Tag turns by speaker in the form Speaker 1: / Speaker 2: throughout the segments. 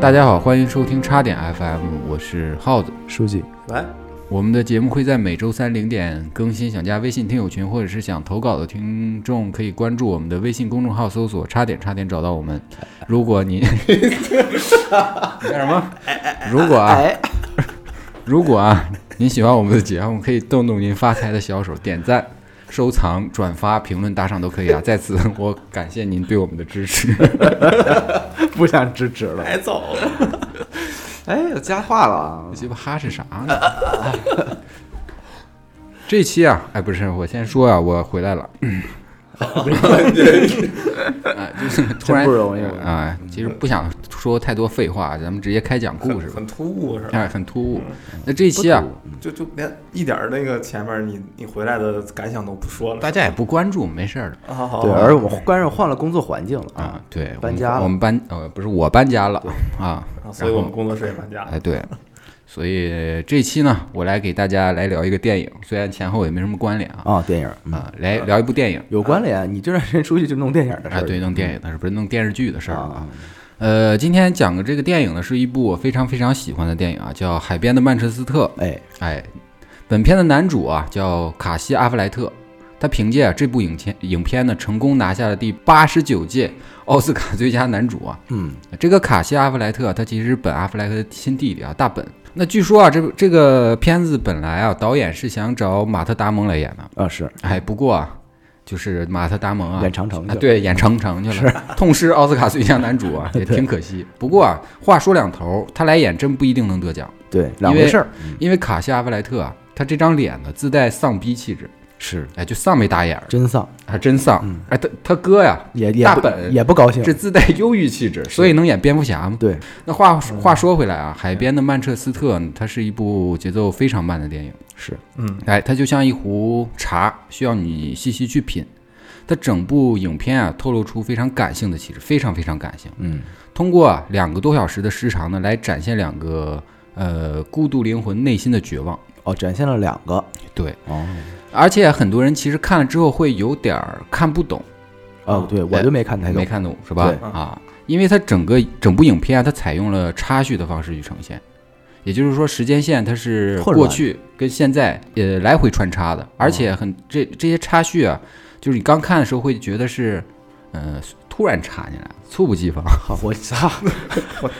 Speaker 1: 大家好，欢迎收听叉点 FM，我是耗子。
Speaker 2: 书记，
Speaker 3: 来，
Speaker 1: 我们的节目会在每周三零点更新，想加微信听友群或者是想投稿的听众，可以关注我们的微信公众号，搜索“叉点叉点”找到我们。如果你你干什么？如果啊，如果啊，您喜欢我们的节目，可以动动您发财的小手，点赞、收藏、转发、评论、打赏都可以啊。在此，我感谢您对我们的支持。
Speaker 2: 不想制止了。
Speaker 3: 来走了。
Speaker 2: 哎，有加话了啊！
Speaker 1: 鸡巴哈是啥呢？ 这期啊，哎，不是，我先说啊，我回来了， 哎，就是突然
Speaker 2: 真不容易
Speaker 1: 啊、其实不想说太多废话，咱们直接开讲故事吧。
Speaker 3: 很突兀是吧？
Speaker 1: 哎，很突兀。那这一期啊，
Speaker 3: 就就连一点儿那个前面你你回来的感想都不说了。
Speaker 1: 大家也不关注，没事儿的
Speaker 3: 啊，好好
Speaker 2: 对，
Speaker 3: 好
Speaker 2: 而且我们关键换了工作环境了
Speaker 1: 啊。对，我们
Speaker 2: 搬家了
Speaker 1: 我们搬呃，不是我搬家了啊，
Speaker 3: 啊所以我们工作室也搬家了。
Speaker 1: 哎，对，所以这期呢，我来给大家来聊一个电影，虽然前后也没什么关联啊，
Speaker 2: 啊！电影嗯
Speaker 1: 啊，来聊一部电影。
Speaker 2: 有关联，你就让人出去就弄电影的事
Speaker 1: 啊，
Speaker 2: 儿。
Speaker 1: 对，弄电影的事，不是弄电视剧的事儿
Speaker 2: 啊。
Speaker 1: 呃，今天讲的这个电影呢，是一部我非常非常喜欢的电影啊，叫《海边的曼彻斯特》。
Speaker 2: 哎，
Speaker 1: 哎，本片的男主啊叫卡西·阿弗莱特，他凭借、啊这部影片影片呢，成功拿下了第八十九届奥斯卡最佳男主啊。
Speaker 2: 嗯，
Speaker 1: 这个卡西·阿弗莱特，啊他其实是本·阿弗莱特的亲弟弟啊，大本。那据说啊，这这个片子本来啊，导演是想找马特·达蒙来演的，
Speaker 2: 啊是
Speaker 1: 哎，不过啊，就是马特·达蒙啊，
Speaker 2: 演长城
Speaker 1: 啊，
Speaker 2: 去。，
Speaker 1: 对，演程程去了，痛失奥斯卡最佳男主啊，也挺可惜。不过啊，话说两头，他来演真不一定能得奖，
Speaker 2: 对，两回事儿。
Speaker 1: 因为卡西·阿弗莱特啊，他这张脸呢自带丧逼气质，
Speaker 2: 是
Speaker 1: 哎，就丧没打眼儿，
Speaker 2: 真丧，
Speaker 1: 还真丧。哎，他他哥呀，
Speaker 2: 也也
Speaker 1: 大
Speaker 2: 不
Speaker 1: 本
Speaker 2: 也不高兴。
Speaker 1: 这自带忧郁气质，所以能演蝙蝠侠吗？
Speaker 2: 对，
Speaker 1: 那话话说回来啊，《海边的曼彻斯特》它是一部节奏非常慢的电影，
Speaker 2: 是
Speaker 3: 嗯，
Speaker 1: 哎，它就像一壶茶，需要你细细去品。它整部影片啊，透露出非常感性的气质，非常非常感性。
Speaker 2: 嗯，
Speaker 1: 通过啊两个多小时的时长呢，来展现两个呃孤独灵魂内心的绝望。
Speaker 2: 哦，展现了两个
Speaker 1: 对，
Speaker 2: 哦
Speaker 1: 而且很多人其实看了之后会有点儿看不懂，
Speaker 2: 哦，对我就没看太
Speaker 1: 没
Speaker 2: 懂。
Speaker 1: 看懂是吧
Speaker 2: 对？
Speaker 1: 啊，因为它整个整部影片啊，它采用了插叙的方式去呈现，也就是说时间线它是
Speaker 2: 混乱
Speaker 1: 过去跟现在呃来回穿插的，而
Speaker 2: 哦
Speaker 1: 且很这这些插叙啊，就是你刚看的时候会觉得是，呃，突然插进来，猝不及防。
Speaker 2: 好，我 操！我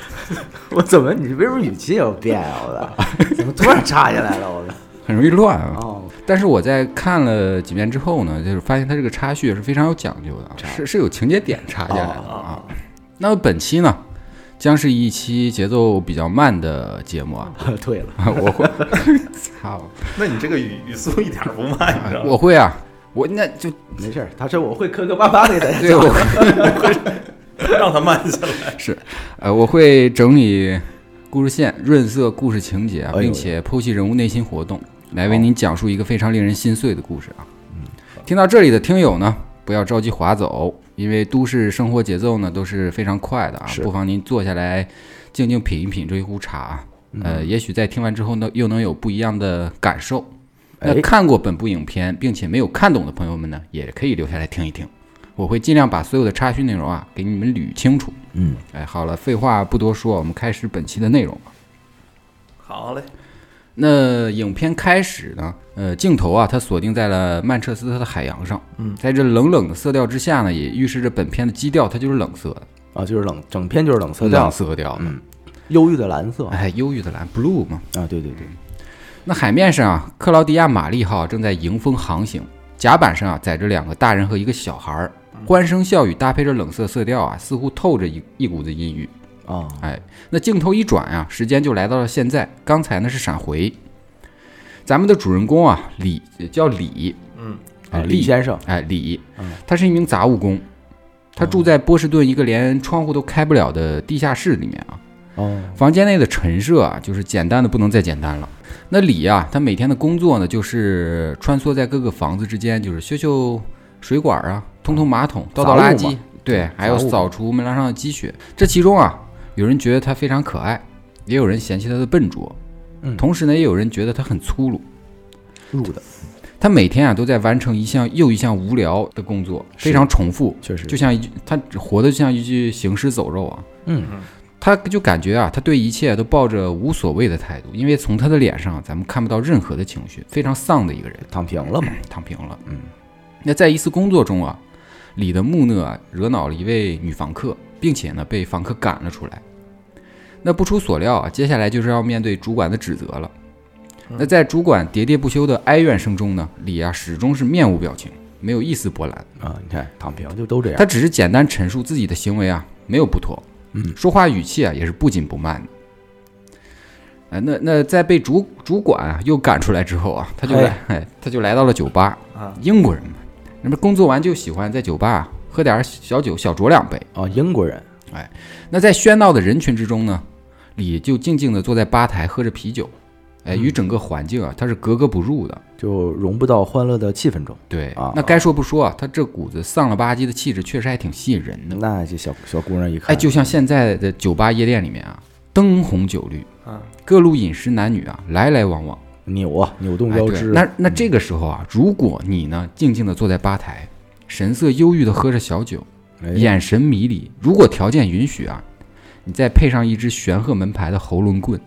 Speaker 2: 我怎么你为什么语气有变啊？我 的怎么突然插进来了？我的
Speaker 1: 很容易乱啊！
Speaker 2: 哦，
Speaker 1: 但是我在看了几遍之后呢，就是发现它这个插叙是非常有讲究的啊，是是有情节点插进来的
Speaker 2: 哦
Speaker 1: 啊。那么本期呢，将是一期节奏比较慢的节目啊，
Speaker 2: 对了，
Speaker 1: 我会，操，
Speaker 3: 那你这个语语速一点儿不慢，你知道吗？
Speaker 1: 我会啊，我那就
Speaker 2: 没事儿，他说我会磕磕巴巴 的给大家
Speaker 1: 对我啊会
Speaker 3: 让他慢下来。
Speaker 1: 是，呃，我会整理故事线，润色故事情节啊，
Speaker 2: 哎呦
Speaker 1: 并且剖析人物内心活动，来为您讲述一个非常令人心碎的故事啊。
Speaker 2: 嗯
Speaker 1: 听到这里的听友呢，不要着急划走，因为都市生活节奏呢都是非常快的啊，
Speaker 2: 是
Speaker 1: 不妨您坐下来静静品一品这一壶茶啊，
Speaker 2: 嗯
Speaker 1: 呃，也许在听完之后呢，又能有不一样的感受。那
Speaker 2: 哎
Speaker 1: 看过本部影片并且没有看懂的朋友们呢，也可以留下来听一听。我会尽量把所有的插叙内容啊给你们捋清楚。
Speaker 2: 嗯，
Speaker 1: 哎，好了，废话不多说，我们开始本期的内容吧。
Speaker 3: 好嘞，
Speaker 1: 那影片开始呢，呃，镜头啊，它锁定在了曼彻斯特的海洋上。
Speaker 3: 嗯
Speaker 1: 在这冷冷的色调之下呢，也预示着本片的基调它就是冷色的，
Speaker 2: 啊，就是冷，整篇就是冷色
Speaker 1: 冷
Speaker 2: 调，
Speaker 1: 色调的，
Speaker 2: 嗯忧郁的蓝色啊，
Speaker 1: 哎，忧郁的蓝 blue 嘛。
Speaker 2: 对对对，
Speaker 1: 那海面上啊，克劳迪亚玛丽号正在迎风航行，甲板上啊载着两个大人和一个小孩儿，
Speaker 2: 嗯
Speaker 1: 欢声笑语搭配着冷色色调啊，似乎透着一一股子阴郁。
Speaker 2: 啊，
Speaker 1: 哎，那镜头一转啊，时间就来到了现在。刚才呢是闪回，咱们的主人公啊，李叫李
Speaker 3: 嗯，
Speaker 1: 啊，
Speaker 2: 李先生，
Speaker 1: 哎李
Speaker 2: 嗯，哦
Speaker 1: 他是一名杂务工，他住在波士顿一个连窗户都开不了的地下室里面啊。
Speaker 2: 哦，
Speaker 1: 房间内的陈设啊，就是简单的不能再简单了。那李啊，他每天的工作呢，就是穿梭在各个房子之间，就是修修水管啊，通通马桶，倒倒垃
Speaker 2: 杂物
Speaker 1: 圾
Speaker 2: 嘛，
Speaker 1: 对
Speaker 2: 杂，物
Speaker 1: 还有扫除门廊上的积雪。这其中啊，有人觉得他非常可爱，也有人嫌弃他的笨拙，
Speaker 2: 嗯
Speaker 1: 同时呢，也有人觉得他很粗鲁。
Speaker 2: 入的，
Speaker 1: 他每天啊都在完成一项又一项无聊的工作，
Speaker 2: 是
Speaker 1: 非常重复，
Speaker 2: 确实
Speaker 1: 就像一具他活得就像一具行尸走肉啊。
Speaker 2: 嗯，
Speaker 1: 他就感觉啊，他对一切都抱着无所谓的态度，因为从他的脸上咱们看不到任何的情绪，非常丧的一个人，
Speaker 2: 躺平了嘛。
Speaker 1: 躺平了。嗯，那在一次工作中啊，里的木讷啊惹恼了一位女房客，并且呢被房客赶了出来。那不出所料啊，接下来就是要面对主管的指责了。那在主管喋喋不休的哀怨声中呢，李啊始终是面无表情，没有一丝波澜。
Speaker 2: 啊，你看躺平就都这样。
Speaker 1: 他只是简单陈述自己的行为啊，没有不妥。
Speaker 2: 嗯，
Speaker 1: 说话语气啊也是不紧不慢的。呃，那那在被主主管啊又赶出来之后啊，他就来， 哎，他就来到了酒吧。
Speaker 3: 啊，
Speaker 1: 英国人嘛，那么工作完就喜欢在酒吧啊喝点小酒，小酌两杯。
Speaker 2: 哦，英国人
Speaker 1: 那在喧闹的人群之中呢，李就静静地坐在吧台喝着啤酒，
Speaker 2: 嗯
Speaker 1: 哎，与整个环境啊，他是格格不入的。
Speaker 2: 就融不到欢乐的气氛中。
Speaker 1: 对，
Speaker 2: 啊
Speaker 1: 那该说不说啊，他这股子丧了吧唧的气质确实还挺吸引人的。
Speaker 2: 那这小小姑娘一看，
Speaker 1: 嗯哎，就像现在的酒吧夜店里面啊，灯红酒绿，
Speaker 3: 啊，
Speaker 1: 各路饮食男女啊，来来往往。
Speaker 2: 扭啊，扭动
Speaker 1: 哎，
Speaker 2: 腰
Speaker 1: 对，
Speaker 2: 肢。
Speaker 1: 那那这个时候啊，如果你呢静静地坐在吧台，神色忧郁地喝着小酒，
Speaker 2: 哎
Speaker 1: 眼神迷离，如果条件允许啊，你再配上一支玄鹤门牌的喉轮棍，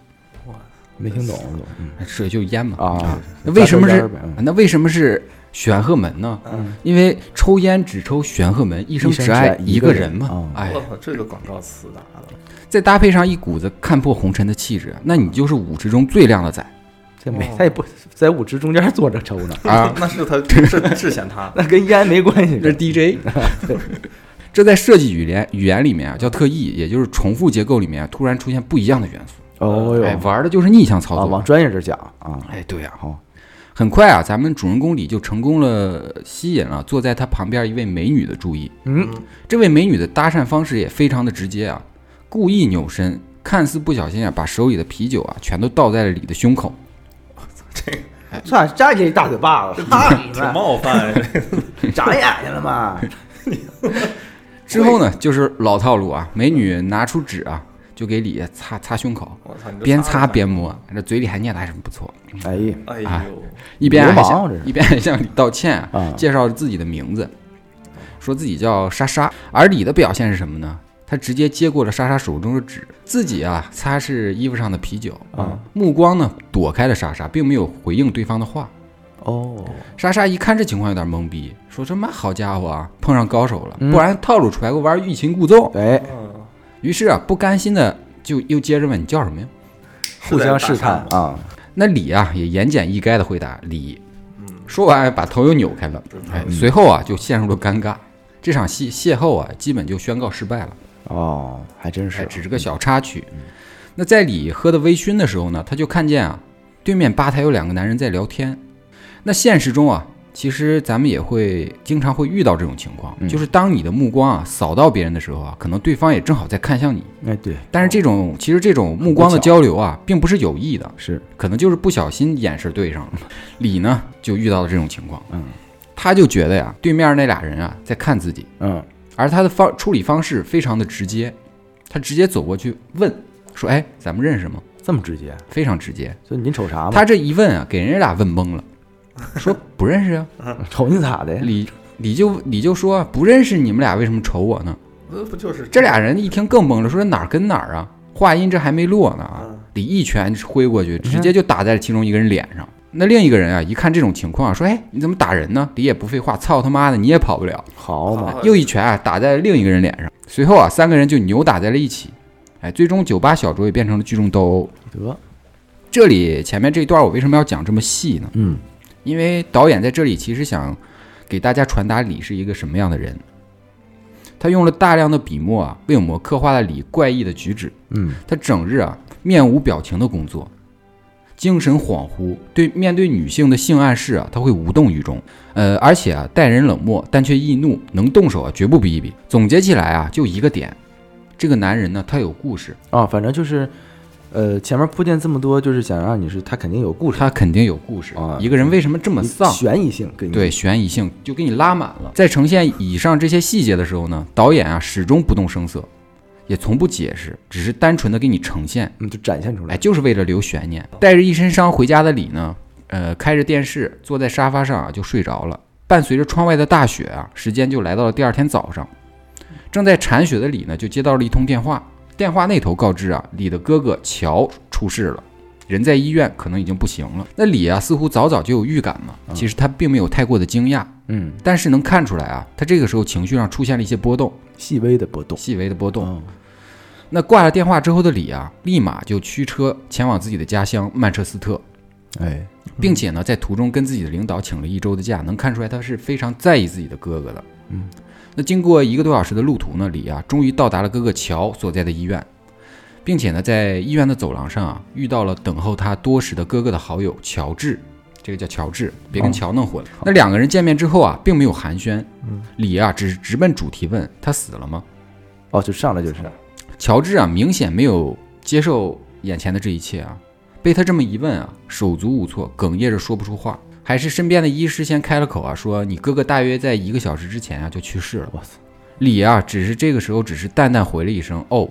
Speaker 2: 没听懂嗯
Speaker 1: 这就烟嘛
Speaker 2: 啊？
Speaker 1: 那为什么
Speaker 2: 扎
Speaker 1: 是啊
Speaker 2: 根儿呗嗯
Speaker 1: 那为什么是玄鹤门呢？
Speaker 3: 嗯
Speaker 1: 因为抽烟只抽玄鹤门，一生
Speaker 2: 一生
Speaker 1: 只爱
Speaker 2: 只爱
Speaker 1: 一
Speaker 2: 一
Speaker 1: 个
Speaker 2: 个
Speaker 1: 人
Speaker 2: 人
Speaker 1: 嘛
Speaker 2: 啊。
Speaker 1: 哎
Speaker 3: 我，操，这个广告词打 的，
Speaker 1: 再搭配上一股子看破红尘的气质，那你就是舞池中最靓的仔
Speaker 2: 这没
Speaker 3: 哦，！
Speaker 2: 他也不在舞池中间坐着抽呢，
Speaker 1: 啊
Speaker 3: 那是他是是嫌他
Speaker 2: 那跟烟没关系。
Speaker 1: DJ。这在设计语言语言里面啊叫特异，也就是重复结构里面啊突然出现不一样的元素，
Speaker 2: 哦
Speaker 1: 哎，
Speaker 2: 哟，
Speaker 1: 玩的就是逆向操
Speaker 2: 啊，
Speaker 1: 作
Speaker 2: 往。专业这讲啊，
Speaker 1: 哎，对呀、
Speaker 2: 好，
Speaker 1: 很快啊，咱们主人公李就成功了吸引了坐在他旁边一位美女的注意。
Speaker 2: 嗯，
Speaker 1: 这位美女的搭讪方式也非常的直接啊，故意扭身，看似不小心啊，把手里的啤酒啊全都倒在了李的胸口。哎
Speaker 2: 算扎你一大嘴巴 子，操 你
Speaker 3: 挺
Speaker 2: 妈，
Speaker 3: 冒犯，
Speaker 2: 长眼睛了吗？
Speaker 1: 之后呢，就是老套路啊，美女拿出纸啊，就给李擦擦胸口，
Speaker 3: 我操，你这
Speaker 1: 边
Speaker 3: 擦
Speaker 1: 擦
Speaker 3: 了
Speaker 1: 边摸，这嘴里还念的还是不错，
Speaker 2: 哎呀，
Speaker 3: 哎
Speaker 1: 啊
Speaker 3: 呦，
Speaker 1: 一边还
Speaker 2: 流氓啊
Speaker 1: 向
Speaker 2: 这是
Speaker 1: 一边还向李道歉 啊、
Speaker 2: 啊
Speaker 1: 介绍自己的名字，说自己叫莎莎。而李的表现是什么呢？他直接接过了莎莎手中的纸，自己啊擦拭衣服上的啤酒，
Speaker 2: 啊，
Speaker 3: 嗯
Speaker 1: 目光呢躲开了莎莎，并没有回应对方的话。
Speaker 2: 哦，
Speaker 1: 莎莎一看这情况有点懵逼，说：“这妈好家伙啊，碰上高手了，
Speaker 2: 嗯
Speaker 1: 不然套路出来给我玩欲擒故纵。
Speaker 2: 哎，
Speaker 3: 嗯，”
Speaker 1: 于是啊，不甘心的就又接着问：“你叫什么呀
Speaker 2: 互相试探啊，？”
Speaker 1: 那李啊也言简意赅的回答：“李。”
Speaker 3: 嗯，
Speaker 1: 说完哎把头又扭开了，哎，
Speaker 2: 嗯
Speaker 1: 随后啊就陷入了尴尬。这场戏邂逅啊，基本就宣告失败了，
Speaker 2: 哦，还真
Speaker 1: 哎，
Speaker 2: 是，嗯
Speaker 1: 只是个小插曲。那在李喝的微醺的时候呢，他就看见啊，对面吧台有两个男人在聊天。那现实中啊，其实咱们也会经常会遇到这种情况，
Speaker 2: 嗯
Speaker 1: 就是当你的目光啊扫到别人的时候啊，可能对方也正好在看向你，
Speaker 2: 哎，对，
Speaker 1: 但是这种其实这种目光的
Speaker 2: 很不巧
Speaker 1: 交流啊，并不是有意的，
Speaker 2: 是，
Speaker 1: 可能就是不小心眼神对上了。李呢就遇到了这种情况，
Speaker 2: 嗯，
Speaker 1: 他就觉得呀，对面那俩人啊在看自己，
Speaker 2: 嗯，
Speaker 1: 而他的方处理方式非常的直接，他直接走过去问说：“哎，咱们认识吗
Speaker 2: 这么直接，？”
Speaker 1: 非常直接。
Speaker 2: 所以您瞅啥嘛？
Speaker 1: 他这一问啊，给人家俩问 懵了，说不认识啊。
Speaker 2: 瞅你咋的 呀？
Speaker 1: 李李就李就说啊不认识你们俩，为什么瞅我呢？
Speaker 3: 那不就是
Speaker 1: 这俩人一听更懵了，说哪儿跟哪儿啊？话音这还没落呢啊
Speaker 3: 嗯，
Speaker 1: 李一拳挥过去，直接就打在了其中一个人脸上。那另一个人啊，一看这种情况，说：“哎，你怎么打人呢？”李也不废话，操他妈的，你也跑不了。
Speaker 2: 好嘛，
Speaker 3: 好
Speaker 1: 又一拳啊打在了另一个人脸上。随后啊，三个人就扭打在了一起。哎，最终酒吧小酌也变成了聚众斗殴。
Speaker 2: 得，
Speaker 1: 这里前面这一段我为什么要讲这么细呢？
Speaker 2: 嗯，
Speaker 1: 因为导演在这里其实想给大家传达李是一个什么样的人。他用了大量的笔墨啊，为我们刻画了李怪异的举止。
Speaker 2: 嗯，
Speaker 1: 他整日啊面无表情的工作，精神恍惚，对面对女性的性暗示啊，他会无动于衷。呃，而且啊待人冷漠，但却易怒，能动手啊绝不逼逼。总结起来啊，就一个点，这个男人呢他有故事，
Speaker 2: 啊，反正就是，呃，前面铺垫这么多，就是想让你是他肯定有故事，
Speaker 1: 他肯定有故事
Speaker 2: 啊。
Speaker 1: 一个人为什么这么
Speaker 2: 你
Speaker 1: 丧？
Speaker 2: 悬疑性给你，
Speaker 1: 对，悬疑性就给你拉满了。在呈现以上这些细节的时候呢，导演啊始终不动声色，也从不解释，只是单纯的给你呈现，
Speaker 2: 嗯，就展现出来
Speaker 1: 哎，，就是为了留悬念。带着一身伤回家的李呢，呃，开着电视坐在沙发上啊就睡着了。伴随着窗外的大雪啊，时间就来到了第二天早上。正在铲雪的李呢，就接到了一通电话，电话那头告知啊，李的哥哥乔出事了。人在医院，可能已经不行了。那李啊，似乎早早就有预感嘛。其实他并没有太过的惊讶，
Speaker 2: 嗯，
Speaker 1: 但是能看出来啊，他这个时候情绪上出现了一些波动，
Speaker 2: 细微的波动，
Speaker 1: 细微的波动。
Speaker 2: 嗯
Speaker 1: 那挂了电话之后的李啊，立马就驱车前往自己的家乡曼彻斯特，
Speaker 2: 哎，
Speaker 1: 并且呢，在途中跟自己的领导请了一周的假，能看出来他是非常在意自己的哥哥的。
Speaker 2: 嗯，
Speaker 1: 那经过一个多小时的路途呢，李啊，终于到达了哥哥乔所在的医院，并且呢，在医院的走廊上啊，遇到了等候他多时的哥哥的好友乔治。这个叫乔治，别跟
Speaker 2: 哦
Speaker 1: 乔弄混了。那两个人见面之后啊，并没有寒暄，
Speaker 2: 嗯
Speaker 1: 李啊只直奔主题问他死了吗？
Speaker 2: 哦，就上来就是，
Speaker 1: 乔治啊，明显没有接受眼前的这一切啊，被他这么一问啊，手足无措，哽咽着说不出话。还是身边的医师先开了口啊，说你哥哥大约在一个小时之前啊就去世了。
Speaker 2: 我操，
Speaker 1: 李啊，只是这个时候只是淡淡回了一声“哦”，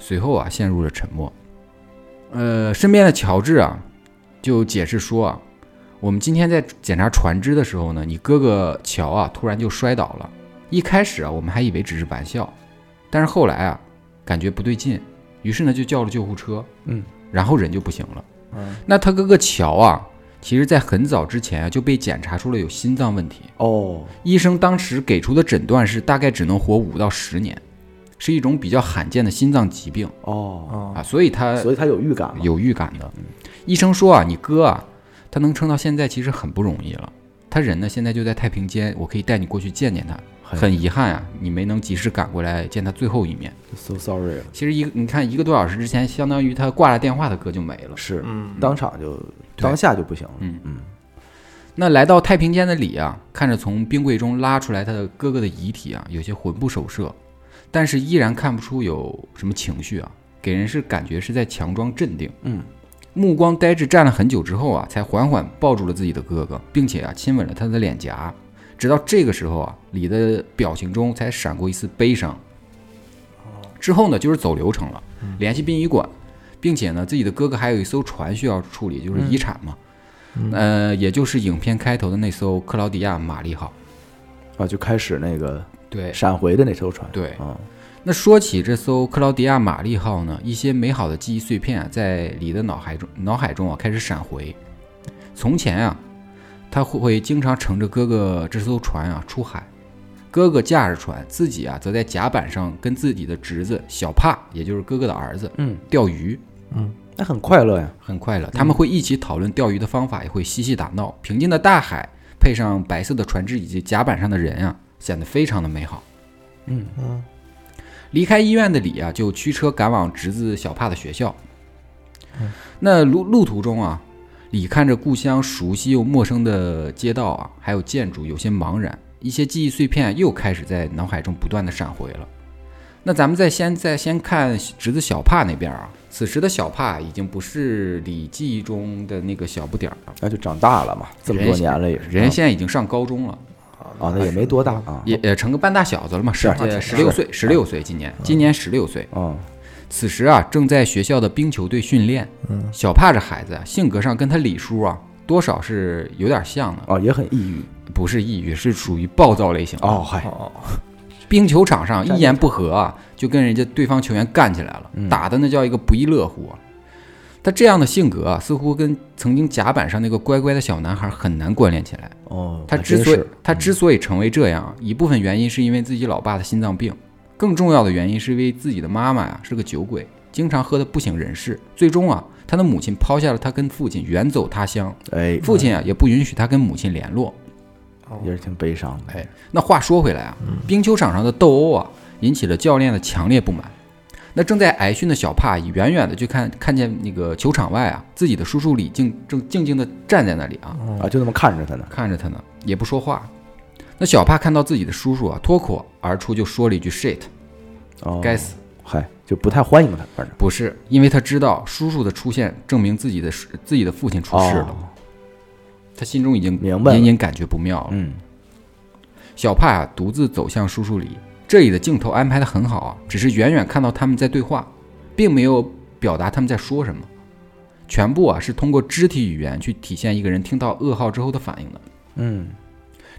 Speaker 1: 随后啊陷入了沉默。呃，身边的乔治啊，就解释说啊，我们今天在检查船只的时候呢，你哥哥乔啊突然就摔倒了。一开始啊，我们还以为只是玩笑，但是后来啊，感觉不对劲，于是呢就叫了救护车。
Speaker 2: 嗯，
Speaker 1: 然后人就不行了。
Speaker 3: 嗯，
Speaker 1: 那他哥哥乔啊，其实在很早之前啊就被检查出了有心脏问题。
Speaker 2: 哦，
Speaker 1: 医生当时给出的诊断是大概只能活五到十年，是一种比较罕见的心脏疾病
Speaker 2: 哦，
Speaker 1: 啊，
Speaker 3: 啊，
Speaker 1: 所以他
Speaker 2: 所以他有预感嘛，
Speaker 1: 有预感的。医生说啊，你哥啊，他能撑到现在其实很不容易了。他人呢现在就在太平间，我可以带你过去见见他。很遗憾啊，你没能及时赶过来见他最后一面。
Speaker 2: so sorry 了，
Speaker 1: 其实一个你看一个多小时之前，相当于他挂了电话，他哥就没了。
Speaker 2: 是，
Speaker 3: 嗯，
Speaker 2: 当场就
Speaker 1: 对
Speaker 2: 当下就不行了，
Speaker 1: 嗯
Speaker 2: 嗯，
Speaker 1: 那来到太平间的李啊，看着从冰柜中拉出来他的哥哥的遗体啊，有些魂不守舍，但是依然看不出有什么情绪啊，给人是感觉是在强装镇定。
Speaker 2: 嗯，
Speaker 1: 目光呆滞站了很久之后啊，才缓缓抱住了自己的哥哥，并且啊亲吻了他的脸颊。直到这个时候啊，李的表情中才闪过一丝悲伤。之后呢，就是走流程了，联系殡仪馆，并且呢，自己的哥哥还有一艘船需要处理，就是遗产嘛。呃，也就是影片开头的那艘克劳迪亚玛丽号。
Speaker 2: 啊，就开始那个
Speaker 1: 对
Speaker 2: 闪回的那艘船，
Speaker 1: 对
Speaker 2: 嗯，
Speaker 1: 那说起这艘克劳迪亚玛丽号呢，一些美好的记忆碎片啊，在李的脑海中脑海中啊开始闪回。从前啊，他会会经常乘着哥哥这艘船啊出海，哥哥驾着船，自己啊则在甲板上跟自己的侄子小帕，也就是哥哥的儿子，
Speaker 2: 嗯，
Speaker 1: 钓鱼，
Speaker 2: 那很快乐呀，
Speaker 1: 很快乐。他们会一起讨论钓鱼的方法，也会嬉戏打闹。平静的大海配上白色的船只以及甲板上的人啊，显得非常的美好。
Speaker 2: 嗯
Speaker 3: 嗯，
Speaker 1: 离开医院的李啊，就驱车赶往侄子小帕的学校。那路路途中啊，李看着故乡熟悉又陌生的街道啊，还有建筑，有些茫然。一些记忆碎片啊又开始在脑海中不断的闪回了。那咱们再先再先看侄子小帕那边啊，此时的小帕已经不是李记忆中的那个小不点儿了，
Speaker 2: 那就长大了嘛，这么多年了也是，
Speaker 1: 人
Speaker 2: 嗯
Speaker 1: 现在已经上高中了。
Speaker 3: 哦
Speaker 2: 啊，那也没多大 啊，
Speaker 1: 也也成个半大小子了嘛，十
Speaker 2: 是
Speaker 1: 十六岁，十六岁，今年今年十六岁，
Speaker 2: 嗯，
Speaker 1: 此时啊，正在学校的冰球队训练。
Speaker 3: 嗯，
Speaker 1: 小帕这孩子啊，性格上跟他李叔啊，多少是有点像的，
Speaker 2: 哦，也很抑郁，
Speaker 1: 不是抑郁，是属于暴躁类型。
Speaker 2: 哦，嗨，
Speaker 3: 哦，
Speaker 1: 冰球场上一言不合啊，就跟人家对方球员干起来了，
Speaker 2: 嗯
Speaker 1: 打的那叫一个不亦乐乎啊。他这样的性格啊，似乎跟曾经甲板上那个乖乖的小男孩很难关联起来。
Speaker 2: 哦，
Speaker 1: 他
Speaker 2: 还
Speaker 1: 之
Speaker 2: 真
Speaker 1: 所以
Speaker 2: 是
Speaker 1: 他之所以成为这样啊，一部分原因是因为自己老爸的心脏病，更重要的原因是因为自己的妈妈呀、是个酒鬼，经常喝得不省人事。最终啊，他的母亲抛下了他跟父亲，远走他乡，
Speaker 2: 哎，
Speaker 1: 父亲啊也不允许他跟母亲联络。嗯
Speaker 2: 也是挺悲伤的，
Speaker 1: 哎，那话说回来啊，
Speaker 2: 嗯
Speaker 1: 冰球场上的斗殴啊，引起了教练的强烈不满。那正在挨训的小帕，远远的就看看见那个球场外啊，自己的叔叔李静正静静的站在那里啊，
Speaker 2: 啊，就那么看着他呢，
Speaker 1: 看着他呢，也不说话。那小帕看到自己的叔叔啊，脱口而出就说了一句 “shit”，
Speaker 2: 哦，
Speaker 1: 该死！
Speaker 2: 嗨，就不太欢迎他，反正
Speaker 1: 不是，因为他知道叔叔的出现证明自己的自己的父亲出事了，
Speaker 2: 哦
Speaker 1: 他心中已经
Speaker 2: 明白了
Speaker 1: 隐隐感觉不妙了。
Speaker 2: 嗯，
Speaker 1: 小帕啊，独自走向叔叔里，这里的镜头安排的很好啊，只是远远看到他们在对话，并没有表达他们在说什么，全部啊是通过肢体语言去体现一个人听到噩耗之后的反应的。
Speaker 2: 嗯，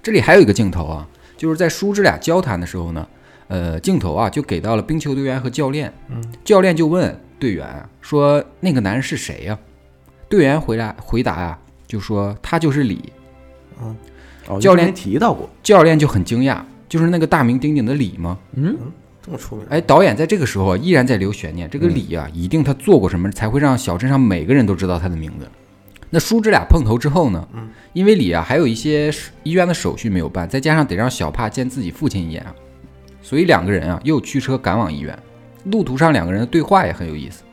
Speaker 1: 这里还有一个镜头啊，就是在叔侄俩交谈的时候呢，呃镜头啊，就给到了冰球队员和教练。
Speaker 3: 嗯，
Speaker 1: 教练就问队员说：“那个男人是谁呀、队员回答回答呀、就说他就是李。
Speaker 2: 哦，
Speaker 1: 教练
Speaker 2: 之前提到过，
Speaker 1: 教练就很惊讶，就是那个大名鼎鼎的李吗？
Speaker 2: 嗯，
Speaker 3: 这么出名，
Speaker 1: 哎，导演在这个时候啊依然在留悬念，这个李啊，一定他做过什么，才会让小镇上每个人都知道他的名字。那叔侄俩碰头之后呢
Speaker 3: 嗯，
Speaker 1: 因为李啊还有一些手医院的手续没有办，再加上得让小帕见自己父亲一眼啊，所以两个人啊又驱车赶往医院。路途上两个人的对话也很有意思。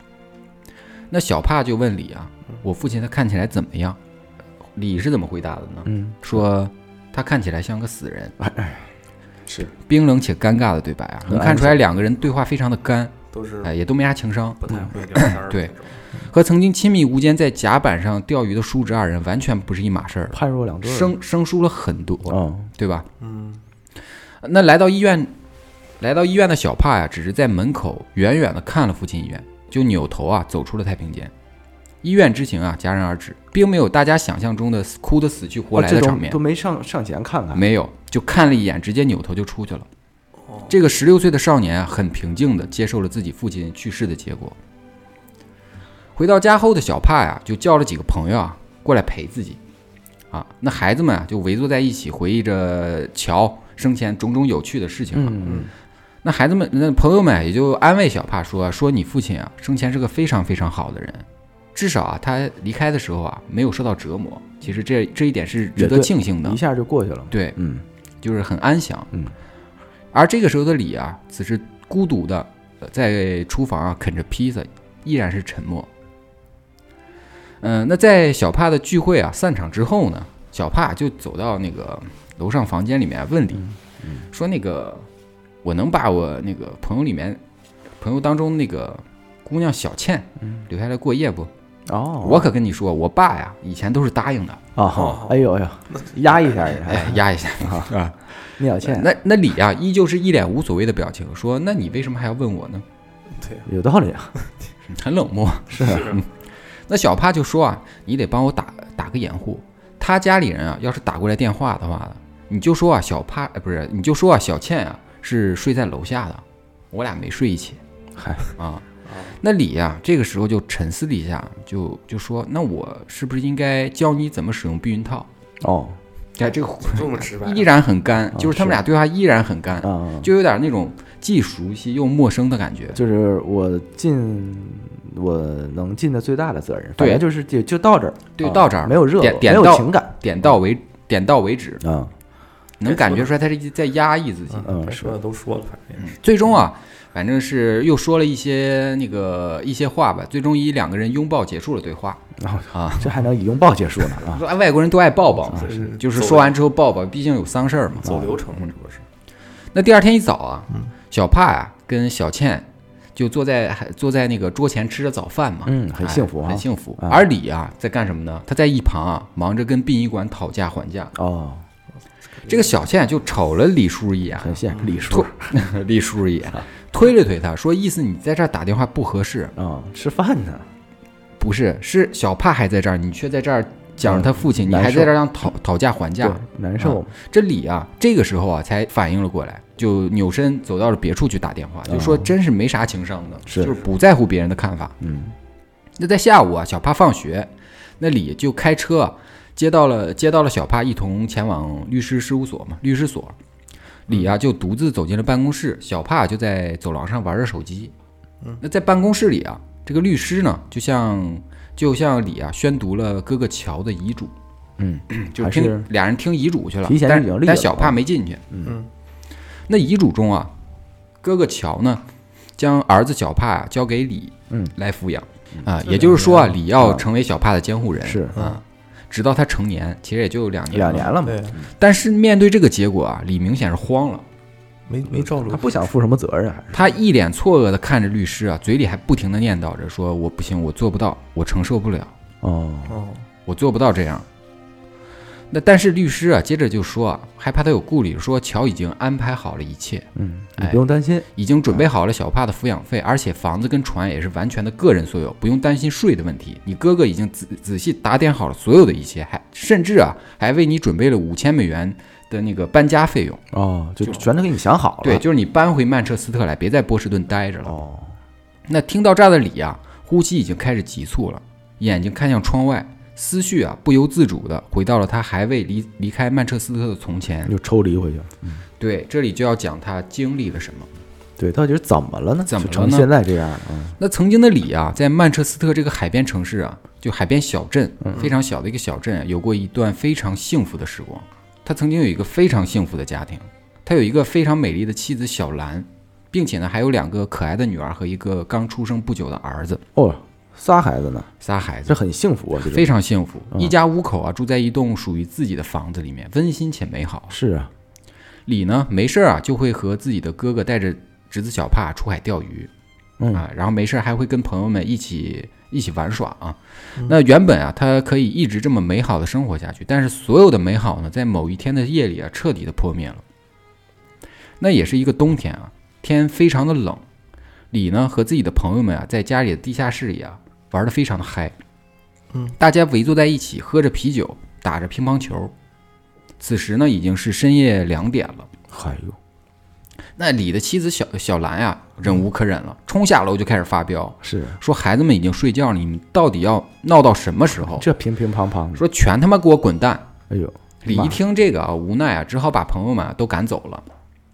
Speaker 1: 那小帕就问李啊：“我父亲他看起来怎么样？”李是怎么回答的呢？
Speaker 2: 嗯，
Speaker 1: 说他看起来像个死人。
Speaker 2: 哎是
Speaker 1: 冰冷且尴尬的对白啊，能看出来两个人对话非常的干，
Speaker 3: 都是
Speaker 1: 哎，也都没啥情商，
Speaker 3: 不太会聊天儿的
Speaker 1: 对
Speaker 3: 那种。
Speaker 1: 和曾经亲密无间在甲板上钓鱼的叔侄二人完全不是一码事儿，
Speaker 2: 判若两对儿，
Speaker 1: 生生疏了很多，
Speaker 2: 哦，
Speaker 1: 对吧？
Speaker 3: 嗯，
Speaker 1: 那来到医院，来到医院的小帕呀、只是在门口远远的看了父亲一眼，就扭头啊走出了太平间。医院之行啊戛然而止，并没有大家想象中的哭的死去活来
Speaker 2: 哦
Speaker 1: 的
Speaker 2: 这
Speaker 1: 场
Speaker 2: 种
Speaker 1: 面
Speaker 2: 都，没上上前看看，
Speaker 1: 啊没有，就看了一眼，直接扭头就出去了。
Speaker 3: 哦，
Speaker 1: 这个十六岁的少年啊，很平静地接受了自己父亲去世的结果。回到家后的小帕呀、就叫了几个朋友啊过来陪自己。啊，那孩子们啊，就围坐在一起回忆着乔生前种种有趣的事情啊。
Speaker 2: 嗯，
Speaker 1: 那孩子们，那朋友们啊也就安慰小帕说：“说你父亲啊，生前是个非常非常好的人，至少啊，他离开的时候啊，没有受到折磨。其实这这一点是值
Speaker 2: 也
Speaker 1: 得
Speaker 2: 对
Speaker 1: 庆幸的
Speaker 2: 一。下就过去了，
Speaker 1: 对，
Speaker 2: 嗯，
Speaker 1: 就是很安详。
Speaker 2: 嗯，
Speaker 1: 而这个时候的李啊，此时孤独的在厨房啊啃着披萨，依然是沉默。嗯、那在小帕的聚会啊散场之后呢，小帕就走到那个楼上房间里面问李，说那个我能把我那个朋友里面朋友当中那个姑娘小倩留下来过夜不？
Speaker 2: 哦，
Speaker 1: 我可跟你说，我爸呀以前都是答应的，
Speaker 2: 哦，哎呦哎呦，压一下，哎
Speaker 1: 哎，压一下
Speaker 2: 啊
Speaker 1: 啊。
Speaker 2: 聂小倩
Speaker 1: 那那李啊，依旧是一脸无所谓的表情，说：“那你为什么还要问我呢
Speaker 3: 对呀，
Speaker 2: 有道理啊，？”
Speaker 1: 很冷漠。 嗯
Speaker 2: 是
Speaker 1: 那小帕就说啊：“你得帮我打打个掩护，他家里人啊，要是打过来电话的话，你就说啊，小帕、呃、不是，你就说啊，小倩啊是睡在楼下的，我俩没睡一起。”
Speaker 2: 嗨
Speaker 1: 啊，那李呀、这个时候就沉思了一下，就就说：“那我是不是应该教你怎么使用避孕套
Speaker 2: 哦，？”
Speaker 1: 哎，这个
Speaker 3: 这么直白，
Speaker 1: 依然很干
Speaker 2: 啊，
Speaker 1: 就是他们
Speaker 2: 是
Speaker 1: 俩对话依然很干，
Speaker 2: 啊，
Speaker 1: 就有点那种既熟悉又陌生的感觉。
Speaker 2: 就是我尽我能尽的最大的责任，反
Speaker 1: 对
Speaker 2: 正就是就就到这儿，
Speaker 1: 对
Speaker 3: 哦
Speaker 2: 啊
Speaker 1: 到这儿
Speaker 2: 没有热
Speaker 1: 点
Speaker 2: 度，
Speaker 1: 点
Speaker 2: 没有
Speaker 1: 到嗯
Speaker 2: 情感
Speaker 1: 点到为点到为止，
Speaker 2: 啊，
Speaker 1: 能感觉出来他是一在压抑自己。
Speaker 2: 嗯
Speaker 3: 该
Speaker 2: 是
Speaker 3: 说的都说了，反正也是。
Speaker 1: 最终啊，反正是又说了一些那个一些话吧。最终以两个人拥抱结束了对话。
Speaker 3: 哦
Speaker 1: 啊，
Speaker 2: 这还能以拥抱结束呢啊，
Speaker 1: 说哎外国人都爱抱抱嘛，
Speaker 3: 这是
Speaker 1: 就是
Speaker 3: 走
Speaker 1: 说完之嗯后抱抱，毕竟有丧事儿嘛。
Speaker 3: 走流程嘛，这不是？嗯
Speaker 1: 那第二天一早啊，小帕呀、跟小倩就坐在还坐在那个桌前吃着早饭嘛，
Speaker 2: 嗯很
Speaker 1: 哎
Speaker 2: 幸福啊
Speaker 1: 很幸福。
Speaker 2: 啊
Speaker 1: 而李啊在干什么呢？他在一旁啊忙着跟殡仪馆讨价还价。
Speaker 2: 哦，
Speaker 1: 这个小倩就瞅了李叔 一眼，
Speaker 2: 很现实，李叔
Speaker 1: 推李叔一眼，推了推他，说：“意思你在这儿打电话不合适，
Speaker 2: 啊，吃饭呢，
Speaker 1: 不是是小帕还在这儿，你却在这儿讲他父亲，
Speaker 2: 嗯
Speaker 1: 你还
Speaker 2: 难受
Speaker 1: 在这儿让讨讨价还
Speaker 2: 对
Speaker 1: 价。，
Speaker 2: 难受，
Speaker 1: 这李啊，这个时候啊才反应了过来，就扭身走到了别处去打电话，就说真是没啥情商的，
Speaker 2: 哦是
Speaker 1: 就是不在乎别人的看法。
Speaker 2: 嗯，
Speaker 1: 那在下午啊，小帕放学，那李就开车啊接到了接到了小帕一同前往律师事务所嘛，律师所。李
Speaker 2: 嗯
Speaker 1: 啊就独自走进了办公室，小帕就在走廊上玩着手机。
Speaker 2: 嗯
Speaker 1: 那在办公室里啊，这个律师呢，就像就像李啊宣读了哥哥乔的遗嘱。
Speaker 2: 嗯，
Speaker 1: 就
Speaker 2: 还
Speaker 1: 听
Speaker 2: 是
Speaker 1: 俩人听遗嘱去了，
Speaker 2: 提前
Speaker 1: 但
Speaker 2: 就已经立
Speaker 1: 但
Speaker 2: 了
Speaker 1: 小
Speaker 2: 啊
Speaker 1: 帕没进去。
Speaker 3: 嗯，
Speaker 1: 那遗嘱中啊，哥哥乔呢，将儿子小帕啊交给李，
Speaker 2: 嗯，
Speaker 1: 来抚养啊，
Speaker 3: 这
Speaker 1: 也就是说啊，
Speaker 3: 两
Speaker 1: 李要
Speaker 2: 啊
Speaker 1: 成为小帕的监护人，
Speaker 2: 是
Speaker 1: 啊，直到他成年，其实也就两年，
Speaker 2: 两年。了嘛，
Speaker 3: 嗯对，啊
Speaker 1: 但是面对这个结果啊，李明显是慌了，
Speaker 3: 没没照着
Speaker 2: 他不想负什么责任，还是
Speaker 1: 他一脸错愕的看着律师啊，嘴里还不停的念叨着说：“我不嗯行，我做不到，我承受不了，
Speaker 2: 哦，
Speaker 3: 哦，
Speaker 1: 我做不到这样。”那但是律师啊，接着就说啊，害怕他有顾虑，说乔已经安排好了一切，
Speaker 2: 嗯，你
Speaker 1: 哎
Speaker 2: 不用担心。
Speaker 1: 已经准备好了小帕的抚养费，而且房子跟船也是完全的个人所有，不用担心税的问题。你哥哥已经仔仔细打点好了所有的一切，还甚至啊，还为你准备了五千美元的那个搬家费用。
Speaker 2: 哦，就全都给你想好了。
Speaker 1: 对，就是你搬回曼彻斯特来，别在波士顿待着了。
Speaker 2: 哦，
Speaker 1: 那听到这儿的李啊，呼吸已经开始急促了，眼睛看向窗外，思绪啊不由自主的回到了他还未离离开曼彻斯特的从前。
Speaker 2: 又抽离回去了。
Speaker 1: 对，这里就要讲他经历了什么。
Speaker 2: 对，到底是怎么了呢？
Speaker 1: 怎么
Speaker 2: 就
Speaker 1: 了
Speaker 2: 成
Speaker 1: 呢
Speaker 2: 现在这样了？嗯
Speaker 1: 那曾经的李啊，在曼彻斯特这个海边城市啊，就海边小镇，
Speaker 2: 嗯
Speaker 1: 非常小的一个小镇，有过一段非常幸福的时光。他曾经有一个非常幸福的家庭，他有一个非常美丽的妻子小兰，并且呢还有两个可爱的女儿和一个刚出生不久的儿子，
Speaker 2: 哦，仨孩子呢，
Speaker 1: 仨孩子
Speaker 2: 这。很幸福啊，这种
Speaker 1: 非常幸福，
Speaker 2: 嗯
Speaker 1: 一家五口啊住在一栋属于自己的房子里面，温馨且美好。
Speaker 2: 是啊，
Speaker 1: 李呢没事儿啊就会和自己的哥哥带着侄子小帕出海钓鱼，
Speaker 2: 嗯
Speaker 1: 啊，然后没事儿还会跟朋友们一起一起玩耍啊。那原本啊他可以一直这么美好的生活下去，但是所有的美好呢，在某一天的夜里啊彻底的破灭了。那也是一个冬天啊，天非常的冷，李呢和自己的朋友们啊在家里的地下室里啊玩的非常的嗨，
Speaker 3: 嗯，
Speaker 1: 大家围坐在一起喝着啤酒，打着乒乓球。此时呢，已经是深夜两点了。
Speaker 2: 哎呦，
Speaker 1: 那李的妻子小小兰呀、忍无可忍了，冲下楼就开始发飙，
Speaker 2: 是啊
Speaker 1: 说孩子们已经睡觉了，你们到底要闹到什么时候？
Speaker 2: 这乒乒乓乓的，
Speaker 1: 哦说全他妈给我滚蛋！
Speaker 2: 哎呦，
Speaker 1: 李
Speaker 2: 妈
Speaker 1: 一听这个啊，无奈啊，只好把朋友们啊都赶走了。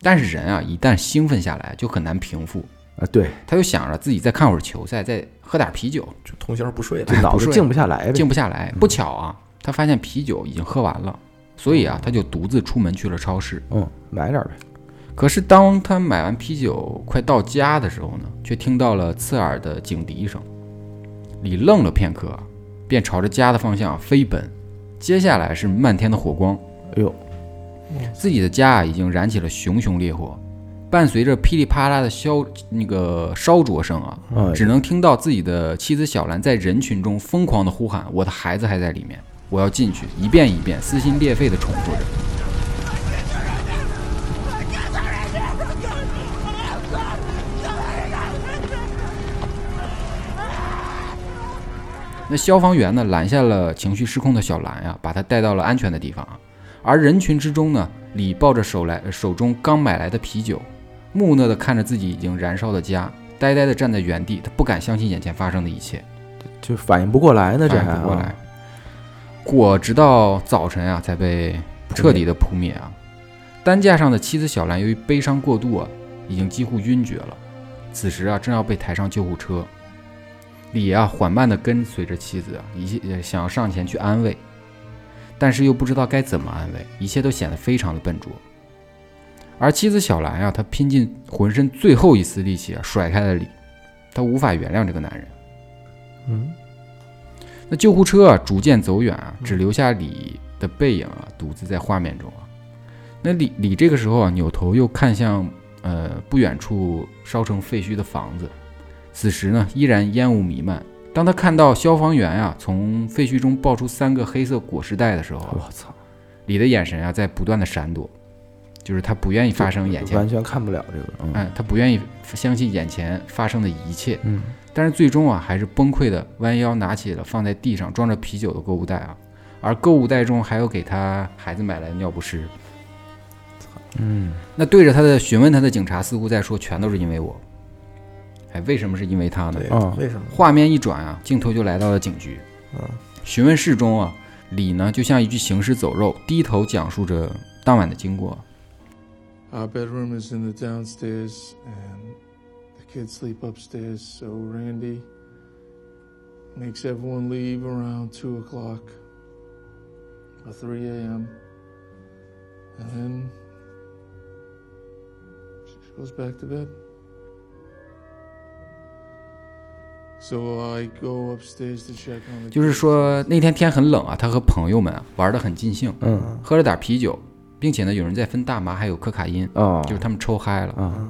Speaker 1: 但是人啊，一旦兴奋下来，就很难平复。
Speaker 2: 啊，对，
Speaker 1: 他就想着自己再看会儿球赛，再喝点啤酒，
Speaker 3: 就通宵不睡了
Speaker 2: 这。脑
Speaker 1: 不
Speaker 2: 子
Speaker 1: 睡
Speaker 2: 静不下来呗
Speaker 1: 静。不下来。不巧啊，他发现啤酒已经喝完了，所以啊，他就独自出门去了超市。
Speaker 2: 嗯，买点儿呗。
Speaker 1: 可是当他买完啤酒快到家的时候呢，却听到了刺耳的警笛声。李愣了片刻，便朝着家的方向飞奔。接下来是漫天的火光，
Speaker 2: 哎呦，
Speaker 1: 自己的家啊已经燃起了熊熊烈火，伴随着噼里啪啦的烧那个烧灼声啊，
Speaker 2: 哎
Speaker 1: 只能听到自己的妻子小兰在人群中疯狂的呼喊：“我的孩子还在里面，我要进去！”一遍一遍撕心裂肺的重复着。那消防员呢拦下了情绪失控的小兰呀、把她带到了安全的地方啊。而人群之中呢，李抱着手来手中刚买来的啤酒，木讷地看着自己已经燃烧的家，呆呆地站在原地，他不敢相信眼前发生的一切，
Speaker 2: 就反应不过来呢，这
Speaker 1: 反
Speaker 2: 还
Speaker 1: 应不过
Speaker 2: 啊
Speaker 1: 来。火直到早晨啊，才被彻底的扑灭啊。担架上的妻子小兰由于悲伤过度啊，已经几乎晕厥了。此时啊，正要被抬上救护车，李啊缓慢地跟随着妻子啊，一切呃想要上前去安慰，但是又不知道该怎么安慰，一切都显得非常的笨拙。而妻子小兰啊，她拼尽浑身最后一丝力气啊，甩开了李，她无法原谅这个男人。
Speaker 3: 嗯，
Speaker 1: 那救护车啊，逐渐走远啊，只留下李的背影啊，独自在画面中啊。那李李这个时候啊，扭头又看向呃不远处烧成废墟的房子，此时呢，依然烟雾弥漫。当他看到消防员啊从废墟中爆出三个黑色裹尸袋的时候啊，
Speaker 2: 我操，
Speaker 1: 李的眼神啊在不断的闪躲，就是他不愿意发生眼前
Speaker 2: 完全看不了这个。嗯，
Speaker 1: 哎，他不愿意相信眼前发生的一切，
Speaker 2: 嗯，
Speaker 1: 但是最终啊，还是崩溃的弯腰拿起了放在地上装着啤酒的购物袋啊，而购物袋中还有给他孩子买来的尿不湿，嗯，那对着他的询问他的警察似乎在说，全都是因为我，哎，为什么是因为他呢
Speaker 3: 对？
Speaker 2: 嗯，
Speaker 3: 为什么？
Speaker 1: 画面一转啊，镜头就来到了警局，
Speaker 3: 嗯，
Speaker 1: 询问室中啊，李呢就像一具行尸走肉，低头讲述着当晚的经过，
Speaker 4: Our bedroom is in the downstairs, and the kids sleep upstairs, so Randy makes everyone leave around 2 o'clock or 3 a.m. And then she goes back to bed. So I go upstairs to check on the
Speaker 1: 就是说那天天很冷啊，他和朋友们啊玩得很尽兴，
Speaker 2: 嗯，
Speaker 1: 喝了点啤酒，并且呢有人在分大麻还有可卡因，
Speaker 2: 哦，
Speaker 1: 就是他们抽嗨了。
Speaker 2: 啊，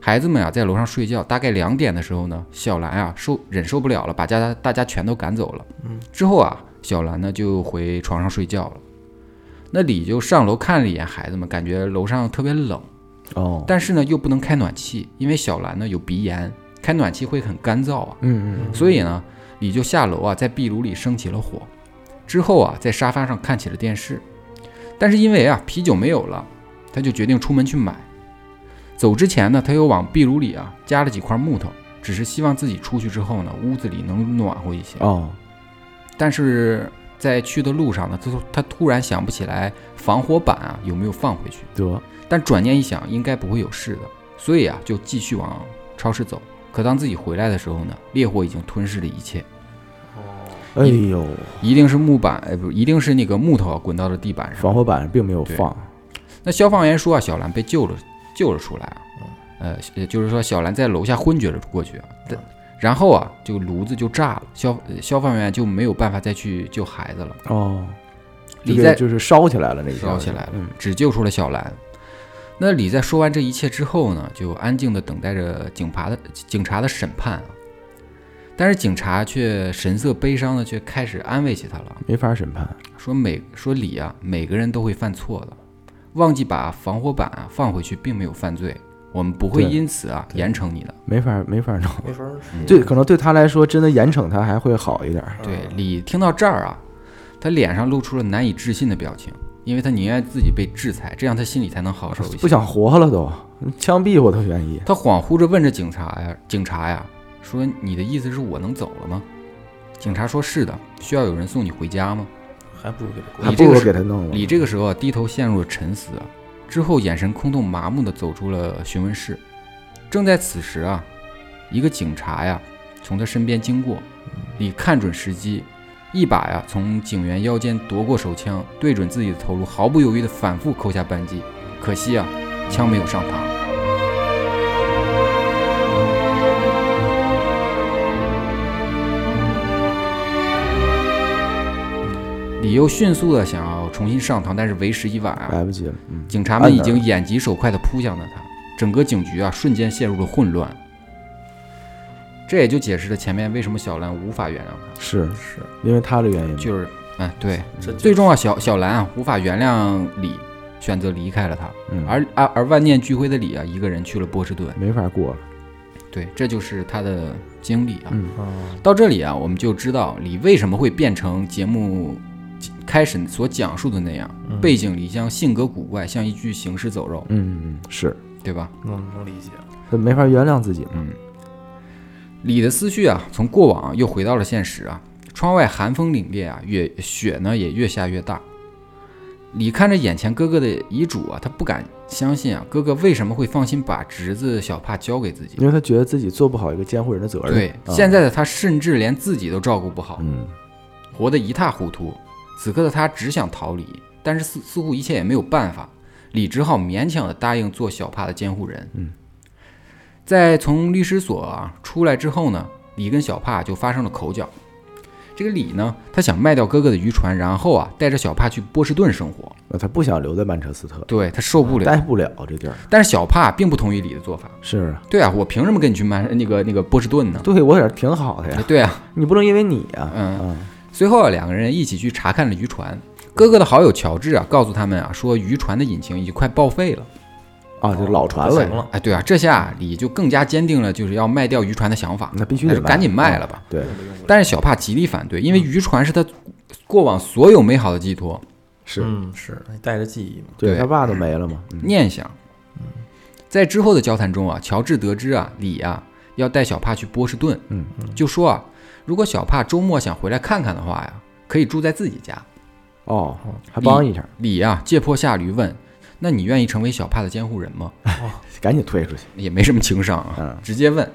Speaker 1: 孩子们啊在楼上睡觉，大概两点的时候呢，小兰啊受忍受不了了，把家大家全都赶走了。之后啊，小兰呢就回床上睡觉了。那李就上楼看了一眼孩子们，感觉楼上特别冷，
Speaker 2: 哦，
Speaker 1: 但是呢又不能开暖气，因为小兰呢有鼻炎，开暖气会很干燥啊。
Speaker 2: 嗯
Speaker 1: 所以呢，李就下楼啊，在壁炉里生起了火，之后啊，在沙发上看起了电视，但是因为啊啤酒没有了，他就决定出门去买。走之前呢，他又往壁炉里啊加了几块木头，只是希望自己出去之后呢，屋子里能暖和一些
Speaker 2: 嗯，。哦，
Speaker 1: 但是在去的路上呢，他突他突然想不起来防火板啊有没有放回去，
Speaker 2: 得，
Speaker 1: 但转念一想，应该不会有事的，所以啊就继续往超市走。可当自己回来的时候呢，烈火已经吞噬了一切，
Speaker 3: 哦，
Speaker 2: 哎呦，
Speaker 1: 一定是木板，哎，不，一定是那个木头啊滚到了地板上。
Speaker 2: 防火板并没有放，
Speaker 1: 那消防员说啊，小兰被救了，救了出来啊，呃，也就是说小兰在楼下昏厥了过去啊，但然后啊，这个炉子就炸了，消呃消防员就没有办法再去救孩子了，
Speaker 2: 哦，
Speaker 1: 李
Speaker 2: 这
Speaker 1: 在
Speaker 2: 个就是烧起来了，那个
Speaker 1: 烧起来了
Speaker 2: 嗯，
Speaker 1: 只救出了小兰。那李在说完这一切之后呢，就安静地等待着警察的警察的审判啊，但是警察却神色悲伤的，却开始安慰起他了。
Speaker 2: 没法审判，
Speaker 1: 说每说李啊，每个人都会犯错的，忘记把防火板啊放回去，并没有犯罪，我们不会
Speaker 2: 对
Speaker 1: 因此啊
Speaker 2: 对
Speaker 1: 严惩你的。
Speaker 2: 没法没法弄，
Speaker 3: 没法儿
Speaker 1: 嗯
Speaker 2: 对，可能对他来说，真的严惩他还会好一点儿，
Speaker 1: 对，李听到这儿啊，他脸上露出了难以置信的表情，因为他宁愿自己被制裁，这样他心里才能好受一些。
Speaker 2: 不想活了都，枪毙我都愿意。
Speaker 1: 他恍惚着问着警察呀，警察呀，说你的意思是我能走了吗？警察说是的，需要有人送你回家吗？
Speaker 3: 还不如给他
Speaker 2: 还
Speaker 1: 你
Speaker 2: 不
Speaker 1: 这个
Speaker 2: 如
Speaker 1: 时
Speaker 2: 给他弄了。
Speaker 1: 李这个时候啊，低头陷入了沉思啊，之后眼神空洞麻木的走出了询问室。正在此时啊，一个警察呀从他身边经过，李看准时机，一把呀从警员腰间夺过手枪，对准自己的头颅，毫不犹豫的反复扣下扳机。可惜啊，枪没有上膛。李又迅速的想要重新上膛，但是为时已晚啊，
Speaker 2: 来不及了，嗯，
Speaker 1: 警察们已经眼疾手快地扑向了他，整个警局啊瞬间陷入了混乱。这也就解释了前面为什么小兰无法原谅他，
Speaker 2: 是
Speaker 3: 是，
Speaker 2: 因为他的原因嘛。
Speaker 1: 就是，嗯，对，
Speaker 3: 这就
Speaker 1: 最终啊，小小兰啊无法原谅李，选择离开了他，
Speaker 2: 嗯，
Speaker 1: 而而而万念俱灰的李啊，一个人去了波士顿。
Speaker 2: 没法过了。
Speaker 1: 对，这就是他的经历啊。
Speaker 2: 嗯
Speaker 3: 嗯
Speaker 1: 到这里啊，我们就知道李为什么会变成节目开始所讲述的那样，背井离乡，性格古怪，像一具行尸走肉，
Speaker 2: 嗯，是
Speaker 1: 对吧？
Speaker 3: 能能理解，
Speaker 2: 他没法原谅自己。
Speaker 1: 嗯，李的思绪啊，从过往又回到了现实啊。窗外寒风凛冽啊，越雪呢也越下越大。李看着眼前哥哥的遗嘱啊，他不敢相信啊，哥哥为什么会放心把侄子小帕交给自己
Speaker 2: 因？为他觉得自己做不好一个监护人的责任。
Speaker 1: 对，
Speaker 2: 啊
Speaker 1: 现在的他甚至连自己都照顾不好，
Speaker 2: 嗯，
Speaker 1: 活得一塌糊涂。此刻的他只想逃离，但是似似乎一切也没有办法，李只好勉强的答应做小帕的监护人。
Speaker 2: 嗯，
Speaker 1: 在从律师所啊出来之后呢，李跟小帕就发生了口角。这个李呢，他想卖掉哥哥的渔船，然后啊带着小帕去波士顿生活。
Speaker 2: 那他不想留在曼彻斯特，
Speaker 1: 对他受不了，
Speaker 2: 待不了这地儿。
Speaker 1: 但是小帕并不同意李的做法。
Speaker 2: 是啊，
Speaker 1: 对啊，我凭什么跟你去曼那个那个波士顿呢？
Speaker 2: 对我也挺好的呀，
Speaker 1: 对啊，
Speaker 2: 你不能因为你呀。
Speaker 1: 嗯
Speaker 2: 啊，
Speaker 1: 随后啊，两个人一起去查看了渔船。哥哥的好友乔治啊，告诉他们啊，说渔船的引擎已经快报废了。
Speaker 2: 啊，就老船
Speaker 3: 不
Speaker 2: 了
Speaker 3: 行，了，
Speaker 1: 哎，对啊，这下李就更加坚定了就是要卖掉渔船的想法，
Speaker 2: 那必须
Speaker 1: 那
Speaker 2: 得
Speaker 1: 就赶紧卖了
Speaker 2: 啊
Speaker 1: 吧。
Speaker 2: 对，
Speaker 1: 但是小帕极力反对，因为渔船是他过往所有美好的寄托
Speaker 2: 是，
Speaker 3: 嗯是，带着记忆嘛，
Speaker 1: 对
Speaker 2: 他爸都没了嘛。嗯
Speaker 1: 念想。在之后的交谈中啊，乔治得知啊，李啊要带小帕去波士顿，
Speaker 2: 嗯，
Speaker 1: 就说啊，如果小帕周末想回来看看的话呀，可以住在自己家。
Speaker 2: 哦，
Speaker 1: 嗯
Speaker 2: 还帮一下，
Speaker 1: 李啊借坡下驴问：“那你愿意成为小帕的监护人吗？”
Speaker 2: 赶紧推出去。
Speaker 1: 也没什么情商啊
Speaker 2: 嗯，
Speaker 1: 直接问。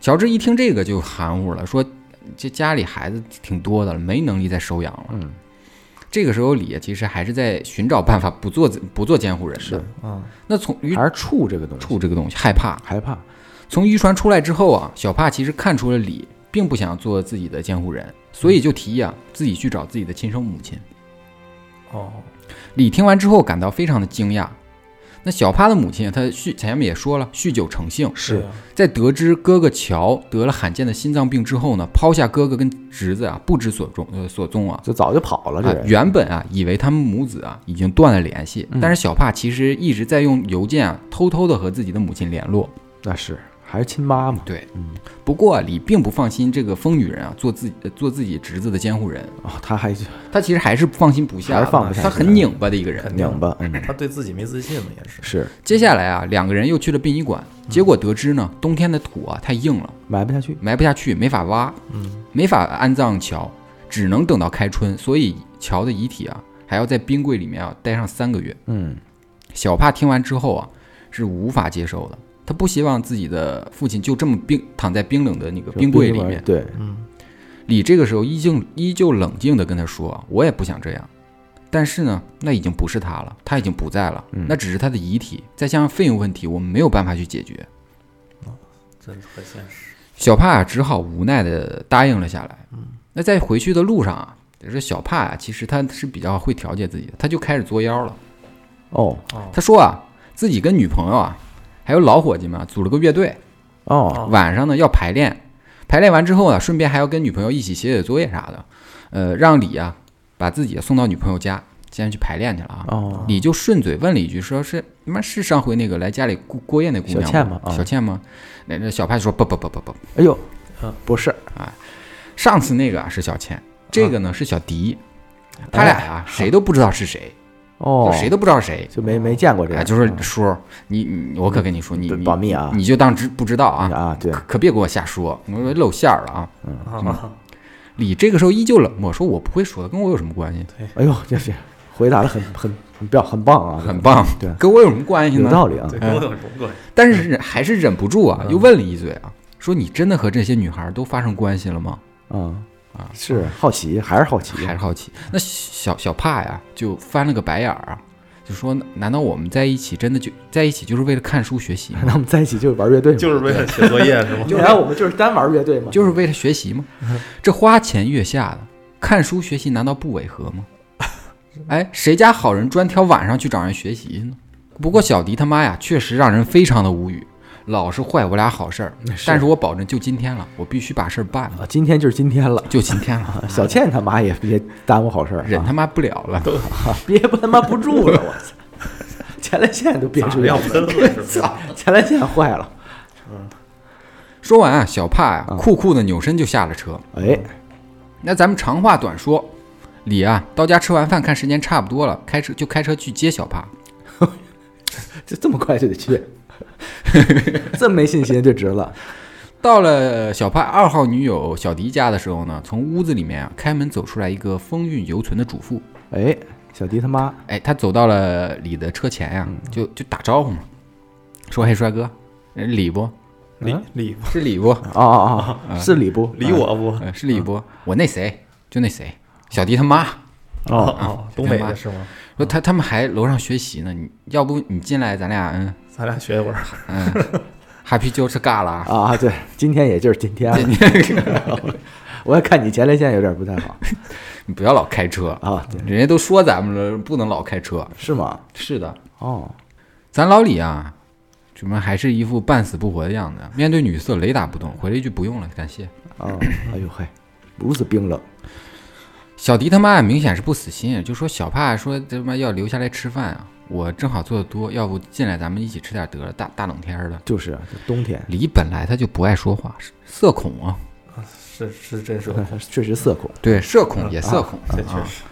Speaker 1: 乔治一听这个就含糊了，说这家里孩子挺多的了，没能力再收养了。
Speaker 2: 嗯，
Speaker 1: 这个时候李其实还是在寻找办法不做不做监护人的
Speaker 2: 是。
Speaker 3: 嗯
Speaker 1: 那从渔
Speaker 2: 还是处这个东西，
Speaker 1: 处这个东西害怕，
Speaker 2: 害怕。
Speaker 1: 从渔船出来之后啊，小帕其实看出了李并不想做自己的监护人，所以就提议啊自己去找自己的亲生母亲。
Speaker 3: 哦，
Speaker 1: 李听完之后感到非常的惊讶，那小帕的母亲，她酗前面也说了，酗酒成性，
Speaker 3: 是
Speaker 1: 在得知哥哥乔得了罕见的心脏病之后呢，抛下哥哥跟侄子啊，不知所踪，呃，所踪啊。
Speaker 2: 就早就跑了这
Speaker 1: 啊
Speaker 2: 人。嗯
Speaker 1: 原本啊，以为他们母子啊已经断了联系，但是小帕其实一直在用邮件啊，偷偷的和自己的母亲联络。
Speaker 2: 那是还是亲妈嘛？
Speaker 1: 对，不过啊李并不放心这个疯女人啊做自己呃做自己侄子的监护人，
Speaker 2: 哦，他还
Speaker 1: 他其实还是放心不下
Speaker 2: 还
Speaker 1: 的，
Speaker 2: 是放不下
Speaker 1: 他很拧巴的一个人。
Speaker 2: 拧巴，嗯，
Speaker 3: 他对自己没自信嘛，也是。
Speaker 2: 是
Speaker 1: 接下来啊，两个人又去了殡仪馆，结果得知呢，冬天的土啊太硬了，
Speaker 2: 埋不下去。
Speaker 1: 埋不下去，没法挖，
Speaker 3: 嗯，
Speaker 1: 没法安葬乔，只能等到开春，所以乔的遗体啊还要在冰柜里面啊待上三个月。
Speaker 2: 嗯，
Speaker 1: 小帕听完之后啊是无法接受的，他不希望自己的父亲就这么冰躺在冰冷的那个冰柜里面。嗯
Speaker 2: 对，
Speaker 1: 李这个时候依旧依旧冷静地跟他说啊：“我也不想这样，但是呢，那已经不是他了，他已经不在了，那只是他的遗体。再加上费用问题，我们没有办法去解决。
Speaker 3: 真的很现实。”
Speaker 1: 小帕啊只好无奈地答应了下来。
Speaker 2: 嗯
Speaker 1: 那在回去的路上啊，也是小帕啊，其实他是比较会调节自己的，他就开始作妖了。
Speaker 2: 哦
Speaker 3: 哦
Speaker 1: 他说啊，自己跟女朋友啊，还有老伙计们啊组了个乐队，
Speaker 2: 哦，
Speaker 1: 晚上呢要排练，排练完之后呢，啊顺便还要跟女朋友一起写写作业啥的，呃，让李啊把自己送到女朋友家，先去排练去了啊。
Speaker 2: 哦，
Speaker 1: 李就顺嘴问了一句，说是他妈是上回那个来家里过过夜那姑娘
Speaker 2: 小倩吗啊
Speaker 1: 小倩吗？那那小派说不不不不不，
Speaker 2: 哎呦
Speaker 1: 嗯
Speaker 3: 啊，
Speaker 2: 不是，
Speaker 1: 上次那个啊是小倩，这个
Speaker 2: 嗯
Speaker 1: 呢是小迪，他俩呀、谁都不知道是谁，
Speaker 2: 哎哦
Speaker 1: 就，谁都不知道谁，
Speaker 2: 就没没见过这
Speaker 1: 啊，
Speaker 2: 个，嗯
Speaker 1: 就是叔，你你我可跟你说，你
Speaker 2: 对
Speaker 1: 你
Speaker 2: 保密啊
Speaker 1: 你就当知不知道啊，
Speaker 2: 啊，对
Speaker 1: 可，可别给我瞎说，我说露馅儿了啊。
Speaker 3: 啊，
Speaker 1: 李这个时候依旧冷漠，说我不会说的，跟我有什么关系？
Speaker 2: 哎呦，这是回答的很很很棒，很棒啊，
Speaker 1: 很棒，
Speaker 2: 对
Speaker 1: 跟我有什么关系
Speaker 2: 有
Speaker 1: 呢？
Speaker 2: 道理嗯啊，
Speaker 3: 对，跟我有什么关 系？
Speaker 1: 但是忍还是忍不住啊，又问了一嘴啊，说你真的和这些女孩都发生关系了吗？
Speaker 2: 嗯
Speaker 1: 啊
Speaker 2: 是好奇，还是好奇，
Speaker 1: 还是好奇。那小小帕呀，就翻了个白眼儿啊，就说难道我们在一起真的就在一起就是为了看书学习吗？
Speaker 2: 那我们在一起就是玩乐队吗？
Speaker 3: 就是为了写作业是吗？
Speaker 2: 原来我们就是单玩乐队嘛，
Speaker 1: 就是为了学习吗？ 这花前月下的看书学习难道不违和吗？ 哎，谁家好人专挑晚上去找人学习呢？不过小迪他妈呀，确实让人非常的无语，老是坏我俩好事儿，但是我保证就今天了，我必须把事儿办了，
Speaker 2: 啊，今天就是今天了。
Speaker 1: 就今天了，
Speaker 2: 小倩他妈也别耽误好事儿啊，
Speaker 1: 忍他妈不了了。
Speaker 2: 憋不他妈不住了，我操！前列腺都憋
Speaker 3: 咋
Speaker 2: 出
Speaker 3: 了
Speaker 2: 来
Speaker 3: 要
Speaker 2: 了，
Speaker 3: 喷了是吧？
Speaker 2: 前列腺坏了。
Speaker 1: 说完啊，小帕呀、
Speaker 2: 啊
Speaker 1: 酷酷的扭身就下了车。
Speaker 2: 哎，
Speaker 1: 那咱们长话短说，李啊到家吃完饭，看时间差不多了，开车就开车去接小帕。
Speaker 2: 这这么快就得 去，这么没信心就值了。
Speaker 1: 到了小帕二号女友小迪家的时候呢，从屋子里面啊开门走出来一个风韵犹存的主妇。
Speaker 2: 哎，小迪他妈，
Speaker 1: 哎，她走到了李的车前呀、就就打招呼嘛，说：“嘿，帅哥，呃李不
Speaker 3: 理
Speaker 2: 嗯
Speaker 3: 理
Speaker 1: 是李不？
Speaker 2: 哦哦哦，是礼不？
Speaker 3: 理我不？
Speaker 1: 呃是李不？我那谁就那谁，小迪他妈
Speaker 2: 哦，
Speaker 3: 哦，东北的是吗？
Speaker 1: 说他他们还楼上学习呢，你要不你进来，咱俩嗯
Speaker 3: 咱俩学一会儿。
Speaker 1: 嗯，happy 就吃尬了啊。
Speaker 2: 啊，对，今天也就是今天了。 我也看你前列腺有点不太好
Speaker 1: 你不要老开车，
Speaker 2: 啊，对，
Speaker 1: 人家都说咱们了，不能老开车。
Speaker 2: 是吗？
Speaker 1: 是的，
Speaker 2: 哦，
Speaker 1: 咱老李啊，怎么还是一副半死不活的样子？面对女色雷打不动，回了一句不用了，感谢。
Speaker 2: 哦，哎呦嘿，如此冰冷，
Speaker 1: 小迪他妈呀，明显是不死心，就说小帕说他妈要留下来吃饭啊，我正好做的多，要不进来咱们一起吃点得了，大大冷天儿的。
Speaker 2: 就是就冬天，
Speaker 1: 李本来他就不爱说话，是社恐啊，
Speaker 3: 是是，真是，
Speaker 2: 确实社恐。
Speaker 1: 对，社恐也社恐啊
Speaker 3: 这确实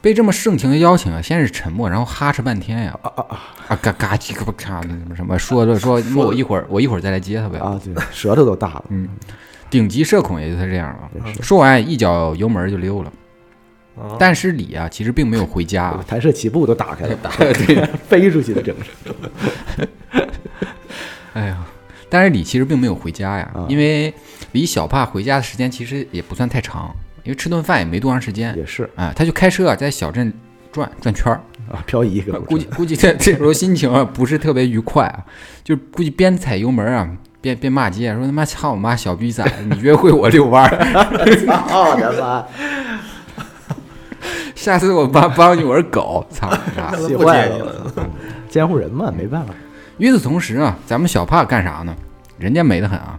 Speaker 1: 被这么盛情的邀请啊，先是沉默，然后哈哧半天呀，啊嘎嘎叽嘎巴咔的什么什么，说着说那我一会儿我一会儿再来接他呗。
Speaker 2: 啊，对，舌头都大了，
Speaker 1: 顶级社恐也就他这样啊
Speaker 2: 真，
Speaker 1: 说完一脚油门就溜了。
Speaker 3: 啊
Speaker 1: 但是李啊，其实并没有回家啊，
Speaker 2: 弹射起步都打开了，
Speaker 1: 对，
Speaker 2: 飞出去的整个。
Speaker 1: 哎呀，但是李其实并没有回家呀
Speaker 2: 啊，
Speaker 1: 因为离小帕回家的时间其实也不算太长，因为吃顿饭也没多长时间
Speaker 2: 也是
Speaker 1: 啊，他就开车啊在小镇转 转圈儿，
Speaker 2: 啊，漂移可不
Speaker 1: 估计估计 这这时候心情啊不是特别愉快啊，就估计边踩油门啊。边边骂街，说他妈操我妈小逼崽子，你约会我遛弯儿，
Speaker 2: 操哦他妈，
Speaker 1: 下次我帮帮你我是狗，操！啊
Speaker 3: 他
Speaker 2: 气
Speaker 3: 不
Speaker 2: 坏
Speaker 3: 接你
Speaker 2: 了
Speaker 3: 了。
Speaker 2: 嗯监护人嘛，没 办法。
Speaker 1: 与此同时啊，咱们小帕干啥呢？人家美得很啊，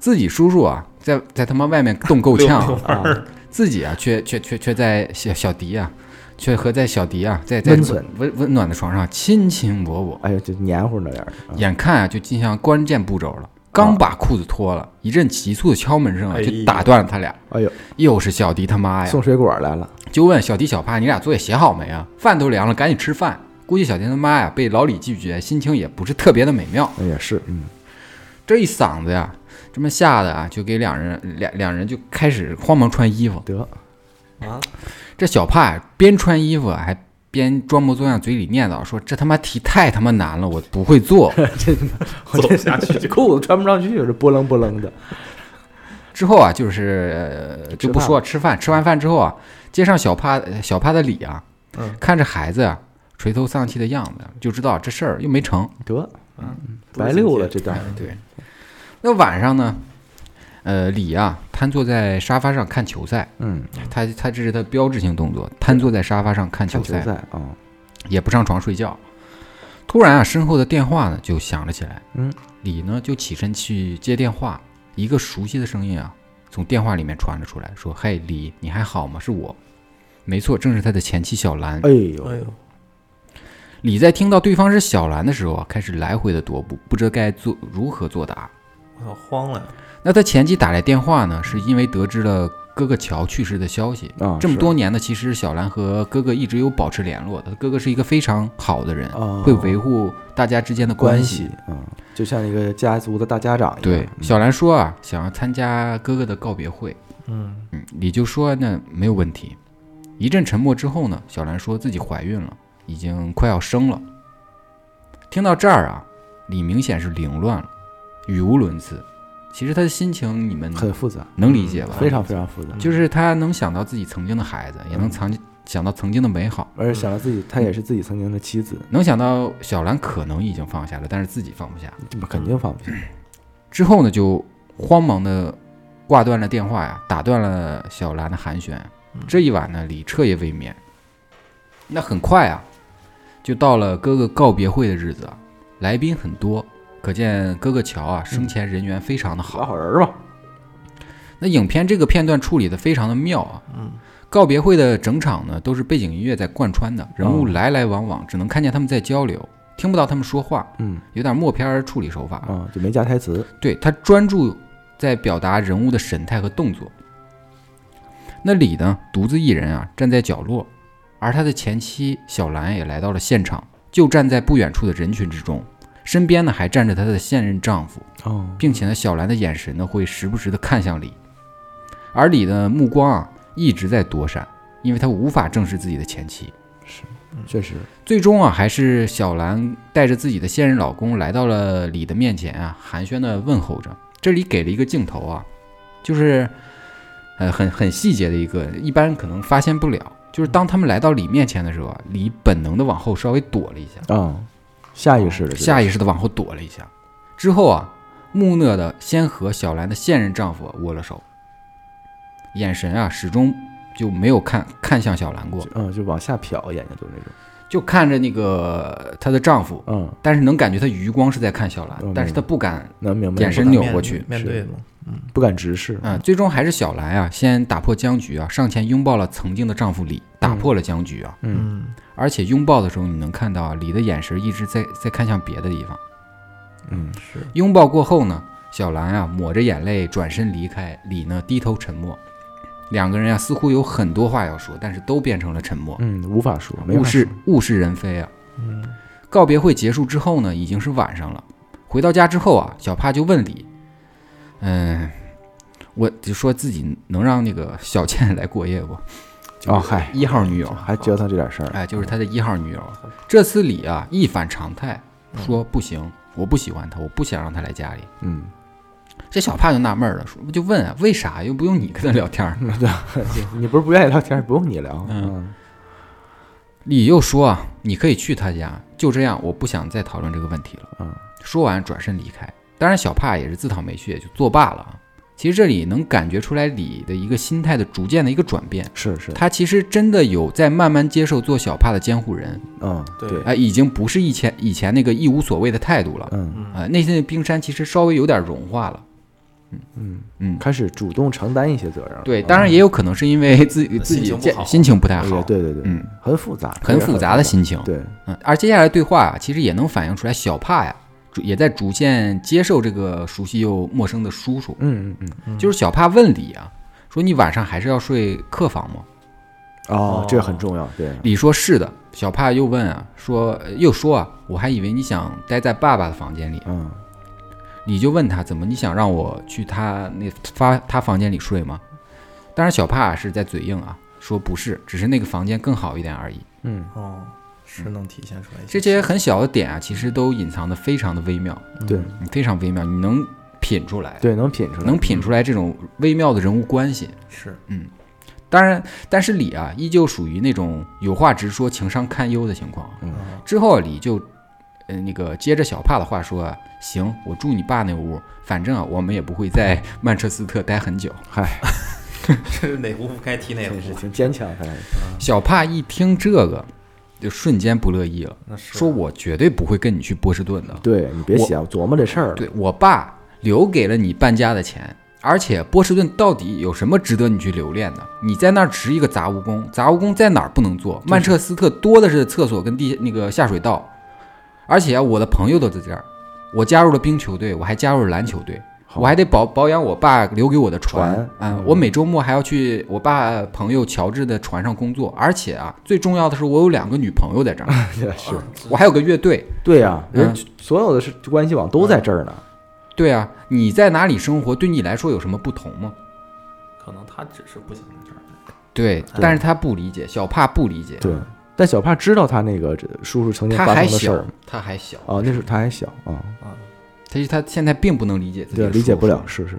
Speaker 1: 自己叔叔啊，在在他妈外面冻够 呛啊、
Speaker 2: 啊，
Speaker 1: 自己啊，却却却却在小小迪啊，却和在小迪啊，在在
Speaker 2: 温存
Speaker 1: 温温暖的床上亲亲我我，
Speaker 2: 哎呦，就黏糊那点儿。啊
Speaker 1: 眼看啊就进向关键步骤了。刚把裤子脱了，一阵急促的敲门声啊，
Speaker 3: 哎呀
Speaker 1: 就打断了他俩。
Speaker 2: 哎呦，
Speaker 1: 又是小迪他妈呀！
Speaker 2: 送水果来了，
Speaker 1: 就问小迪小帕，你俩作业写好没啊？饭都凉了，赶紧吃饭。估计小迪他妈呀被老李拒绝，心情也不是特别的美妙。
Speaker 2: 那也是，嗯，
Speaker 1: 这一嗓子呀，这么吓得啊，就给两人两两人就开始慌忙穿衣服。
Speaker 2: 得，
Speaker 3: 啊，
Speaker 1: 这小帕呀边穿衣服啊还边装模作样嘴里念叨说：“这他妈题太他妈难了，我不会 做。
Speaker 2: 这我
Speaker 3: 走不下 去
Speaker 2: 这裤子穿不上去，这波棱波棱的。”
Speaker 1: 嗯之后啊，就是、呃、就不说吃饭，吃完饭之后啊，接上小帕呃小帕的礼啊，
Speaker 3: 嗯
Speaker 1: 看着孩子啊垂头丧气的样子，就知道这事儿又没成。
Speaker 2: 得，
Speaker 1: 嗯
Speaker 2: 嗯
Speaker 3: 不是
Speaker 2: 白溜了
Speaker 3: 今
Speaker 2: 这段
Speaker 1: 哎。对，那晚上呢，呃，李啊瘫坐在沙发上看球赛，
Speaker 2: 嗯，
Speaker 1: 他他这是他标志性动作，瘫坐在沙发上看
Speaker 2: 看
Speaker 1: 球
Speaker 2: 球
Speaker 1: 赛，
Speaker 2: 赛啊，
Speaker 1: 也不上床睡觉。突然啊，身后的电话呢就响了起来，
Speaker 2: 嗯，
Speaker 1: 李呢就起身去接电话，一个熟悉的声音啊从电话里面传了出来，说：“嘿，李，你还好吗？是我。”没错，正是他的前妻小兰。
Speaker 3: 天
Speaker 2: 哎
Speaker 3: 哎
Speaker 2: 呦，
Speaker 3: 呦，
Speaker 1: 李在听到对方是小兰的时候啊，开始来回的踱步，不知该做如何作答。
Speaker 3: 我操，慌了呀！
Speaker 1: 那他前妻打来电话呢，是因为得知了哥哥乔去世的消息。哎
Speaker 2: 啊，
Speaker 1: 这么
Speaker 2: 是
Speaker 1: 多年呢，其实小兰和哥哥一直有保持联络的。哥哥是一个非常好的人，
Speaker 2: 哦
Speaker 1: 会维护大家之间的
Speaker 2: 关
Speaker 1: 系。
Speaker 2: 啊，就像一个家族的大家长一样。
Speaker 1: 对，
Speaker 2: 嗯
Speaker 1: 小兰说啊，想要参加哥哥的告别会。
Speaker 3: 嗯，
Speaker 1: 嗯，李就说那没有问题。一阵沉默之后呢，小兰说自己怀孕了，已经快要生了。听到这儿啊，李明显是凌乱了，语无伦次。其实他的心情你们
Speaker 2: 嗯很复杂，
Speaker 1: 能理解吧？
Speaker 2: 非常非常嗯复杂。
Speaker 1: 就是他能想到自己曾经的孩子，也能藏、想到曾经的美好，
Speaker 2: 而且想到自己，她也是自己曾经的妻子，
Speaker 1: 能想到小兰可能已经放下了，但是自己放不下。
Speaker 2: 这不肯定放不下。
Speaker 1: 嗯之后呢，就慌忙的挂断了电话呀，打断了小兰的寒暄。这一晚呢，李彻夜未眠。那很快啊，就到了哥哥告别会的日子啊，来宾很多，可见哥哥乔啊生前人缘非常的好
Speaker 2: 老。好人儿吧，
Speaker 1: 那影片这个片段处理的非常的妙啊。嗯，告别会的整场呢都是背景音乐在贯穿的，人物来来往往，只能看见他们在交流，听不到他们说话，
Speaker 2: 嗯
Speaker 1: 有点默片儿处理手法。
Speaker 2: 啊，就没加台词。
Speaker 1: 对他专注在表达人物的神态和动作。那李呢，独自一人啊站在角落，而他的前妻小兰也来到了现场，就站在不远处的人群之中，身边呢还站着她的现任丈夫。
Speaker 2: 哦，
Speaker 1: 并且呢，小兰的眼神呢会时不时的看向李，而李的目光啊一直在躲闪，因为他无法正视自己的前妻。
Speaker 2: 确实，
Speaker 1: 最终啊，还是小兰带着自己的现任老公来到了李的面前啊，寒暄的问候着。这里给了一个镜头啊，就是，呃，很很细节的一个，一般可能发现不了。就是当他们来到李面前的时候啊，李本能的往后稍微躲了一下，
Speaker 2: 啊，下意识的，
Speaker 1: 下意识的往后躲了一下。之后啊，木讷的先和小兰的现任丈夫握了手，眼神啊始终就没有看看向小兰过，
Speaker 2: 嗯，就往下瞟，眼睛都那种。
Speaker 1: 就看着那个她的丈夫，
Speaker 2: 嗯，
Speaker 1: 但是能感觉她余光是在看小兰，
Speaker 2: 嗯
Speaker 1: 但是她不敢。
Speaker 2: 能明白。
Speaker 1: 眼神
Speaker 3: 不敢
Speaker 1: 扭
Speaker 3: 面
Speaker 1: 过去
Speaker 3: 面
Speaker 2: 是
Speaker 3: 对嘛，
Speaker 2: 不敢直视。
Speaker 1: 嗯，最终还是小兰啊，先打破僵局啊，上前拥抱了曾经的丈夫李，打破了僵局啊。
Speaker 2: 嗯，
Speaker 3: 嗯，
Speaker 1: 而且拥抱的时候，你能看到啊李的眼神一直在在看向别的地方。
Speaker 2: 嗯，
Speaker 3: 是，
Speaker 1: 拥抱过后呢，小兰啊抹着眼泪转身离开，李呢低头沉默。两个人啊似乎有很多话要说，但是都变成了沉默，
Speaker 2: 嗯，无法说，没
Speaker 1: 物
Speaker 2: 法
Speaker 1: 是
Speaker 2: 说
Speaker 1: 物是人非啊。
Speaker 3: 嗯，
Speaker 1: 告别会结束之后呢，已经是晚上了。回到家之后啊，小帕就问李：“嗯，我就说自己能让那个小倩来过夜不？
Speaker 2: 哦，嗨，
Speaker 1: 一号女友，
Speaker 2: 还嗯折腾这点事儿，
Speaker 1: 哎，就是他的一号女友。
Speaker 2: 嗯
Speaker 1: 这次李啊一反常态，说不行，我不喜欢她，我不想让她来家里。
Speaker 2: 嗯，
Speaker 1: 这小帕就纳闷了，说就问啊，为啥又不用你跟他聊天儿？
Speaker 2: 你不是不愿意聊天，不用你聊，啊
Speaker 1: 嗯，李又说啊，你可以去他家，就这样，我不想再讨论这个问题了。
Speaker 2: 嗯，
Speaker 1: 说完转身离开。当然，小帕也是自讨没趣，也就作罢了啊。其实这里能感觉出来李的一个心态的逐渐的一个转变，
Speaker 2: 是是，
Speaker 1: 他其实真的有在慢慢接受做小帕的监护人，
Speaker 2: 嗯，
Speaker 3: 对
Speaker 2: 对，
Speaker 1: 哎，已经不是以前以前那个一无所谓的态度了，
Speaker 2: 嗯
Speaker 1: 啊、
Speaker 3: 嗯，
Speaker 1: 内心的冰山其实稍微有点融化了，
Speaker 2: 嗯
Speaker 1: 嗯，
Speaker 2: 开始主动承担一些责任了。
Speaker 1: 对，当然也有可能是因为自己自
Speaker 3: 心
Speaker 1: 己
Speaker 3: 情不
Speaker 1: 健
Speaker 3: 好
Speaker 1: 心情不太
Speaker 2: 嗯
Speaker 1: 好，
Speaker 2: 也对对对，
Speaker 1: 嗯，
Speaker 2: 很复杂，
Speaker 1: 很复杂的
Speaker 2: 情。
Speaker 1: 心情，
Speaker 2: 对，
Speaker 1: 嗯，而接下来对话啊，其实也能反映出来，小帕呀，逐也在逐渐接受这个熟悉又陌生的叔叔。
Speaker 2: 嗯嗯嗯，
Speaker 1: 就是小帕问李啊，说你晚上还是要睡客房吗？
Speaker 2: 哦
Speaker 3: 哦，
Speaker 2: 这很重要，对，
Speaker 1: 李说是的。小帕又问啊，说呃又说啊，我还以为你想待在爸爸的房间里。
Speaker 2: 嗯
Speaker 1: 李就问他，怎么你想让我去他那发他房间里睡吗？当然，小帕是在嘴硬啊，说不是，只是那个房间更好一点而已。
Speaker 2: 嗯，
Speaker 3: 哦，是能体现出来一
Speaker 1: 这些很小的点啊，其实都隐藏的非常的微妙，
Speaker 2: 对
Speaker 1: 嗯非常微妙，你能品出来。
Speaker 2: 对，能品出来，
Speaker 1: 能品出来这种微妙的人物关系。
Speaker 3: 是
Speaker 1: 当然，但是李啊，依旧属于那种有话直说、情商堪忧的情况。
Speaker 2: 嗯
Speaker 1: 之后啊李就，呃，那个接着小帕的话说啊，行，我住你爸那屋，反正啊，我们也不会在 曼彻斯特待很久。
Speaker 2: 嗨，
Speaker 3: 是哪壶不开提哪壶
Speaker 2: 真，
Speaker 5: 啊
Speaker 2: 是挺坚强，看来
Speaker 1: 小帕一听这个，就瞬间不乐意了，
Speaker 3: 那
Speaker 2: 啊
Speaker 3: 是
Speaker 1: 说我绝对不会跟你去波士顿的。
Speaker 2: 对你别想琢磨这事儿了，
Speaker 1: 对我爸留给了你搬家的钱，而且波士顿到底有什么值得你去留恋的？你在那儿值一个杂务工，杂务工在哪儿不能做？曼彻斯特多的是厕所跟地那个下水道，而且啊，我的朋友都在这儿。我加入了冰球队，我还加入了篮球队，
Speaker 2: 好
Speaker 1: 我还得保保养我爸留给我的船。
Speaker 2: 船
Speaker 1: 嗯，
Speaker 2: 嗯
Speaker 1: 我每周末还要去我爸朋友乔治的船上工作，而且啊，最重要的是我有两个女朋友在这儿，
Speaker 2: 是
Speaker 5: 嗯
Speaker 1: 我还有个乐队。
Speaker 2: 对呀，
Speaker 1: 嗯
Speaker 2: 人所有的是关系网都在这儿呢，
Speaker 1: 对啊，你在哪里生活，对你来说有什么不同吗？
Speaker 3: 可能他只是不想在这儿，
Speaker 1: 对，但是他不理解，小帕不理解，
Speaker 2: 对，但小帕知道他那个叔叔曾经
Speaker 1: 他
Speaker 2: 发
Speaker 1: 还
Speaker 2: 生的事
Speaker 1: 小
Speaker 2: 儿，，
Speaker 1: 他还小，
Speaker 2: 哦，那时候他还小啊，
Speaker 1: 他他现在并不能理解自己
Speaker 2: 对，
Speaker 1: 的
Speaker 2: 理解
Speaker 1: 叔叔
Speaker 2: 不了，。是是是，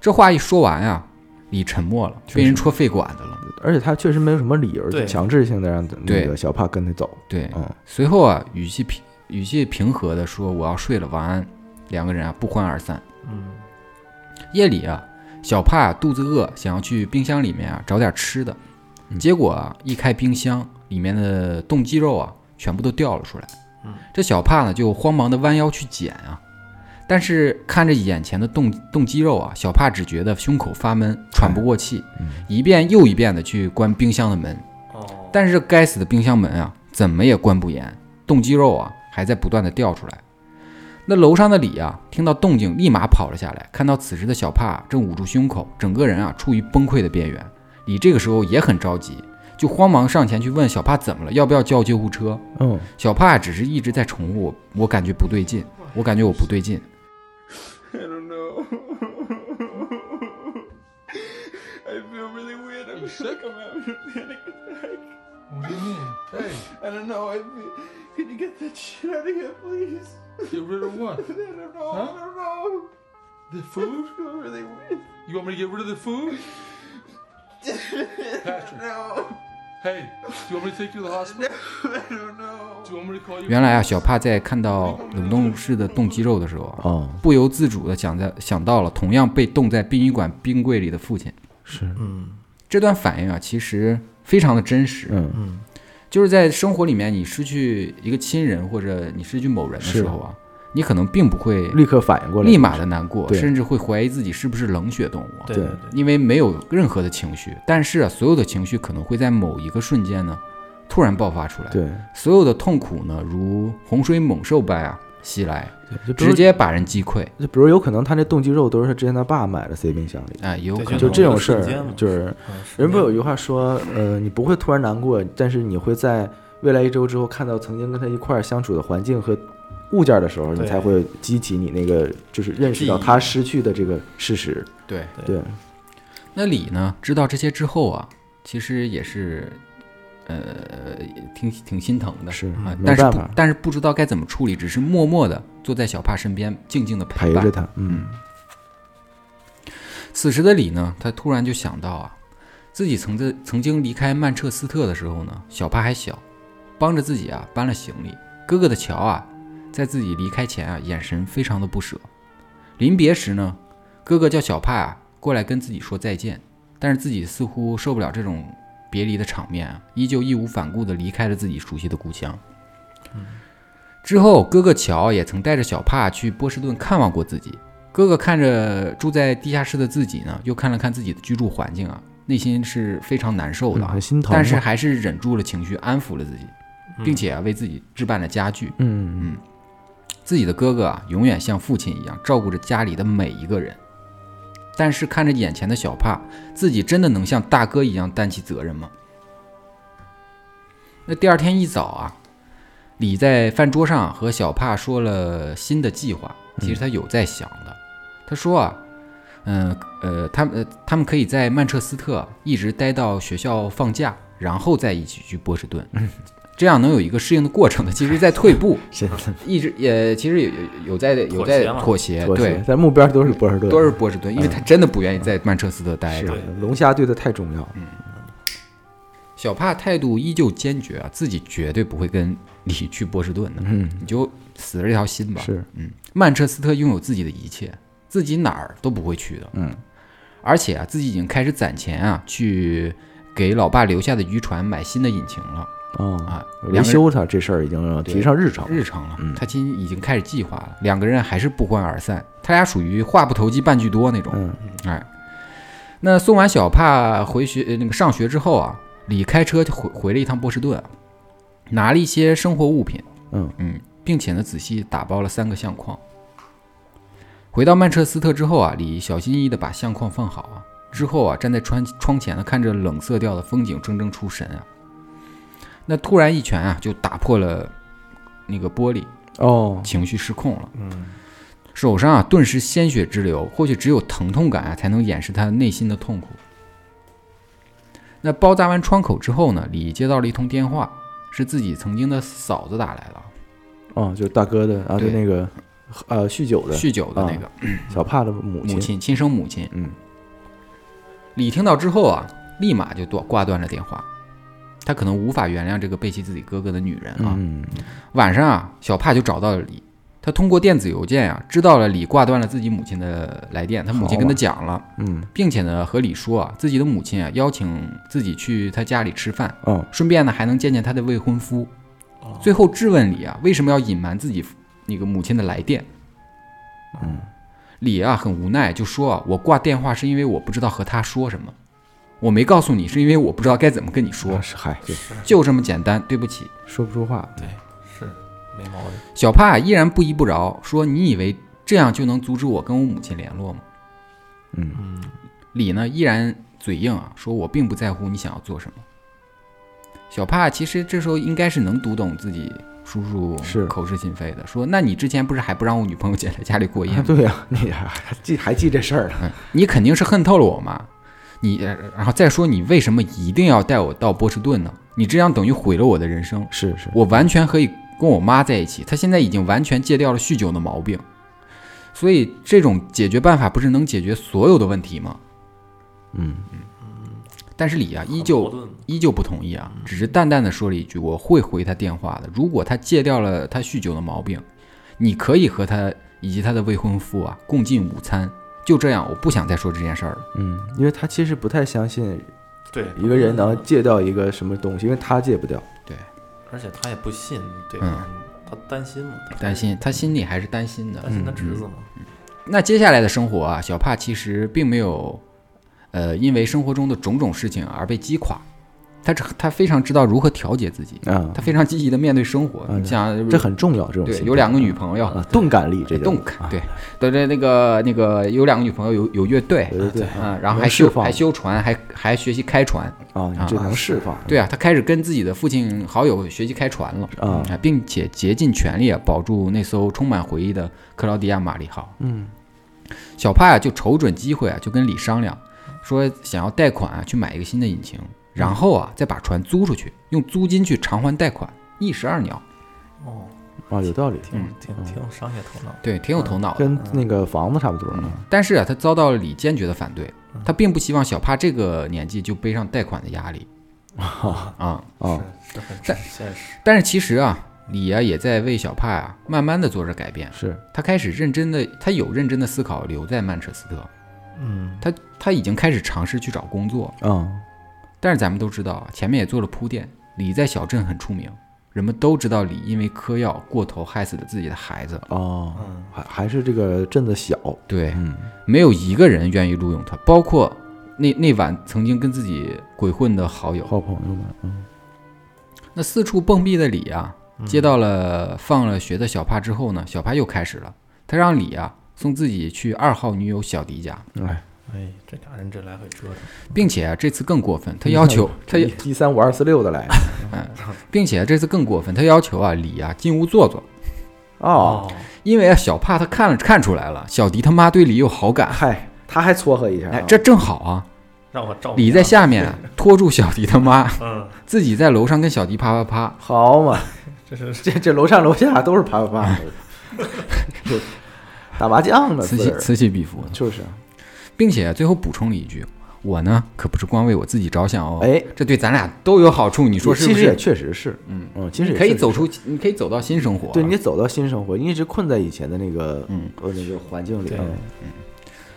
Speaker 1: 这话一说完啊，李沉默了，被人戳肺管子了。
Speaker 2: 而且他确实没有什么理由
Speaker 3: 对
Speaker 2: 强制性的让那
Speaker 1: 对
Speaker 2: 个小帕跟他走，
Speaker 1: 对，
Speaker 2: 嗯，
Speaker 1: 随后啊，语气平语气平和的说：“我要睡了，晚安。”两个人啊不欢而散。
Speaker 3: 嗯，
Speaker 1: 夜里啊，小帕肚子饿，想要去冰箱里面啊找点吃的，结果啊一开冰箱，里面的冻鸡肉啊全部都掉了出来
Speaker 3: 嗯。
Speaker 1: 这小帕呢就慌忙的弯腰去捡啊，但是看着眼前的冻冻鸡肉啊，小帕只觉得胸口发闷，喘不过气，一遍又一遍的去关冰箱的门，
Speaker 3: 哦，
Speaker 1: 但是这该死的冰箱门啊，怎么也关不严，冻鸡肉啊还在不断的掉出来。那楼上的李啊，听到动静立马跑了下来，看到此时的小帕正捂住胸口，整个人啊处于崩溃的边缘。李这个时候也很着急，就慌忙上前去问小帕怎么了，要不要叫救护车？
Speaker 2: 嗯，
Speaker 1: 小帕只是一直在重复我，我感觉不对劲，我感觉我不对劲。
Speaker 4: I don't know. I feel really weird. I'm sick. I'm having a panic attack. What do you mean? Hey. I don't know. I feel... Can you get that shit out of here, please? Get rid of what? I don't know. I don't know. The food? I feel really weird. You want me to get rid of the food? Patrick. No. Hey, do you want me to take you to the hospital? I don't know. Do you want me to call you?
Speaker 1: 原来啊，小帕在看到冷冻室的冻鸡肉的时候啊，
Speaker 2: 哦，
Speaker 1: 不由自主的想在想到了同样被冻在殡仪馆冰柜里的父亲。
Speaker 2: 是，
Speaker 3: 嗯
Speaker 1: 这段反应啊，其实非常的真实，
Speaker 2: 嗯。
Speaker 3: 嗯，
Speaker 1: 就是在生活里面，你失去一个亲人或者你失去某人的时候啊，你可能并不会
Speaker 2: 立刻反应过来，
Speaker 1: 立马的难过，
Speaker 2: 对
Speaker 1: 甚至会怀疑自己是不是冷血动物啊，
Speaker 3: 对
Speaker 2: 对
Speaker 3: 对，
Speaker 1: 因为没有任何的情绪。但是啊，所有的情绪可能会在某一个瞬间呢，突然爆发出来，
Speaker 2: 对，
Speaker 1: 所有的痛苦呢，如洪水猛兽般啊袭来，
Speaker 2: 就比如
Speaker 1: 直接把人击溃啊、
Speaker 2: 就比如有可能他那冻鸡肉都是他之前他爸买的塞冰箱里，
Speaker 1: 啊也有
Speaker 3: 对
Speaker 1: 可
Speaker 3: 就
Speaker 1: 能
Speaker 2: 就这种
Speaker 3: 嗯
Speaker 2: 事
Speaker 3: 瞬间
Speaker 2: 儿
Speaker 3: 嘛，
Speaker 2: 就是
Speaker 3: 嗯是
Speaker 2: 人不有一句话说，呃，你不会突然难过，但是你会在未来一周之后看到曾经跟他一块儿相处的环境和物件的时候，你
Speaker 3: 对
Speaker 2: 才会激起你那个就是认识到
Speaker 3: 记忆
Speaker 2: 他失去的这个事实。
Speaker 1: 对。
Speaker 2: 对，
Speaker 1: 那李呢，知道这些之后啊，其实也是，呃，挺挺心疼的，
Speaker 2: 是
Speaker 1: 啊，
Speaker 2: 嗯没
Speaker 1: 但是
Speaker 2: 办
Speaker 1: 不
Speaker 2: 法
Speaker 1: 但是不知道该怎么处理，只是默默的坐在小帕身边，静静的
Speaker 2: 陪
Speaker 1: 伴
Speaker 2: 着。他，嗯，
Speaker 1: 此时的李呢，他突然就想到啊，自己曾在曾经离开曼彻斯特的时候呢，小帕还小，帮着自己啊搬了行李。哥哥的乔啊，在自己离开前啊，眼神非常的不舍。临别时呢，哥哥叫小帕过来跟自己说再见，但是自己似乎受不了这种别离的场面啊，依旧义无反顾地离开了自己熟悉的故乡。之后，哥哥乔也曾带着小帕去波士顿看望过自己。哥哥看着住在地下室的自己呢，又看了看自己的居住环境啊，内心是非常难受的啊、
Speaker 2: 很心疼啊。
Speaker 1: 但是还是忍住了情绪，安抚了自己，并且啊为自己置办了家具。
Speaker 2: 嗯，
Speaker 1: 自己的哥哥啊，永远像父亲一样照顾着家里的每一个人。但是看着眼前的小帕，自己真的能像大哥一样担起责任吗？那第二天一早啊，李在饭桌上和小帕说了新的计划。其实他有在想的，他说啊，嗯呃，他们呃他们可以在曼彻斯特一直待到学校放假，然后再一起去波士顿，这样能有一个适应的过程的。其实，在退步。
Speaker 2: 真的
Speaker 1: 一直也其实有有有在有在
Speaker 5: 妥协嘛
Speaker 1: 妥协，
Speaker 2: 妥协
Speaker 1: 对，，
Speaker 2: 但目标都是波士顿，
Speaker 1: 都是波士顿，因为他真的不愿意在曼彻斯特待
Speaker 2: 是啊
Speaker 1: 着。
Speaker 2: 龙虾对他太重要了。
Speaker 1: 嗯小帕态度依旧坚决啊，自己绝对不会跟 你去波士顿的，
Speaker 2: 嗯，
Speaker 1: 你就死了这条心吧。
Speaker 2: 是，
Speaker 1: 曼彻斯特拥有自己的一切，自己哪儿都不会去的。
Speaker 2: 嗯，
Speaker 1: 而且啊，自己已经开始攒钱啊，去给老爸留下的渔船买新的引擎了
Speaker 2: 哦，
Speaker 1: 啊，
Speaker 2: 维
Speaker 1: 两个人
Speaker 2: 修它这事儿已经提上日程了。
Speaker 1: 日程了
Speaker 2: 嗯。
Speaker 1: 他其实已经开始计划了，两个人还是不欢而散。他俩属于话不投机半句多那种。
Speaker 2: 嗯，
Speaker 1: 哎，那送完小帕回学呃那个上学之后啊，李开车就回回了一趟波士顿啊，拿了一些生活物品，
Speaker 2: 嗯
Speaker 1: 并且呢仔细打包了三个相框。回到曼彻斯特之后啊，李小心翼翼地把相框放好啊，之后啊站在窗窗前呢，看着冷色调的风景，怔怔出神啊。那突然一拳啊，就打破了那个玻璃，
Speaker 2: 哦，
Speaker 1: 情绪失控了，嗯，手上啊顿时鲜血直流，或许只有疼痛感啊才能掩饰他内心的痛苦。那包扎完窗口之后呢，李接到了一通电话，是自己曾经的嫂子打来的，
Speaker 2: 哦，就是大哥的啊，就
Speaker 1: 对
Speaker 2: 那个呃酗酒的
Speaker 1: 酗酒的那个
Speaker 2: 小帕的母
Speaker 1: 母亲，亲生母亲。
Speaker 2: 嗯，
Speaker 1: 李听到之后啊，立马就断挂断了电话。他可能无法原谅这个背弃自己哥哥的女人啊。
Speaker 2: 嗯，
Speaker 1: 晚上啊，小帕就找到了李，他通过电子邮件啊，知道了李挂断了自己母亲的来电，他母亲
Speaker 2: 好
Speaker 1: 跟他
Speaker 2: 吧
Speaker 1: 讲了。
Speaker 2: 嗯，
Speaker 1: 并且呢，和李说啊，自己的母亲啊邀请自己去他家里吃饭，
Speaker 2: 哦，
Speaker 1: 顺便呢还能见见他的未婚夫。最后质问李啊，为什么要隐瞒自己那个母亲的来电？
Speaker 2: 嗯，
Speaker 1: 李啊很无奈，就说啊，我挂电话是因为我不知道和他说什么，我没告诉你是因为我不知道该怎么跟你说
Speaker 2: 啊，是嗨，对，
Speaker 1: 就这么简单，对不起。
Speaker 2: 说不出话，
Speaker 5: 是没毛病。
Speaker 1: 小帕依然不依不饶，说你以为这样就能阻止我跟我母亲联络吗？
Speaker 2: 嗯，
Speaker 1: 李呢依然嘴硬啊，说我并不在乎你想要做什么。小帕其实这时候应该是能读懂自己叔叔
Speaker 2: 是
Speaker 1: 口是心非的，说那你之前不是还不让我女朋友姐来家里过夜
Speaker 2: 啊
Speaker 1: 吗？
Speaker 2: 对呀，你还还记还记这事儿呢？
Speaker 1: 嗯你肯定是恨透了我妈。你呃然后再说你为什么一定要带我到波士顿呢？你这样等于毁了我的人生。
Speaker 2: 是是，
Speaker 1: 我完全可以跟我妈在一起。她现在已经完全戒掉了酗酒的毛病，所以这种解决办法不是能解决所有的问题吗？
Speaker 2: 嗯
Speaker 1: 但是李啊，依
Speaker 5: 很矛
Speaker 1: 旧
Speaker 5: 盾
Speaker 1: 依旧不同意啊，只是淡淡的说了一句：“我会回他电话的。如果他戒掉了他酗酒的毛病，你可以和他以及他的未婚夫啊共进午餐。”就这样，我不想再说这件事儿了。
Speaker 2: 嗯，因为他其实不太相信
Speaker 5: 对
Speaker 2: 一个人能，戒掉一个什么东西，因为他戒不掉。
Speaker 5: 而且他也不信对
Speaker 2: 嗯
Speaker 5: 方，他担心嘛，他
Speaker 1: 担心，他心里还是担心的。
Speaker 5: 担心
Speaker 2: 嗯
Speaker 5: 他侄子嘛，
Speaker 1: 那接下来的生活啊，小帕其实并没有，呃，因为生活中的种种事情而被击垮。他这他非常知道如何调节自己，
Speaker 2: 啊
Speaker 1: 他，非常积极的面对生活。
Speaker 2: 嗯
Speaker 1: 你想，
Speaker 2: 这很重要，这种
Speaker 1: 对
Speaker 2: 心，态
Speaker 1: 有两个女朋友，
Speaker 2: 啊，钝感力，这
Speaker 1: 对
Speaker 2: 叫
Speaker 1: 动
Speaker 2: 啊
Speaker 1: 感，对，对对，那个那个有两个女朋友，有有乐队
Speaker 2: 对对对
Speaker 1: 啊，然后
Speaker 2: 能
Speaker 1: 还
Speaker 2: 释
Speaker 1: 修
Speaker 2: 放
Speaker 1: 还修船，还还学习开船。
Speaker 2: 啊，你这能释放
Speaker 1: 对啊，他开始跟自己的父亲好友学习开船了
Speaker 2: 啊，
Speaker 1: 啊，并且竭尽全力啊保住那艘充满回忆的克劳迪亚玛丽号。
Speaker 2: 嗯，
Speaker 1: 小帕呀就瞅准机会啊，就跟李商量，说想要贷款啊去买一个新的引擎，然后啊再把船租出去，用租金去偿还贷款，一石二鸟。
Speaker 5: 哦，
Speaker 2: 啊，有道理，
Speaker 5: 挺挺挺有商业头脑，
Speaker 1: 对，挺有头脑的。
Speaker 2: 跟那个房子差不多
Speaker 1: 嗯，但是啊，他遭到了李坚决的反对，他并不希望小帕这个年纪就背上贷款的压力
Speaker 2: 啊
Speaker 1: 啊。
Speaker 2: 啊，
Speaker 5: 这很现实，
Speaker 1: 但是其实啊，李啊也在为小帕啊慢慢的做着改变，
Speaker 2: 是
Speaker 1: 他开始认真的，他有认真的思考留在曼彻斯特，
Speaker 2: 嗯
Speaker 1: 他他已经开始尝试去找工作，
Speaker 2: 嗯
Speaker 1: 但是咱们都知道啊，前面也做了铺垫，李在小镇很出名，人们都知道李因为嗑药过头害死了自己的孩子。
Speaker 2: 哦，
Speaker 3: 嗯，
Speaker 2: 还还是这个镇子小，
Speaker 1: 对，
Speaker 2: 嗯
Speaker 1: 没有一个人愿意录用他，包括那那晚曾经跟自己鬼混的好友。
Speaker 2: 好朋友们，嗯
Speaker 1: 那四处蹦壁的李啊，接到了放了学的小帕之后呢，小帕又开始了，他让李啊送自己去二号女友小迪家，
Speaker 2: 哎，
Speaker 5: 哎，这俩人这来回折腾，
Speaker 1: 并且啊这次更过分，他要 求他要，
Speaker 2: 一三五二四六 的来
Speaker 1: 并且啊这次更过分，他要求啊李啊进屋坐坐，
Speaker 2: 哦，
Speaker 1: 因为啊小帕他看了看出来了，小迪他妈对李有好感，
Speaker 2: 嗨，他还撮合一下啊，
Speaker 1: 哎这正好啊，
Speaker 5: 让我
Speaker 2: 哦
Speaker 5: 照顾
Speaker 1: 李在下面啊拖住小迪他妈，
Speaker 5: 嗯，
Speaker 1: 自己在楼上跟小迪啪啪啪，
Speaker 2: 好 嘛，
Speaker 5: 这是
Speaker 2: 这这楼上楼下都是啪啪
Speaker 1: 哎
Speaker 2: 啪的，有打麻将的
Speaker 1: 此
Speaker 2: 滋
Speaker 1: 起
Speaker 2: 儿，
Speaker 1: 此起彼伏，
Speaker 2: 就是，
Speaker 1: 并且最后补充了一句，我呢可不是光为我自己着想哦，
Speaker 2: 哎，
Speaker 1: 这对咱俩都有好处，你说是
Speaker 2: 其
Speaker 1: 不
Speaker 2: 实也
Speaker 1: 是？
Speaker 2: 确实是，
Speaker 1: 嗯
Speaker 2: 嗯，其实也
Speaker 1: 可以
Speaker 2: 确实
Speaker 1: 走
Speaker 2: 是，
Speaker 1: 出，你可以走到新生活。
Speaker 2: 对你走到新生活，你一直困在以前的那个
Speaker 1: 嗯
Speaker 2: 呃那个环境里，
Speaker 5: 对
Speaker 2: 嗯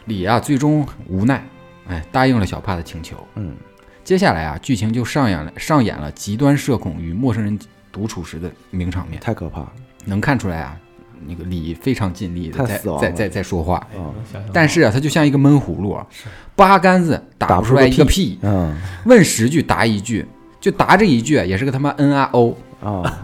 Speaker 1: 李啊，最终无奈，哎，答应了小帕的请求。
Speaker 2: 嗯，
Speaker 1: 接下来啊，剧情就上演了上演了极端社恐与陌生人独处时的名场面。
Speaker 2: 太可怕了，
Speaker 1: 能看出来啊，那个李非常尽力的
Speaker 2: 太
Speaker 1: 在
Speaker 2: 死亡
Speaker 1: 在
Speaker 2: 了
Speaker 1: 在在说话，
Speaker 5: 哎能想象
Speaker 1: 但是啊，他就像一个闷葫芦啊，八竿子打不出来一个屁，
Speaker 2: 嗯
Speaker 1: 问十句答一句，就答这一句啊也是个他妈 N R O。
Speaker 2: 啊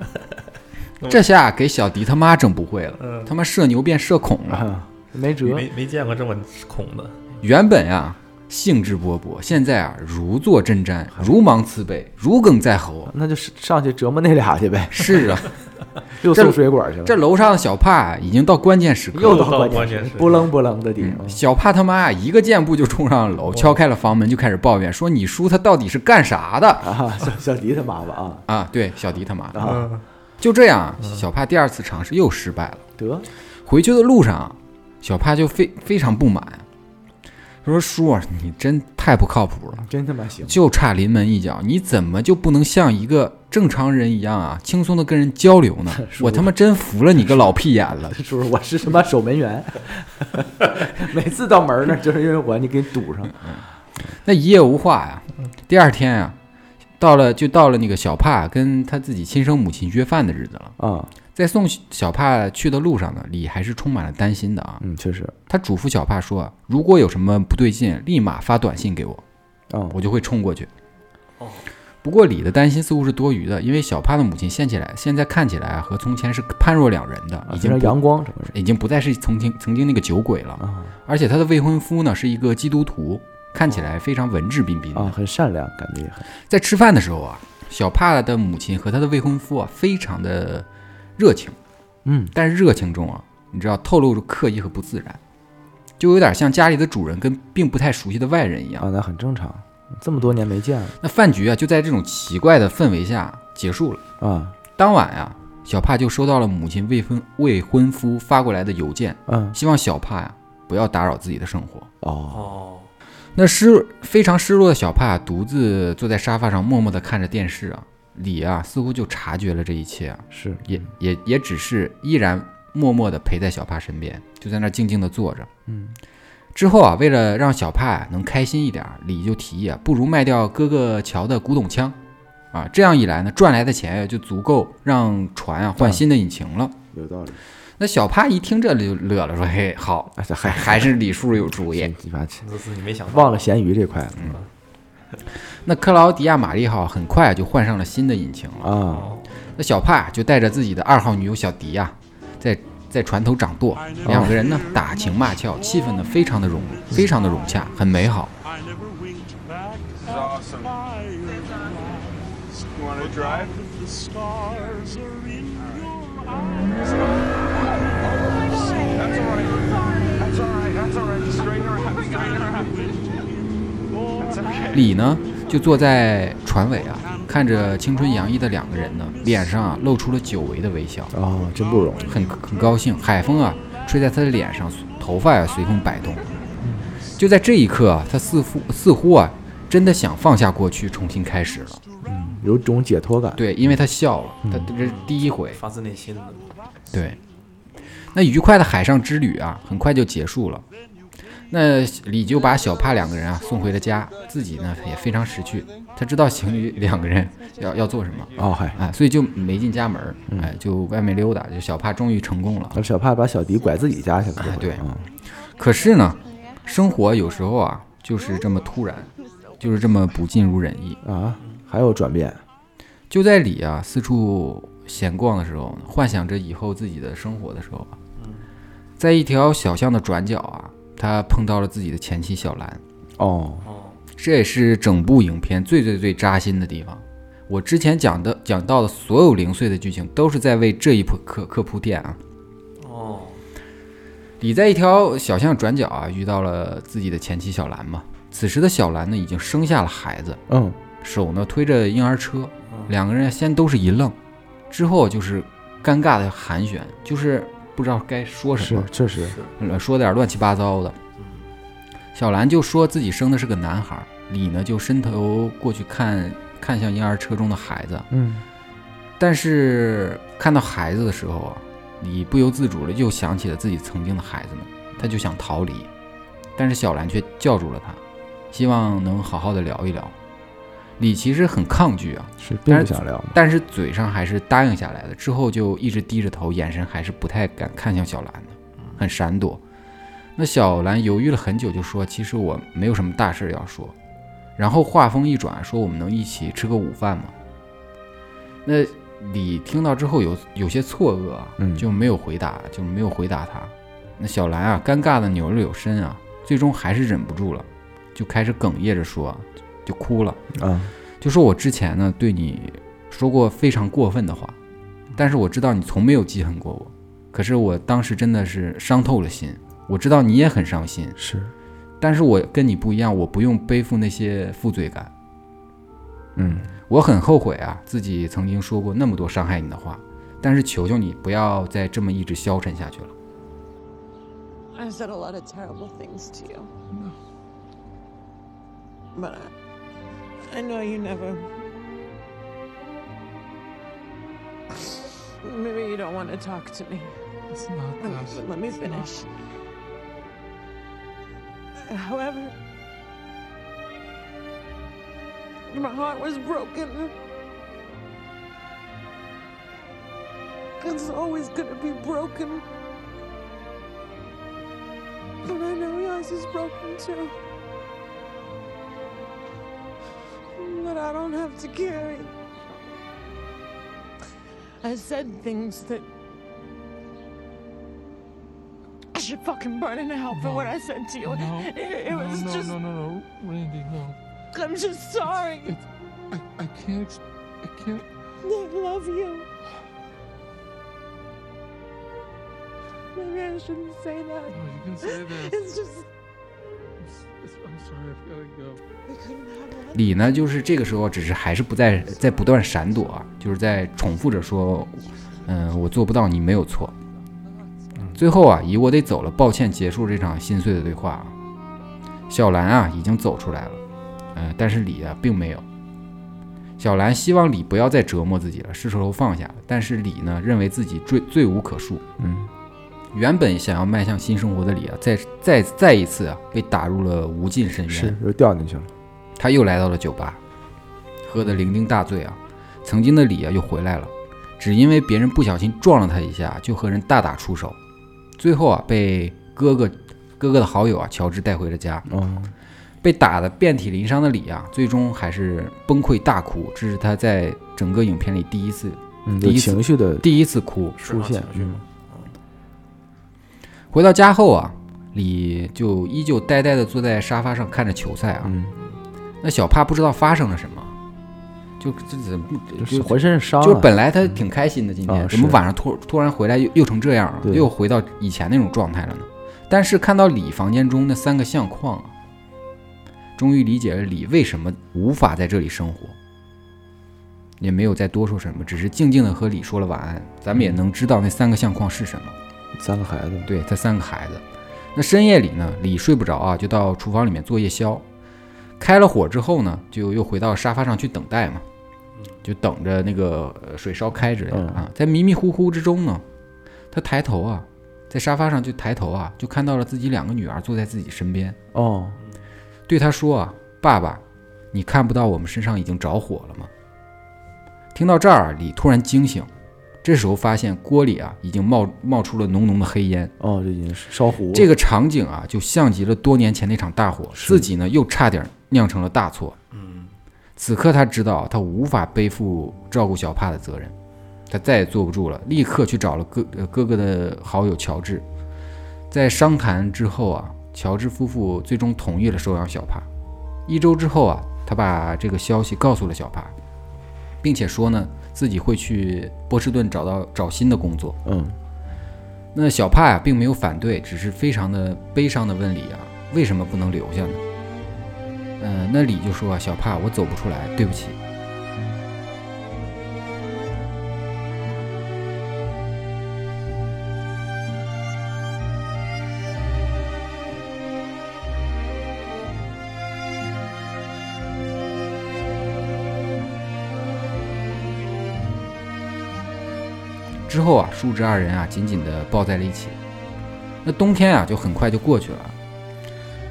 Speaker 1: 这下给小迪他妈整不会了，
Speaker 5: 嗯，
Speaker 1: 他妈社牛变社恐了。
Speaker 2: 啊，没辙，
Speaker 5: 没没见过这么恐的，
Speaker 2: 嗯
Speaker 1: 原本啊兴致勃勃，现在啊如坐针毡，如芒刺背，如鲠在喉。
Speaker 2: 那就是上去折磨那俩去呗，
Speaker 1: 是 啊，
Speaker 2: 又
Speaker 1: 这
Speaker 2: 送水管去了，
Speaker 1: 这楼上的小帕啊已经到关键时刻
Speaker 2: 又
Speaker 1: 了。
Speaker 5: 到
Speaker 2: 到
Speaker 5: 关
Speaker 2: 键
Speaker 5: 键
Speaker 2: 时
Speaker 5: 时
Speaker 2: 刻，波楞波楞的地方，
Speaker 1: 小帕他妈啊一个箭步就冲上楼，敲开了房门就开始抱怨说：“你叔他到底是干啥的
Speaker 2: 啊，小小迪他妈妈啊？”
Speaker 1: 啊，对，小迪他妈
Speaker 2: 啊，
Speaker 1: 就这样啊，小帕第二次尝试又失败了。
Speaker 2: 得
Speaker 1: 回去的路上啊，小帕就非非常不满，他说：“叔啊，你真太不靠谱了。”
Speaker 2: 真他妈行，
Speaker 1: 就差临门一脚，你怎么就不能像一个正常人一样啊，轻松的跟人交流呢？我他妈真服了你个老屁眼了！
Speaker 2: 叔叔，我是他妈守门员， 每次到门那儿就是因为我你给堵上，
Speaker 1: 那一夜无话呀。第二天啊，到了就到了那个小帕跟他自己亲生母亲约饭的日子了。
Speaker 2: 啊，
Speaker 1: 在送小帕去的路上呢，李还是充满了担心的啊。
Speaker 2: 嗯，确实，
Speaker 1: 他嘱咐小帕说啊，如果有什么不对劲，立马发短信给我，
Speaker 2: 啊，
Speaker 1: 我就会冲过去。
Speaker 5: 哦，
Speaker 1: 不过李的担心似乎是多余的，因为小帕的母亲现起来现在看起来啊和从前是判若两人的，已
Speaker 2: 非
Speaker 1: 经
Speaker 2: 常
Speaker 1: 不
Speaker 2: 阳光什么人
Speaker 1: 已经不再是曾经曾经那个酒鬼了，
Speaker 2: 啊
Speaker 1: 而且她的未婚夫呢是一个基督徒，看起来非常文质彬彬
Speaker 2: 啊，
Speaker 1: 的。
Speaker 2: 很善良，感觉也很，
Speaker 1: 在吃饭的时候啊，小帕的母亲和她的未婚夫啊非常的热情，
Speaker 2: 嗯，
Speaker 1: 但是热情中啊，你知道透露着刻意和不自然，就有点像家里的主人跟并不太熟悉的外人一样
Speaker 2: 啊，。那很正常，这么多年没见了
Speaker 1: 那饭局啊就在这种奇怪的氛围下结束了。
Speaker 2: 啊，
Speaker 1: 当晚呀、小帕就收到了母亲未婚未婚夫发过来的邮件，
Speaker 2: 嗯，
Speaker 1: 希望小帕呀、不要打扰自己的生活。
Speaker 2: 哦，
Speaker 5: 哦，
Speaker 1: 那失非常失落的小帕独自坐在沙发上，默默地看着电视啊。李啊，似乎就察觉了这一切啊，
Speaker 2: 是，嗯
Speaker 1: 也也也只是依然默默地陪在小帕身边，就在那儿静静地坐着。
Speaker 2: 嗯，
Speaker 1: 之后啊，为了让小帕啊能开心一点儿，李就提议啊，不如卖掉哥哥桥的古董枪，啊，这样一来呢，赚来的钱呀就足够让船啊换新的引擎了。
Speaker 2: 有道理，
Speaker 1: 那小帕一听这就乐了，说：“嘿，好，
Speaker 2: 哎，这还
Speaker 1: 还是李叔有主意。
Speaker 2: 鸡巴气，
Speaker 5: 这次你没想到，
Speaker 2: 忘了咸鱼这块了
Speaker 1: 那克劳迪亚玛丽号很快就换上了新的引擎了。
Speaker 2: 啊，
Speaker 5: 哦，
Speaker 1: 那小帕就带着自己的二号女友小迪呀、在在船头掌舵，两个人呢打情骂俏，气氛呢非常的融，非常的融洽，很美好。
Speaker 6: I never winked back this is
Speaker 4: awesome. You want to drive?
Speaker 6: The stars are in your eyes.
Speaker 4: That's all right. That's all right. That's all right. Just straighten her out. Straighten her out. That's okay.
Speaker 1: 李呢就坐在船尾啊，看着青春洋溢的两个人呢，脸上啊露出了久违的微笑，
Speaker 2: 哦，真不容易，
Speaker 1: 很很高兴。海风啊吹在他的脸上，头发啊随风摆动。就在这一刻啊，他似乎似乎啊真的想放下过去，重新开始了。
Speaker 2: 有种解脱感，
Speaker 1: 对，因为他笑了，他这是第一回。
Speaker 5: 发自内心的，
Speaker 1: 对，那愉快的海上之旅啊，很快就结束了。那李就把小帕两个人啊送回了家，自己呢也非常识趣，他知道情侣两个人要要做什么
Speaker 2: 哦嗨，
Speaker 1: 啊，所以就没进家门儿，哎，就外面溜达。就小帕终于成功了。
Speaker 2: 那小帕把小迪拐自己家去了，这回
Speaker 1: 对
Speaker 2: 嗯
Speaker 1: 可是呢，生活有时候啊就是这么突然，就是这么不尽如人意。
Speaker 2: 啊，还有转变，
Speaker 1: 就在李啊四处闲逛的时候呢，幻想着以后自己的生活的时候啊，在一条小巷的转角啊，他碰到了自己的前妻小兰，
Speaker 2: 哦，
Speaker 5: 哦，
Speaker 1: 这也是整部影片最最最扎心的地方。我之前讲的讲到的所有零碎的剧情，都是在为这一铺刻刻铺垫啊。
Speaker 5: 哦，
Speaker 1: 李在一条小巷转角啊，遇到了自己的前妻小兰嘛。此时的小兰呢，已经生下了孩子，
Speaker 2: 嗯，
Speaker 1: 手呢推着婴儿车，两个人先都是一愣，之后就是尴尬的寒暄，就是不知道该说什
Speaker 2: 是
Speaker 1: 么，
Speaker 2: 确实，
Speaker 1: 呃说点乱七八糟的。
Speaker 5: 嗯
Speaker 1: 小兰就说自己生的是个男孩，李呢就伸头过去看看向婴儿车中的孩子，
Speaker 2: 嗯，
Speaker 1: 但是看到孩子的时候啊，李不由自主的又想起了自己曾经的孩子们，他就想逃离，但是小兰却叫住了他，希望能好好的聊一聊。李其实很抗拒啊，
Speaker 2: 是并不想聊嘛，
Speaker 1: 但是嘴上还是答应下来了。之后就一直低着头，眼神还是不太敢看向小兰的，很闪躲。那小兰犹豫了很久，就说：“其实我没有什么大事要说。”然后话锋一转，说：“我们能一起吃个午饭吗？”那李听到之后有有些错愕啊，
Speaker 2: 嗯
Speaker 1: 就没有回答，就没有回答他。那小兰啊，尴尬的扭了扭身啊，最终还是忍不住了，就开始哽咽着说，就哭了。
Speaker 2: 啊，
Speaker 1: 就说我之前呢对你说过非常过分的话，但是我知道你从没有记恨过我，可是我当时真的是伤透了心。我知道你也很伤心，
Speaker 2: 是，
Speaker 1: 但是我跟你不一样，我不用背负那些负罪感。
Speaker 2: 嗯，
Speaker 1: 我很后悔啊，自己曾经说过那么多伤害你的话，但是求求你不要再这么一直消沉下去了。
Speaker 7: I've said a lot of terrible things to you. But I, I know you never. Maybe you don't want to talk to me.
Speaker 4: It's not
Speaker 7: Let me,
Speaker 4: that.
Speaker 7: let me finish. However, my heart was broken. It's always gonna be broken. But I know yours is broken too. But I don't have to carry. it. I said things that I should fucking burn in hell for what I said to you.
Speaker 4: No,
Speaker 7: it it
Speaker 4: no,
Speaker 7: was
Speaker 4: no,
Speaker 7: just.
Speaker 4: no, no, no, Randy, no.
Speaker 7: I'm just sorry.
Speaker 4: I, I can't. ex- I can't.
Speaker 7: I love you. Maybe I shouldn't say
Speaker 4: No,
Speaker 7: that.
Speaker 4: Oh, you can say that.
Speaker 7: It's just
Speaker 4: I'm s- it's- I'm sorry, I've got to go.
Speaker 7: we couldn't have that.
Speaker 1: 李呢，就是这个时候只是还是不在在不断闪躲啊，就是在重复着说，嗯、我做不到，你没有错。最后啊，以我得走了，抱歉，结束这场心碎的对话啊。小兰啊，已经走出来了，嗯、但是李啊，并没有。小兰希望李不要再折磨自己了，是时候放下了。但是李呢，认为自己罪罪无可恕。
Speaker 2: 嗯，
Speaker 1: 原本想要迈向新生活的李啊，再再再一次啊，被打入了无尽深渊。
Speaker 2: 是又嗯掉进去了，
Speaker 1: 他又来到了酒吧，喝得酩酊大醉啊。曾经的李啊又回来了，只因为别人不小心撞了他一下，就和人大打出手，最后啊被哥哥哥哥的好友啊乔治带回了家。
Speaker 2: 哦，
Speaker 1: 被打得遍体鳞伤的李啊，最终还是崩溃大哭，这是他在整个影片里第一次
Speaker 2: 嗯，
Speaker 1: 第
Speaker 2: 有
Speaker 1: 一次
Speaker 2: 情绪的
Speaker 1: 第一次哭。
Speaker 2: 出现，嗯，
Speaker 1: 回到家后啊，李就依旧呆呆地坐在沙发上看着球赛啊。
Speaker 2: 嗯
Speaker 1: 那小帕不知道发生了什么，就这怎么
Speaker 2: 就是浑身是伤啊，
Speaker 1: 就是本来他挺开心的，今天、
Speaker 2: 啊
Speaker 1: 怎么
Speaker 2: 是
Speaker 1: 晚上突突然回来又又成这样了，
Speaker 2: 对
Speaker 1: 又回到以前那种状态了呢？但是看到李房间中那三个相框啊，终于理解了李为什么无法在这里生活，也没有再多说什么，只是静静的和李说了晚安。咱们也
Speaker 2: 嗯
Speaker 1: 能知道那三个相框是什么，
Speaker 2: 三个孩子，
Speaker 1: 对他三个孩子。那深夜里呢，李睡不着啊，就到厨房里面做夜宵。开了火之后呢，就又回到沙发上去等待嘛，就等着那个呃水烧开之类的啊。在迷迷糊糊之中呢，他抬头啊，在沙发上就抬头啊，就看到了自己两个女儿坐在自己身边，
Speaker 2: 哦，
Speaker 1: 对他说啊：“爸爸，你看不到我们身上已经着火了吗？”听到这儿，啊李突然惊醒，这时候发现锅里啊已经冒冒出了浓浓的黑烟。
Speaker 2: 哦，这已经是烧糊了。
Speaker 1: 这个场景啊，就像极了多年前那场大火，自己呢又差点酿成了大错。
Speaker 5: 嗯，
Speaker 1: 此刻他知道他无法背负照顾小帕的责任，他再也坐不住了，立刻去找了哥呃哥哥的好友乔治。在商谈之后啊，乔治夫妇最终同意了收养小帕。一周之后啊，他把这个消息告诉了小帕，并且说呢自己会去波士顿找到找新的工作。
Speaker 2: 嗯，
Speaker 1: 那小帕呀、并没有反对，只是非常的悲伤的问李啊，为什么不能留下呢？嗯、那李就说啊，小帕，我走不出来，对不起。之后啊，叔侄二人啊紧紧地抱在了一起。那冬天啊就很快就过去了，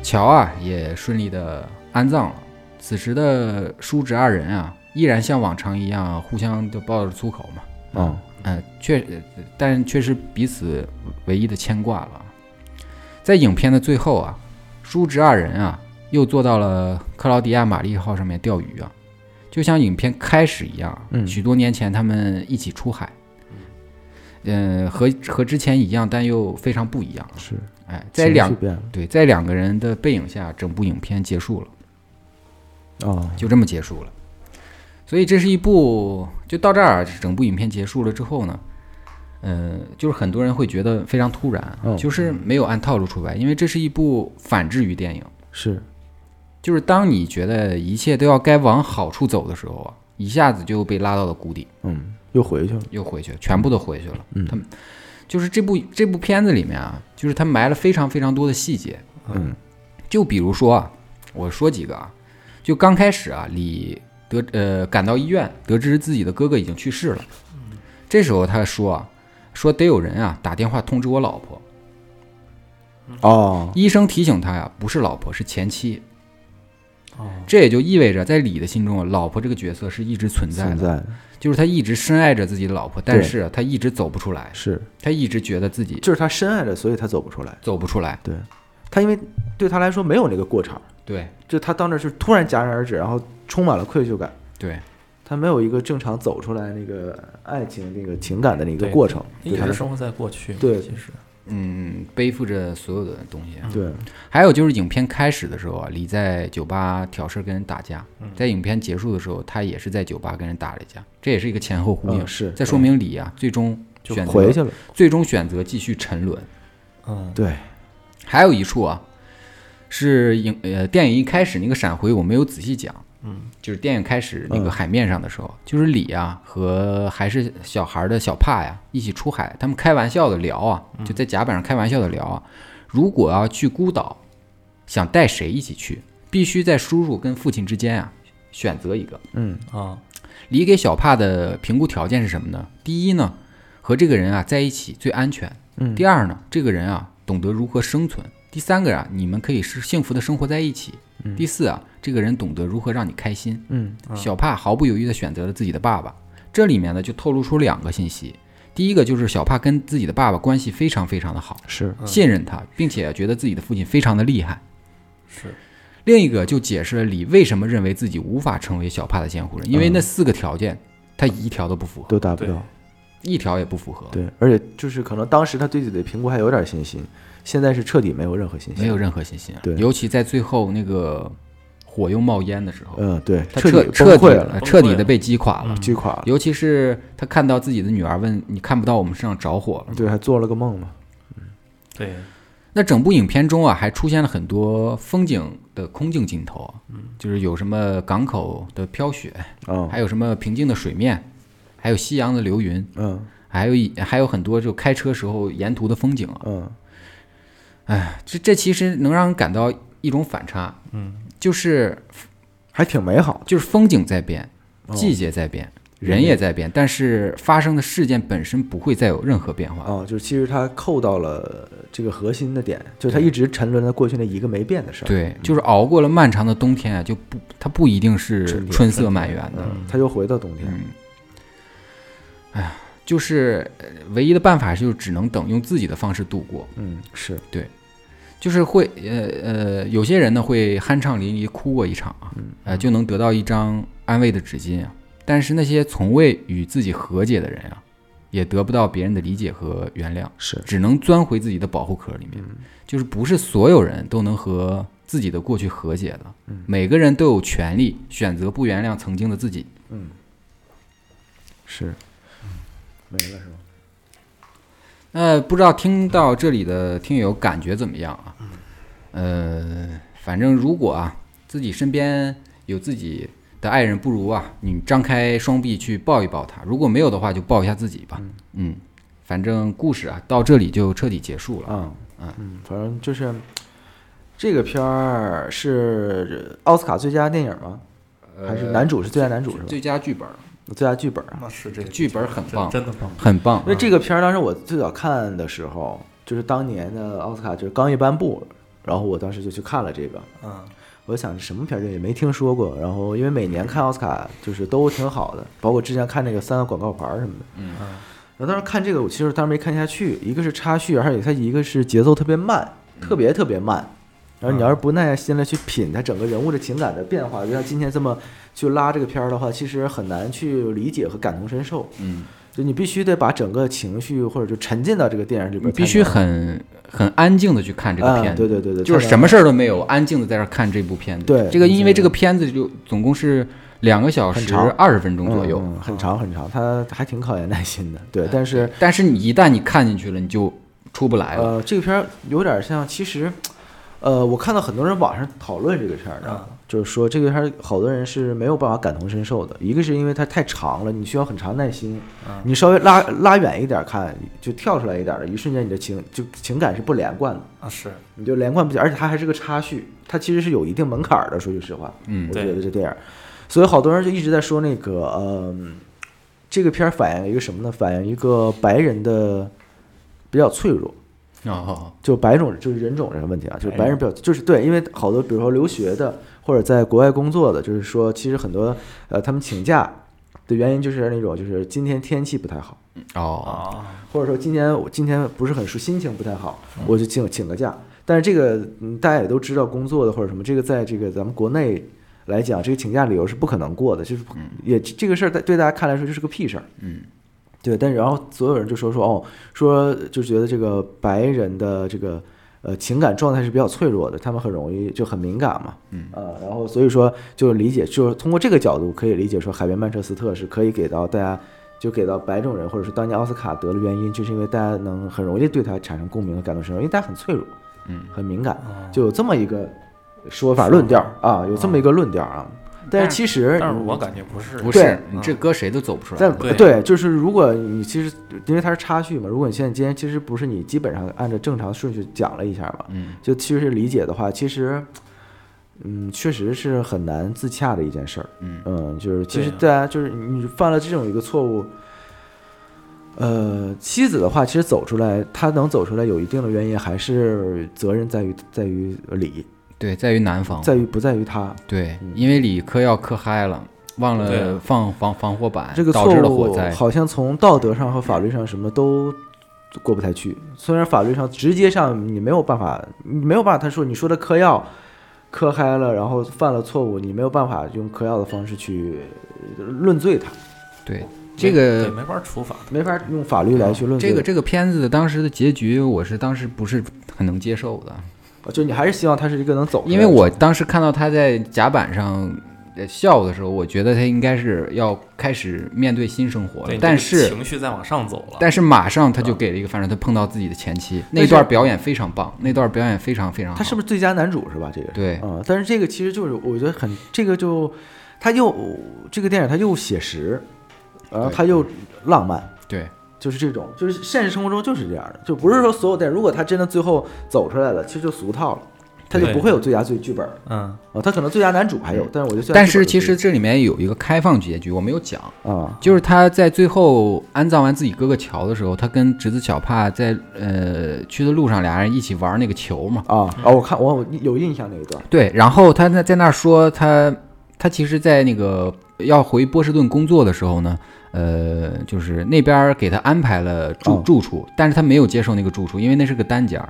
Speaker 1: 乔啊也顺利的安葬了。此时的叔侄二人啊，依然像往常一样互相的抱着粗口嘛，
Speaker 2: 哦，
Speaker 1: 呃，确，呃但却是彼此唯一的牵挂了。啊在影片的最后啊，叔侄二人啊又坐到了克劳迪亚玛丽号上面钓鱼啊，就像影片开始一样啊，
Speaker 2: 嗯
Speaker 1: 许多年前他们一起出海，嗯，和和之前一样，但又非常不一样。
Speaker 2: 是。
Speaker 1: 哎，在
Speaker 2: 情绪
Speaker 1: 两
Speaker 2: 变了。
Speaker 1: 对在两个人的背影下，整部影片结束了。
Speaker 2: 哦，
Speaker 1: 就这么结束了。所以这是一部就到这儿，整部影片结束了之后呢，呃，就是很多人会觉得非常突然啊，
Speaker 2: 嗯
Speaker 1: 就是没有按套路出牌，因为这是一部反制于电影。
Speaker 2: 是
Speaker 1: 就是当你觉得一切都要该往好处走的时候啊，一下子就被拉到了谷底，
Speaker 2: 嗯，又回去了。
Speaker 1: 又回去了，全部都回去了。
Speaker 2: 嗯
Speaker 1: 他们就是这部这部片子里面啊，就是他埋了非常非常多的细节。
Speaker 2: 嗯，
Speaker 1: 就比如说啊，我说几个啊，就刚开始啊，李得呃赶到医院，得知自己的哥哥已经去世了。
Speaker 2: 嗯
Speaker 1: 这时候他说啊，说得有人啊打电话通知我老婆。
Speaker 2: 哦，
Speaker 1: 医生提醒他呀、不是老婆，是前妻。
Speaker 2: 哦
Speaker 1: 这也就意味着，在李的心中啊，老婆这个角色是一直存在的，
Speaker 2: 存在的
Speaker 1: 就是他一直深爱着自己的老婆，但
Speaker 2: 对
Speaker 1: 是啊他一直走不出来，
Speaker 2: 是，
Speaker 1: 他一直觉得自己
Speaker 2: 就是他深爱着，所以他走不出来。
Speaker 1: 走不出来。
Speaker 2: 对他，因为对他来说没有那个过场，
Speaker 1: 对
Speaker 2: 就他到那儿是突然戛然而止，然后充满了愧疚感。
Speaker 1: 对，
Speaker 2: 他没有一个正常走出来那个爱情那个情感的那个
Speaker 5: 对
Speaker 2: 过程，
Speaker 5: 一
Speaker 2: 对他
Speaker 5: 直
Speaker 2: 来说，
Speaker 5: 生活在过去嘛，
Speaker 2: 对
Speaker 5: 其实
Speaker 1: 嗯，背负着所有的东西啊。
Speaker 2: 对，
Speaker 1: 还有就是影片开始的时候啊，李在酒吧挑事儿跟人打架，
Speaker 2: 嗯
Speaker 1: 在影片结束的时候，他也是在酒吧跟人打了一架，这也是一个前后呼应。
Speaker 2: 嗯是
Speaker 1: 在说明李啊，最终
Speaker 5: 就
Speaker 1: 选择
Speaker 2: 回去了，
Speaker 1: 最终选择继续沉沦。
Speaker 5: 嗯，
Speaker 2: 对，
Speaker 1: 还有一处啊，是影呃电影一开始那个闪回我没有仔细讲，嗯，就是电影开始那个
Speaker 2: 嗯
Speaker 1: 海面上的时候，就是李啊和还是小孩儿的小帕呀一起出海，他们开玩笑的聊啊，就在甲板上开玩笑的聊啊，如果要去孤岛，想带谁一起去，必须在叔叔跟父亲之间啊选择一个。
Speaker 2: 嗯，
Speaker 5: 啊，
Speaker 1: 李给小帕的评估条件是什么呢？第一呢，和这个人啊在一起最安全。
Speaker 2: 嗯
Speaker 1: 第二呢，这个人啊懂得如何生存。第三个啊，你们可以是幸福的生活在一起。第四啊，这个人懂得如何让你开心。
Speaker 2: 嗯，
Speaker 1: 小帕毫不犹豫地选择了自己的爸爸。这里面呢，就透露出两个信息。第一个就是小帕跟自己的爸爸关系非常非常的好，
Speaker 2: 是，
Speaker 1: 信任他，并且觉得自己的父亲非常的厉害。
Speaker 5: 是
Speaker 1: 另一个就解释了李为什么认为自己无法成为小帕的监护人，因
Speaker 2: 嗯
Speaker 1: 为那四个条件他一条都不符合，
Speaker 2: 都达不
Speaker 5: 对
Speaker 2: 到，
Speaker 1: 一条也不符合，
Speaker 2: 对，而且就是可能当时他对自己的评估还有点信心，现在是彻底没有任何信心，
Speaker 1: 没有，任何信心。啊
Speaker 2: 对
Speaker 1: 尤其在最后那个火又冒烟的时候，
Speaker 2: 嗯，对，
Speaker 1: 他
Speaker 2: 彻
Speaker 1: 彻
Speaker 2: 底
Speaker 1: 彻底
Speaker 2: 崩
Speaker 1: 嗯
Speaker 2: 溃了，嗯
Speaker 1: 呃
Speaker 5: 崩溃
Speaker 1: 彻底的
Speaker 5: 了
Speaker 1: 被击垮了。
Speaker 2: 击垮了，
Speaker 1: 尤其是他看到自己的女儿问：“你看不到我们身上着火了吗
Speaker 2: 对，还做了个梦嘛，
Speaker 5: 对，
Speaker 1: 那整部影片中啊，还出现了很多风景的空镜镜头啊，
Speaker 2: 嗯
Speaker 1: 就是有什么港口的飘雪，
Speaker 2: 啊，
Speaker 1: 还有什么平静的水面，还有夕阳的流云，
Speaker 2: 嗯
Speaker 1: 还有一还有很多就开车时候沿途的风景啊，
Speaker 2: 嗯，
Speaker 1: 这这其实能让人感到一种反差，嗯，就是
Speaker 2: 还挺美好的，
Speaker 1: 就是风景在变，
Speaker 2: 哦
Speaker 1: 季节在变，人也在变，但是发生的事件本身不会再有任何变化。
Speaker 2: 哦，就是其实他扣到了这个核心的点，就是他一直沉沦在过去那一个没变的事儿。
Speaker 1: 对，就是熬过了漫长的冬天啊，就不，它不一定是
Speaker 2: 春天
Speaker 1: 春色满园的。
Speaker 2: 嗯，他又回到冬天。
Speaker 1: 嗯，哎呀，就是呃唯一的办法就是只能等，用自己的方式度过。
Speaker 2: 嗯，是，
Speaker 1: 就是会呃呃，有些人呢会酣畅淋漓哭过一场啊，呃就能得到一张安慰的纸巾啊。但是那些从未与自己和解的人啊，也得不到别人的理解和原谅，
Speaker 2: 是
Speaker 1: 只能钻回自己的保护壳里面。就是不是所有人都能和自己的过去和解的，
Speaker 2: 嗯
Speaker 1: 每个人都有权利选择不原谅曾经的自己。
Speaker 2: 嗯是，没了是吧？
Speaker 1: 那不知道听到这里的听友感觉怎么样啊？
Speaker 2: 嗯
Speaker 1: 呃，反正如果啊自己身边有自己的爱人不如啊，你张开双臂去抱一抱他；如果没有的话，就抱一下自己吧。嗯，反正故事啊到这里就彻底结束了。
Speaker 2: 啊，嗯，反正就是这个片儿是奥斯卡最佳电影吗？还是男主是最佳男主是吧？
Speaker 1: 最佳剧本儿，
Speaker 2: 最佳剧本啊。
Speaker 3: 那是这个
Speaker 1: 剧本很棒，
Speaker 5: 真的棒。
Speaker 1: 很棒啊
Speaker 2: 因。为这个片儿当时我最早看的时候，就是当年的奥斯卡就是刚一颁布，然后我当时就去看了这个，
Speaker 3: 嗯，
Speaker 2: 我想什么片儿这也没听说过，然后因为每年看奥斯卡就是都挺好的，包括之前看那个三个广告牌儿什么的，嗯，然后当时看这个我其实当时没看下去，一个是插叙，还有它一个是节奏特别慢，嗯特别特别慢，然后你要是不耐下心来去品它整个人物的情感的变化，就像今天这么去拉这个片儿的话，其实很难去理解和感同身受，
Speaker 1: 嗯，
Speaker 2: 就你必须得把整个情绪或者就沉浸到这个电影里边
Speaker 1: 你
Speaker 2: 儿才能，
Speaker 1: 必须很很安静的去看这个片
Speaker 2: 嗯
Speaker 1: 子。
Speaker 2: 对对对对，
Speaker 1: 就是
Speaker 2: 才能
Speaker 1: 什么事儿都没有，安静的在这儿看这部片子。
Speaker 2: 对
Speaker 1: 这个
Speaker 2: 你
Speaker 1: 因
Speaker 2: 觉
Speaker 1: 为
Speaker 2: 得
Speaker 1: 这个片子就总共是两个小
Speaker 2: 很
Speaker 1: 时
Speaker 2: 长
Speaker 1: 二十分钟左右。
Speaker 2: 嗯嗯很长很长，它还挺考验耐心的。嗯对，但是
Speaker 1: 但是你一旦你看进去了，你就出不来了。
Speaker 2: 呃，这个片儿有点像，其实，呃，我看到很多人网上讨论这个片儿的
Speaker 3: 啊，
Speaker 2: 就是说这个片儿好多人是没有办法感同身受的，一个是因为它太长了，你需要很长耐心，你稍微拉拉远一点看，就跳出来一点的，一瞬间你的情就情感是不连贯的，
Speaker 3: 啊是，
Speaker 2: 你就连贯不起来，而且它还是个插叙，它其实是有一定门槛儿的。说句实话，
Speaker 1: 嗯
Speaker 2: 我
Speaker 5: 对
Speaker 2: 觉得这电影儿，所以好多人就一直在说那个，嗯，这个片儿反映一个什么呢？反映一个白人的比较脆弱，
Speaker 1: 哦，
Speaker 2: 就白种就是人种这个问题啊，就是白人比较就是对，因为好多比如说留学的或者在国外工作的，就是说其实很多呃他们请假的原因就是那种就是今天天气不太好，
Speaker 1: 哦，
Speaker 2: 或者说今天我今天不是很舒，心情不太好，我就请请个假。但是这个嗯大家也都知道，工作的或者什么，这个在这个咱们国内来讲，这个请假理由是不可能过的，就是也这个事儿在对大家看来说就是个屁事儿。
Speaker 1: 嗯，
Speaker 2: 对。但是然后所有人就说说哦，说就觉得这个白人的这个呃情感状态是比较脆弱的，他们很容易就很敏感嘛。嗯啊，然后所以说就理解，就是通过这个角度可以理解说，海边曼彻斯特是可以给到大家。就给到白种人，或者是当年奥斯卡得的原因，就是因为大家能很容易对他产生共鸣和感同身受，因为大家很脆弱，嗯，很敏感，就有这么一个说法论调啊，有这么一个论调啊。但是其实，
Speaker 5: 但是我感觉不是，嗯
Speaker 1: 不
Speaker 2: 对
Speaker 1: 是，你这歌谁都走不出来。
Speaker 2: 但
Speaker 5: 对
Speaker 2: 对，就是如果你其实因为它是插叙嘛，如果你现在今天其实不是你基本上按照正常顺序讲了一下嘛，
Speaker 1: 嗯，
Speaker 2: 就其实是理解的话，其实，嗯，确实是很难自洽的一件事儿。
Speaker 1: 嗯
Speaker 2: 就是其
Speaker 5: 对
Speaker 2: 实
Speaker 5: 啊
Speaker 2: 大家就是你犯了这种一个错误，呃，妻子的话，其实走出来，她能走出来，有一定的原因，还是责任在于在于李，
Speaker 1: 对，在于南方。
Speaker 5: 哦
Speaker 2: 在于不在于他。
Speaker 1: 对，因为理科要嗑嗨了，忘了
Speaker 5: 对啊
Speaker 1: 放防防火板，
Speaker 2: 这个
Speaker 1: 哎导
Speaker 2: 错
Speaker 1: 致了火
Speaker 2: 误
Speaker 1: 灾。
Speaker 2: 好像从道德上和法律上什么都过不太去。虽然法律上直接上你没有办法，你没有办法，他说你说的嗑药嗑嗨了，然后犯了错误，你没有办法用嗑药的方式去论罪他，
Speaker 1: 对，这
Speaker 5: 对
Speaker 1: 个
Speaker 5: 没法处罚。
Speaker 2: 没法用法律来去论罪。
Speaker 1: 这个这个片子的当时的结局，我是当时不是很能接受的。
Speaker 2: 个，就你还是希望他是一个能走出来的，
Speaker 1: 因为我当时看到他在甲板上呃笑的时候，我觉得他应该是要开始面对新生活了
Speaker 5: 对，，
Speaker 1: 但
Speaker 5: 你这个
Speaker 1: 是
Speaker 5: 情嗯绪在往上走了。
Speaker 1: 但是马上他就给了一个反转，他碰到自己的前妻，
Speaker 2: 但
Speaker 1: 那
Speaker 2: 是
Speaker 1: 段表演非常棒，那段表演非常非常好。
Speaker 2: 他是不是最佳男主是吧？这个是
Speaker 1: 对
Speaker 2: 啊、但是这个其实就是我觉得很这个就他又这个电影他又写实，然后
Speaker 1: 对
Speaker 2: 他又浪漫。
Speaker 1: 对
Speaker 2: 就是这种，就是现实生活中就是这样的，就不是说所有电影，如果他真的最后走出来了，其实就俗套了。他就
Speaker 5: 对
Speaker 2: 不会有最佳最剧本儿
Speaker 5: 嗯，
Speaker 2: 啊，他可能最佳男主还
Speaker 1: 嗯
Speaker 2: 有，但是我觉得最佳
Speaker 1: 但
Speaker 2: 剧本
Speaker 1: 是
Speaker 2: 儿
Speaker 1: 其
Speaker 2: 就
Speaker 1: 实这里面有一个开放结局，我没有讲，
Speaker 2: 啊，
Speaker 1: 就是他在最后安葬完自己哥哥乔的时候，他跟侄子小帕在呃去的路上，俩人一起玩那个球嘛。
Speaker 2: 啊啊！我看我有印象那一段
Speaker 1: 对，然后他在在那儿说他他其实，在那个要回波士顿工作的时候呢，呃，就是那边儿给他安排了住、
Speaker 2: 哦
Speaker 1: 住处，但是他没有接受那个住处，因为那是个单间儿，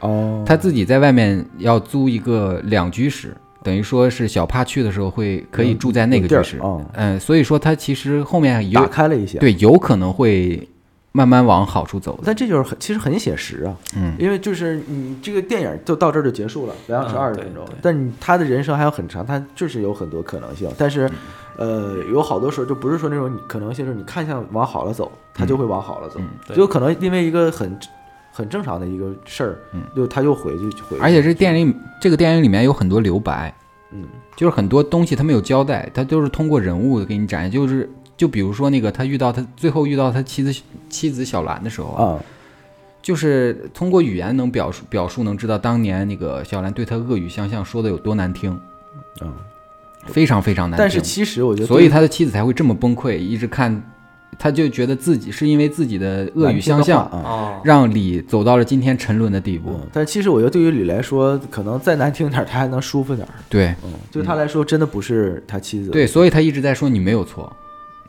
Speaker 2: 哦
Speaker 1: 他自己在外面要租一个两居室，等于说是小帕去的时候会可以住在那个
Speaker 2: 嗯地
Speaker 1: 居
Speaker 2: 儿
Speaker 1: 室。
Speaker 2: 啊，
Speaker 1: 嗯，所以说他其实后面
Speaker 2: 打
Speaker 1: 有
Speaker 2: 开了一些。
Speaker 1: 对有可能会慢慢往好处走的。
Speaker 2: 但这就是很，其实很写实啊，
Speaker 1: 嗯
Speaker 2: 因为就是你这个电影就到这儿就结束了，两小时
Speaker 5: 嗯
Speaker 2: 二十
Speaker 5: 对
Speaker 2: 分钟，
Speaker 5: 对
Speaker 2: 但你他的人生还有很长，他就是有很多可能性，但
Speaker 5: 嗯
Speaker 2: 是，呃，有好多时候就不是说那种你可能性，就是你看向往好了走，他就会往好了走，
Speaker 5: 嗯对
Speaker 2: 就可能因为一个很很正常的一个事儿，就他又回去回去，
Speaker 1: 而且这电影这个电影里面有很多留白，
Speaker 2: 嗯，
Speaker 1: 就是很多东西他没有交代，他就是通过人物给你展现，就是就比如说那个他遇到他最后遇到他妻子妻子小兰的时候，
Speaker 2: 啊，
Speaker 1: 就是通过语言能表述表述能知道当年那个小兰对他恶语相向说的有多难听，
Speaker 2: 嗯，
Speaker 1: 非常非常难听。
Speaker 2: 但是其实我觉得，
Speaker 1: 所以他的妻子才会这么崩溃，一直看，他就觉得自己是因为自己的恶语相向，
Speaker 2: 啊。
Speaker 5: 哦，
Speaker 1: 让李走到了今天沉沦的地步。
Speaker 2: 嗯但是其实我觉得，对于李来说，可能再难听点儿，他还能舒服点儿。
Speaker 1: 对
Speaker 2: 嗯，对他来说，真的不是他妻子。
Speaker 1: 对，所以他一直在说你没有错，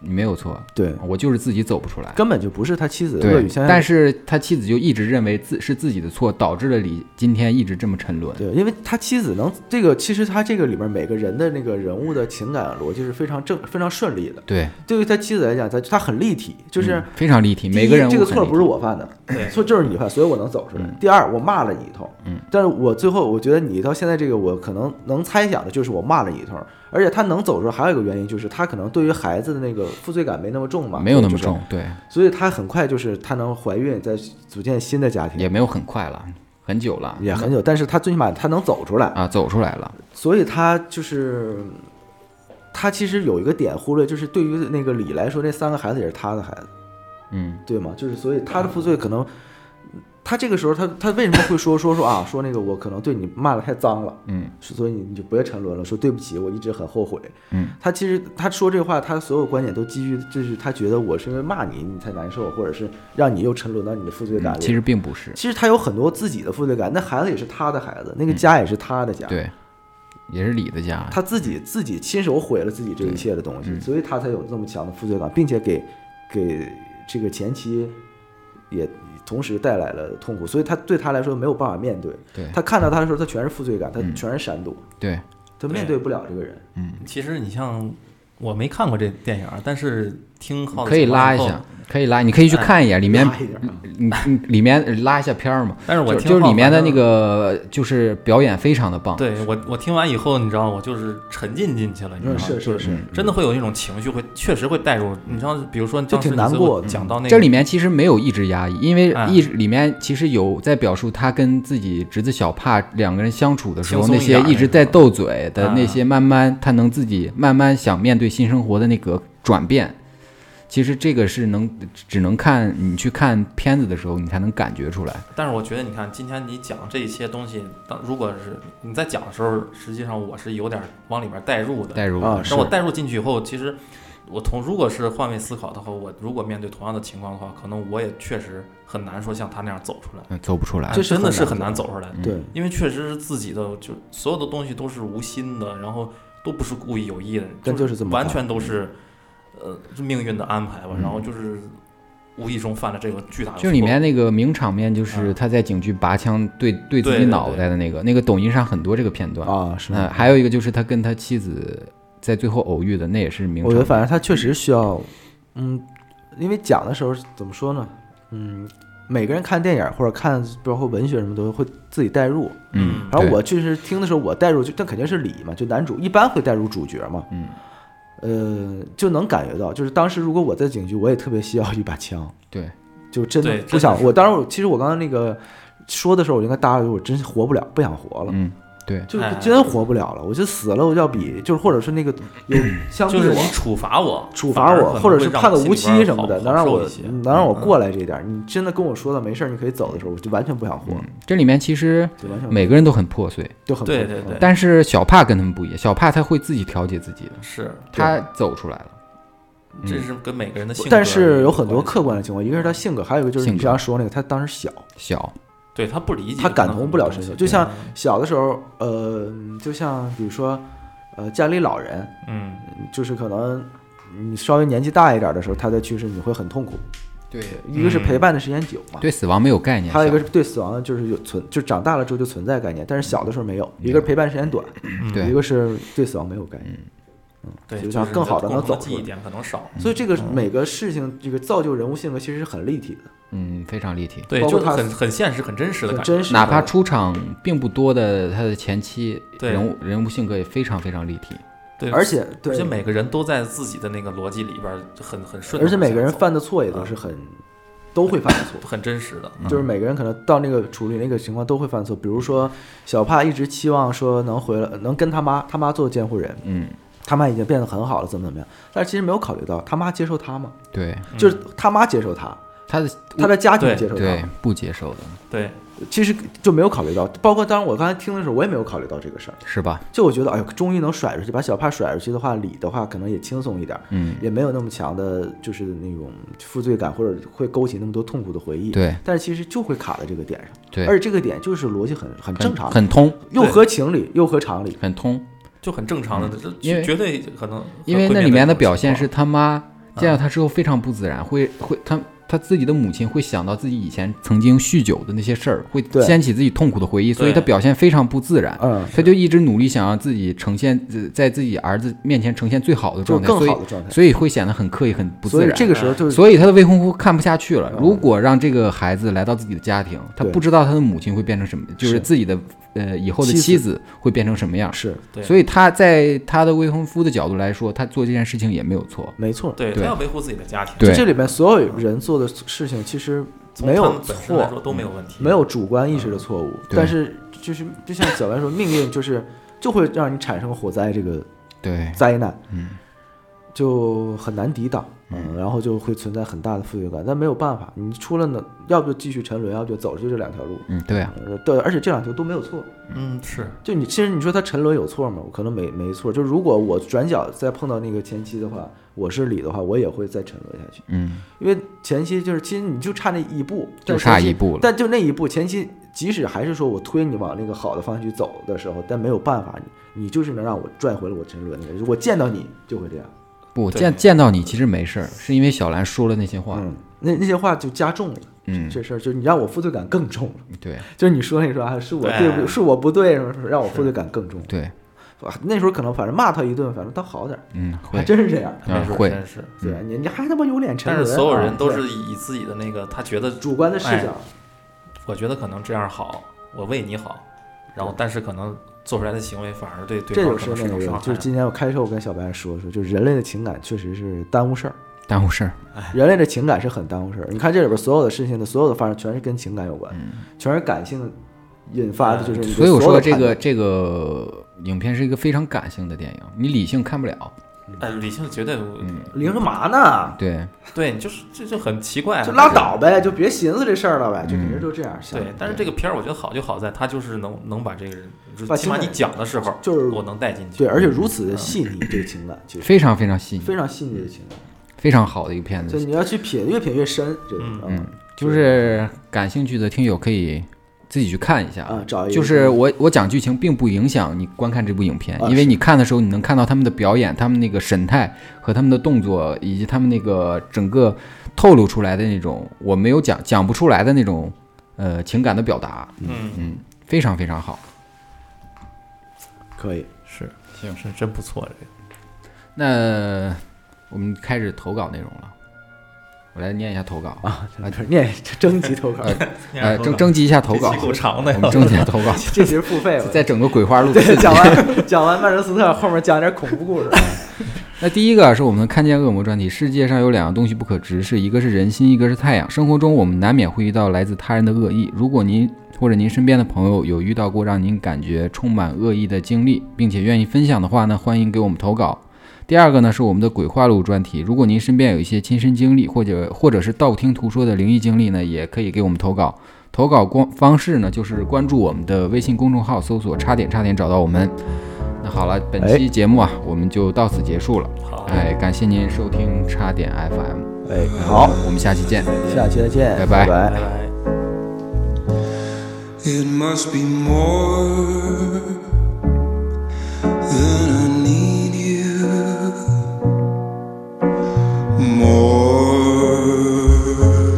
Speaker 1: 你没有错，
Speaker 2: 对，
Speaker 1: 我就是自己走不出来。
Speaker 2: 根本就不是他妻子的恶
Speaker 1: 对
Speaker 2: 语，相向。
Speaker 1: 但是他妻子就一直认为自是自己的错，导致了李今天一直这么沉沦。
Speaker 2: 对，因为他妻子能这个，其实他这个里面每个人的那个人物的情感逻辑是非常正、非常顺利的。
Speaker 1: 对，
Speaker 2: 对于他妻子来讲，他他很立体，就是
Speaker 1: 嗯非常立体，
Speaker 2: 第一、
Speaker 1: 每个人物
Speaker 2: 这个
Speaker 1: 很
Speaker 2: 错
Speaker 1: 立
Speaker 2: 不是
Speaker 1: 体嗯
Speaker 2: 我犯的，错就是你犯，所以我能走出来。第二，我骂了你一通，嗯，但是我最后我觉得你到现在这个，我可能能猜想的就是我骂了你一通，而且他能走出来，还有一个原因就是他可能对于孩子的那个负罪感没那么重嘛，
Speaker 1: 没有那
Speaker 2: 就
Speaker 1: 么
Speaker 2: 是
Speaker 1: 重，对，
Speaker 2: 所以她很快就是她能怀孕，再组建新的家庭，
Speaker 1: 也没有很快了，很久了，
Speaker 2: 也很久，但是她最起码她能走出来，
Speaker 1: 啊，走出来了。
Speaker 2: 所以她就是她其实有一个点忽略，就是对于那个李来说，那三个孩子也是她的孩子，
Speaker 1: 嗯，
Speaker 2: 对吗？就是所以她的负罪可能，她这个时候她她为什么会说说说啊说那个我可能对你骂的太脏了，
Speaker 1: 嗯，
Speaker 2: 所以你你就不要沉沦了，说对不起，我一直很后悔，
Speaker 1: 嗯，
Speaker 2: 她其实她说这话，她所有观点都基于就是她觉得我是因为骂你你才难受，或者是让你又沉沦到你的负罪感
Speaker 1: 嗯
Speaker 2: 里，
Speaker 1: 其实并不是，
Speaker 2: 其实他有很多自己的负罪感，那孩子也是他的孩子，
Speaker 1: 嗯
Speaker 2: 那个家也是他的家，
Speaker 1: 对，也是李的家，
Speaker 2: 他自己自己亲手毁了自己这一切的东西，
Speaker 1: 嗯
Speaker 2: 所以他才有这么强的负罪感，并且给给这个前妻也同时带来了痛苦，所以他对他来说没有办法面对。
Speaker 1: 对
Speaker 2: 他看到他的时候，他全是负罪感，他
Speaker 1: 嗯
Speaker 2: 全是闪躲，
Speaker 1: 对，
Speaker 2: 他面对不了这个人。
Speaker 5: 其实你像我没看过这电影儿，但是听浩子
Speaker 1: 可以
Speaker 5: 讲
Speaker 1: 拉
Speaker 5: 完
Speaker 1: 一
Speaker 5: 之后
Speaker 1: 下，，可以拉，你可以去看一
Speaker 5: 哎
Speaker 1: 眼，里面
Speaker 2: 拉一点啊
Speaker 1: 你你里面拉一下片儿嘛。
Speaker 5: 但是我
Speaker 1: 就
Speaker 5: 听
Speaker 1: 就是
Speaker 5: 浩
Speaker 1: 里面的
Speaker 5: 反
Speaker 1: 那
Speaker 5: 正
Speaker 1: 个就是表演非常的棒，
Speaker 5: 对我，我听完以后，你知道，我就是沉浸进去了，你知道吗？
Speaker 2: 嗯是是是，
Speaker 1: 嗯
Speaker 5: 真的会有那种情绪，会确实会带入。你知道，比如说当时
Speaker 2: 挺
Speaker 5: 你
Speaker 2: 难
Speaker 5: 最后
Speaker 2: 过的
Speaker 5: 讲到那个，
Speaker 1: 这里面其实没有一直压抑，因为
Speaker 5: 啊
Speaker 1: 一直里面其实有在表述他跟自己侄子小帕两个人相处的时候，
Speaker 5: 轻松
Speaker 1: 那
Speaker 5: 一
Speaker 1: 些
Speaker 5: 点儿
Speaker 1: 一直在斗嘴的
Speaker 5: 啊
Speaker 1: 那些，慢慢他能自己慢慢想面对新生活的那个转变。其实这个是能只能看你去看片子的时候，你才能感觉出来。
Speaker 5: 但是我觉得，你看今天你讲这些东西，当如果是你在讲的时候，实际上我是有点往里面带入的。
Speaker 1: 代入
Speaker 2: 啊
Speaker 5: 那我带入进去以后，其实我同如果是换位思考的话，我如果面对同样的情况的话，可能我也确实很难说像他那样走出来，
Speaker 1: 嗯走不出来
Speaker 5: 哎
Speaker 2: 这。是
Speaker 5: 真的
Speaker 2: 很
Speaker 5: 是
Speaker 2: 难
Speaker 5: 很难走出来
Speaker 1: 嗯
Speaker 5: 的。
Speaker 2: 对，
Speaker 5: 因为确实是自己的，就所有的东西都是无心的，然后都不是故意有意的，
Speaker 2: 但就是这么
Speaker 5: 完
Speaker 2: 干
Speaker 5: 全都是，呃，是命运的安排吧。
Speaker 2: 嗯
Speaker 5: 然后就是无意中犯了这个巨大的错，
Speaker 1: 就里面那个名场面，就是
Speaker 5: 啊
Speaker 1: 他在警局拔枪对对自己
Speaker 5: 对对
Speaker 1: 脑袋的那个，那个抖音上很多这个片段
Speaker 2: 啊是
Speaker 1: 嗯，还有一个就是他跟他妻子在最后偶遇的，那也是名
Speaker 2: 我觉得
Speaker 1: 场。
Speaker 2: 反正他确实需要，嗯，因为讲的时候怎么说呢，嗯，每个人看电影或者看包括文学什么都会自己代入。
Speaker 1: 嗯，
Speaker 2: 然后
Speaker 1: 对
Speaker 2: 我就是听的时候，我代入就，但肯定是李嘛，就男主一般会代入主角嘛，
Speaker 1: 嗯，
Speaker 2: 呃，就能感觉到，就是当时如果我在警局，我也特别需要一把枪，
Speaker 1: 对
Speaker 2: 就真的
Speaker 5: 对
Speaker 2: 不想。
Speaker 5: 真的是
Speaker 2: 我当时我其实我刚刚那个说的时候，我就跟大家说，我真是活不了，不想活了。
Speaker 1: 嗯，对，
Speaker 2: 就
Speaker 5: 哎
Speaker 2: 真活不了了。我就死了，我就要比，就是或者是 那个有相比
Speaker 5: 就是
Speaker 2: 我
Speaker 5: 你处罚我，
Speaker 2: 处罚我，或者是判个无期什么的，能
Speaker 5: 能
Speaker 2: 让我能让我
Speaker 5: 过。嗯
Speaker 2: 过来这一点儿。你真的跟我说了没事儿，你可以走的时候，我就完全不想活，
Speaker 1: 嗯，这里面其实
Speaker 2: 就完全
Speaker 1: 每个人都很破碎，
Speaker 2: 就很嗯
Speaker 5: 对对对
Speaker 1: 但是小帕跟他们不一样，小帕他会自己调节自己的，
Speaker 5: 是，
Speaker 1: 他走出来了。嗯
Speaker 5: 这是跟每个人的性格。
Speaker 2: 但是有很多客观的情况，一个是他性格，还有一个就是你
Speaker 1: 性格
Speaker 2: 之前说那个，他当时小，
Speaker 1: 小，
Speaker 5: 对他不理解，
Speaker 2: 他感同不了身受。就像
Speaker 5: 嗯
Speaker 2: 小的时候，呃，就像比如说，呃，家里老人，
Speaker 5: 嗯，
Speaker 2: 就是可能你稍微年纪大一点的时候，他的去世你会很痛苦。
Speaker 1: 对
Speaker 2: 一个是
Speaker 5: 嗯
Speaker 2: 陪伴的时间久嘛，
Speaker 1: 对死亡没有概念，
Speaker 2: 还有一个
Speaker 1: 小
Speaker 2: 是对死亡就是有存，就长大了之后就存在概念，但是小的时候没有。一个是陪伴时间短，一
Speaker 1: 嗯对嗯
Speaker 2: 个是对死亡没有概念。
Speaker 5: 对，
Speaker 2: 就
Speaker 5: 就
Speaker 2: 像
Speaker 5: 是
Speaker 2: 更好
Speaker 5: 你
Speaker 2: 地
Speaker 5: 的
Speaker 2: 能
Speaker 5: 共同
Speaker 2: 走
Speaker 5: 记
Speaker 2: 出
Speaker 5: 忆
Speaker 2: 来
Speaker 5: 点可能少。
Speaker 2: 所以这个每个事情，这个造就人物性格其实是很立体的，
Speaker 1: 嗯非常立体，
Speaker 5: 对，
Speaker 2: 包括
Speaker 5: 就是
Speaker 2: 他
Speaker 5: 很很现实、很真实的
Speaker 2: 很
Speaker 5: 感觉。
Speaker 2: 真实的。
Speaker 1: 哪怕出场并不多的他的前期
Speaker 5: 对
Speaker 1: 人物人物性格也非常非常立体，
Speaker 5: 对，
Speaker 2: 而且对，
Speaker 5: 而且每个人都在自己的那个逻辑里边儿很很顺，
Speaker 2: 而且每个人犯的错也都是很都会犯的错。
Speaker 5: 很真实的，
Speaker 2: 就是每个人可能到那个处理那个情况都会犯错，比如说小帕一直期望说能回来，能跟他妈，他妈做监护人，
Speaker 1: 嗯，
Speaker 2: 他妈已经变得很好了，怎么怎么样，但是其实没有考虑到他妈接受他吗？
Speaker 1: 对
Speaker 2: 嗯就是他妈接受他，
Speaker 1: 他的
Speaker 2: 他的家庭
Speaker 5: 嗯对
Speaker 2: 接受
Speaker 1: 嗯对
Speaker 2: 他，
Speaker 1: 不接受的
Speaker 5: 对，
Speaker 2: 其实就没有考虑到。包括当时我刚才听的时候，我也没有考虑到这个事儿，
Speaker 1: 是吧？
Speaker 2: 就我觉得哎呦，终于能甩出去，把小帕甩出去的话，理的话可能也轻松一点儿，
Speaker 1: 嗯，
Speaker 2: 也没有那么强的就是那种负罪感，或者会勾起那么多痛苦的回忆。
Speaker 1: 对
Speaker 2: 但是其实就会卡在这个点上，
Speaker 1: 对，
Speaker 2: 而且这个点就是逻辑很
Speaker 1: 很
Speaker 2: 很正常的，
Speaker 1: 很通，
Speaker 2: 又合情理又合常理。
Speaker 1: 很通，
Speaker 5: 就很正
Speaker 2: 嗯
Speaker 5: 常的，这
Speaker 1: 因为
Speaker 5: 绝对可能
Speaker 1: 因为那里面的表现是他妈
Speaker 2: 嗯
Speaker 1: 见到他之后非常不自然，会会他他自己的母亲会想到自己以前曾经酗酒的那些事儿，会
Speaker 2: 对
Speaker 1: 掀起自己痛苦的回忆，所以
Speaker 5: 对
Speaker 1: 他表现非常不自然。
Speaker 2: 嗯，
Speaker 1: 他就一直努力想让自己呈现呃在自己儿子面前呈现最好的
Speaker 2: 就
Speaker 1: 状态，
Speaker 2: 更
Speaker 1: 所以
Speaker 2: 好的状态。
Speaker 1: 所以会显得很刻意、很不
Speaker 2: 所
Speaker 1: 自
Speaker 2: 以
Speaker 1: 然。啊
Speaker 2: 这个时候就是，
Speaker 1: 所以他的未婚夫看不下去了。
Speaker 2: 嗯
Speaker 1: 如果让这个孩子来到自己的家庭，他
Speaker 2: 对
Speaker 1: 不知道他的母亲会变成什么，就是
Speaker 2: 是
Speaker 1: 自己的呃以后的
Speaker 2: 妻子
Speaker 1: 妻子会变成什么样。
Speaker 2: 是
Speaker 5: 对
Speaker 1: 所以他在他的未婚夫的角度来说，他做这件事情也没有错。
Speaker 2: 没错。
Speaker 5: 对他
Speaker 1: 对
Speaker 5: 要维护自己的家庭，
Speaker 1: 对
Speaker 2: 就这里面所有人做的事情其实
Speaker 5: 从
Speaker 2: 没
Speaker 5: 他
Speaker 2: 有
Speaker 5: 们本身来说
Speaker 2: 错，
Speaker 5: 都没有问题，
Speaker 2: 没有主观意识的错误，
Speaker 1: 嗯对
Speaker 2: 但是就是就像小白说，命运就是就会让你产生火灾这个
Speaker 1: 对，
Speaker 2: 灾难，
Speaker 1: 嗯，
Speaker 2: 就很难抵挡，嗯，然后就会存在很大的负罪感，但没有办法，你出了呢，要不就继续沉沦，要不就走，就这两条路。
Speaker 1: 嗯，对啊，
Speaker 2: 呃对，而且这两条都没有错。
Speaker 5: 嗯是
Speaker 2: 就你，其实你说他沉沦有错吗？我可能没没错。就如果我转角再碰到那个前妻的话，我是理的话，我也会再沉沦下去。
Speaker 1: 嗯，
Speaker 2: 因为前期就是，其实你就差那一步，
Speaker 1: 就
Speaker 2: 但是
Speaker 1: 差
Speaker 2: 前期
Speaker 1: 一步了
Speaker 2: 但就那一步，前期即使还是说我推你往那个好的方向去走的时候，但没有办法，你你就是能让我拽回了我沉沦的。我见到你就会这样，
Speaker 1: 不
Speaker 5: 对
Speaker 1: 见见到你其实没事儿，是因为小兰说了那些话。
Speaker 2: 嗯，那那些话就加重了，
Speaker 1: 嗯
Speaker 2: 这事儿就是你让我负罪感更重了。
Speaker 1: 对
Speaker 2: 就是你说那说啊，是我
Speaker 5: 对
Speaker 2: 对不，是我不对，什么什么，让我负罪感更重。
Speaker 1: 对，
Speaker 2: 哇那时候可能反正骂他一顿，反正倒好点儿，
Speaker 1: 嗯，
Speaker 2: 还
Speaker 1: 会，
Speaker 2: 真啊是这样。
Speaker 5: 没准
Speaker 1: 会
Speaker 5: 真是，
Speaker 2: 对啊，你你还他妈有脸沉
Speaker 5: 但
Speaker 2: 沦
Speaker 5: 是
Speaker 2: 啊？
Speaker 5: 所有人都是
Speaker 2: 对
Speaker 5: 以自己的那个他觉得
Speaker 2: 主观的视
Speaker 5: 哎
Speaker 2: 角，
Speaker 5: 我觉得可能这样好，我为你好，然后但是可能做出来的行为反而对
Speaker 2: 这
Speaker 5: 对
Speaker 2: 就
Speaker 5: 方可
Speaker 2: 是
Speaker 5: 能是一
Speaker 2: 那
Speaker 5: 种
Speaker 2: 个
Speaker 5: 伤，害。
Speaker 2: 就是今天我开车，我跟小白说说，就是人类的情感确实是耽误事儿，
Speaker 1: 耽误事儿。
Speaker 5: 哎
Speaker 2: 人类的情感是很耽误事儿。你看这里边所有的事情的所有的发生，全是跟情感有关，
Speaker 5: 嗯
Speaker 2: 全是感性引发的，就是你对
Speaker 1: 所以我说
Speaker 2: 所有的
Speaker 1: 这
Speaker 2: 判
Speaker 1: 个
Speaker 2: 断
Speaker 1: 这个影片是一个非常感性的电影，你理性看不了。
Speaker 5: 哎，理性绝对
Speaker 2: 零什嘛呢？
Speaker 1: 对，
Speaker 5: 对，你就是这就很奇怪，啊
Speaker 2: 就拉倒呗，就别寻思这事儿了呗，就每人都这样想。
Speaker 5: 嗯对，但是这个片儿我觉得好就好在它就是能能把这个人，就
Speaker 2: 把
Speaker 5: 起码
Speaker 2: 情
Speaker 5: 你
Speaker 2: 感
Speaker 5: 讲的时候，
Speaker 2: 就是
Speaker 5: 我能带进去。
Speaker 2: 对，而且如此的细腻，这个情感其实
Speaker 1: 非常非常细腻，
Speaker 2: 非常细腻的情感，
Speaker 1: 非常好的一个片
Speaker 2: 所以
Speaker 1: 子。
Speaker 2: 你要去品，越品越深。这个
Speaker 5: 嗯
Speaker 2: 嗯
Speaker 1: 就是感兴趣的听友可以自己去看一下
Speaker 5: 嗯
Speaker 2: 啊，找一个
Speaker 1: 就是我我讲剧情并不影响你观看这部影片
Speaker 2: 啊，
Speaker 1: 因为
Speaker 2: 是
Speaker 1: 你看的时候你能看到他们的表演、他们那个神态和他们的动作，以及他们那个整个透露出来的那种我没有讲讲不出来的那种呃情感的表达，
Speaker 5: 嗯，
Speaker 1: 嗯，非常非常好。
Speaker 2: 可以，
Speaker 5: 是，行，是真不错，这个
Speaker 1: 那我们开始投稿内容了，我来念一下投稿啊，
Speaker 2: 就是念征集投稿，
Speaker 1: 呃，征征集一下投稿
Speaker 5: 哎 这期，够长的
Speaker 1: 我
Speaker 5: 呀，
Speaker 1: 们征集一下投稿，
Speaker 2: 这其实 付费了。
Speaker 1: 在整个鬼话录
Speaker 2: 对，讲完讲完曼彻斯特，后面讲点恐怖故事。
Speaker 1: 那第一个是我们看见恶魔专题。世界上有两样东西不可直视，一个是人心，一个是太阳。生活中我们难免会遇到来自他人的恶意。如果您或者您身边的朋友有遇到过让您感觉充满恶意的经历，并且愿意分享的话呢，欢迎给我们投稿。第二个呢是我们的鬼话录专题。如果您身边有一些亲身经历，或者或者是道听途说的灵异经历呢，也可以给我们投稿。投稿光方式呢，就是关注我们的微信公众号，搜索“差点差点”找到我们。那好了，本期节目啊，我们就到此结束了。
Speaker 5: 好，
Speaker 1: 哎，感谢您收听差点 FM，
Speaker 2: 哎，好，
Speaker 1: 我们下期见。
Speaker 2: 下期再见，
Speaker 1: 拜拜
Speaker 2: 拜拜
Speaker 5: 拜拜。
Speaker 8: It must be more than I need you. More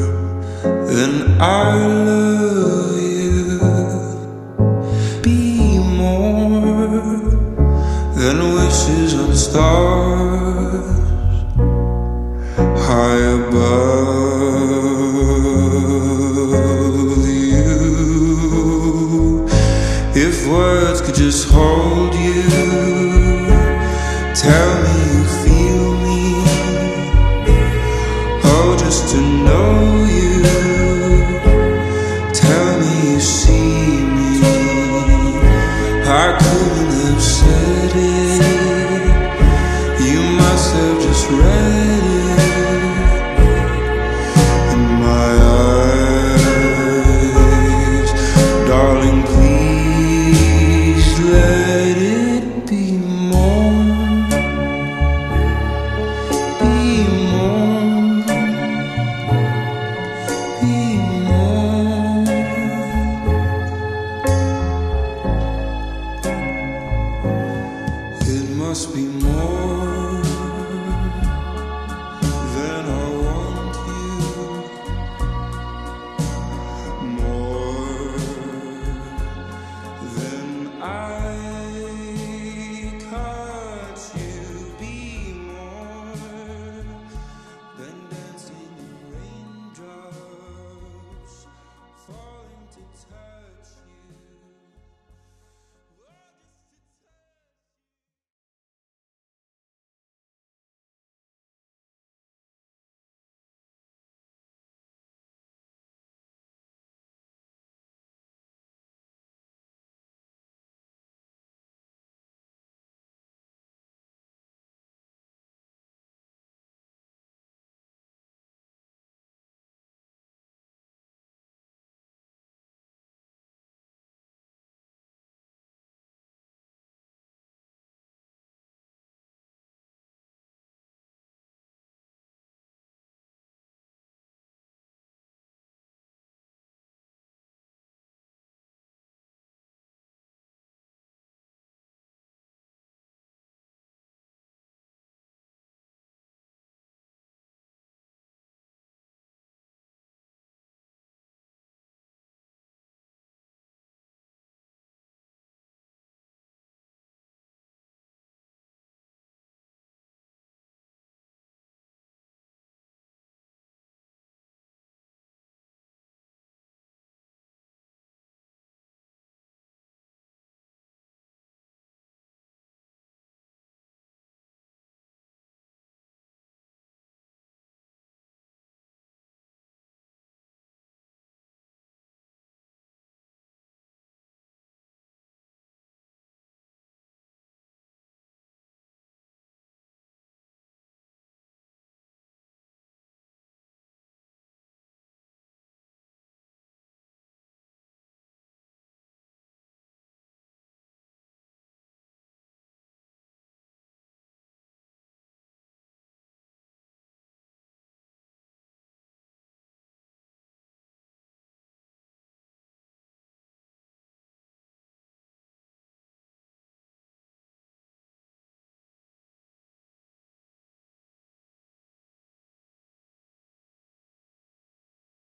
Speaker 8: than I love you. Be more than wishes on stars high above you. If words could just hold Oh,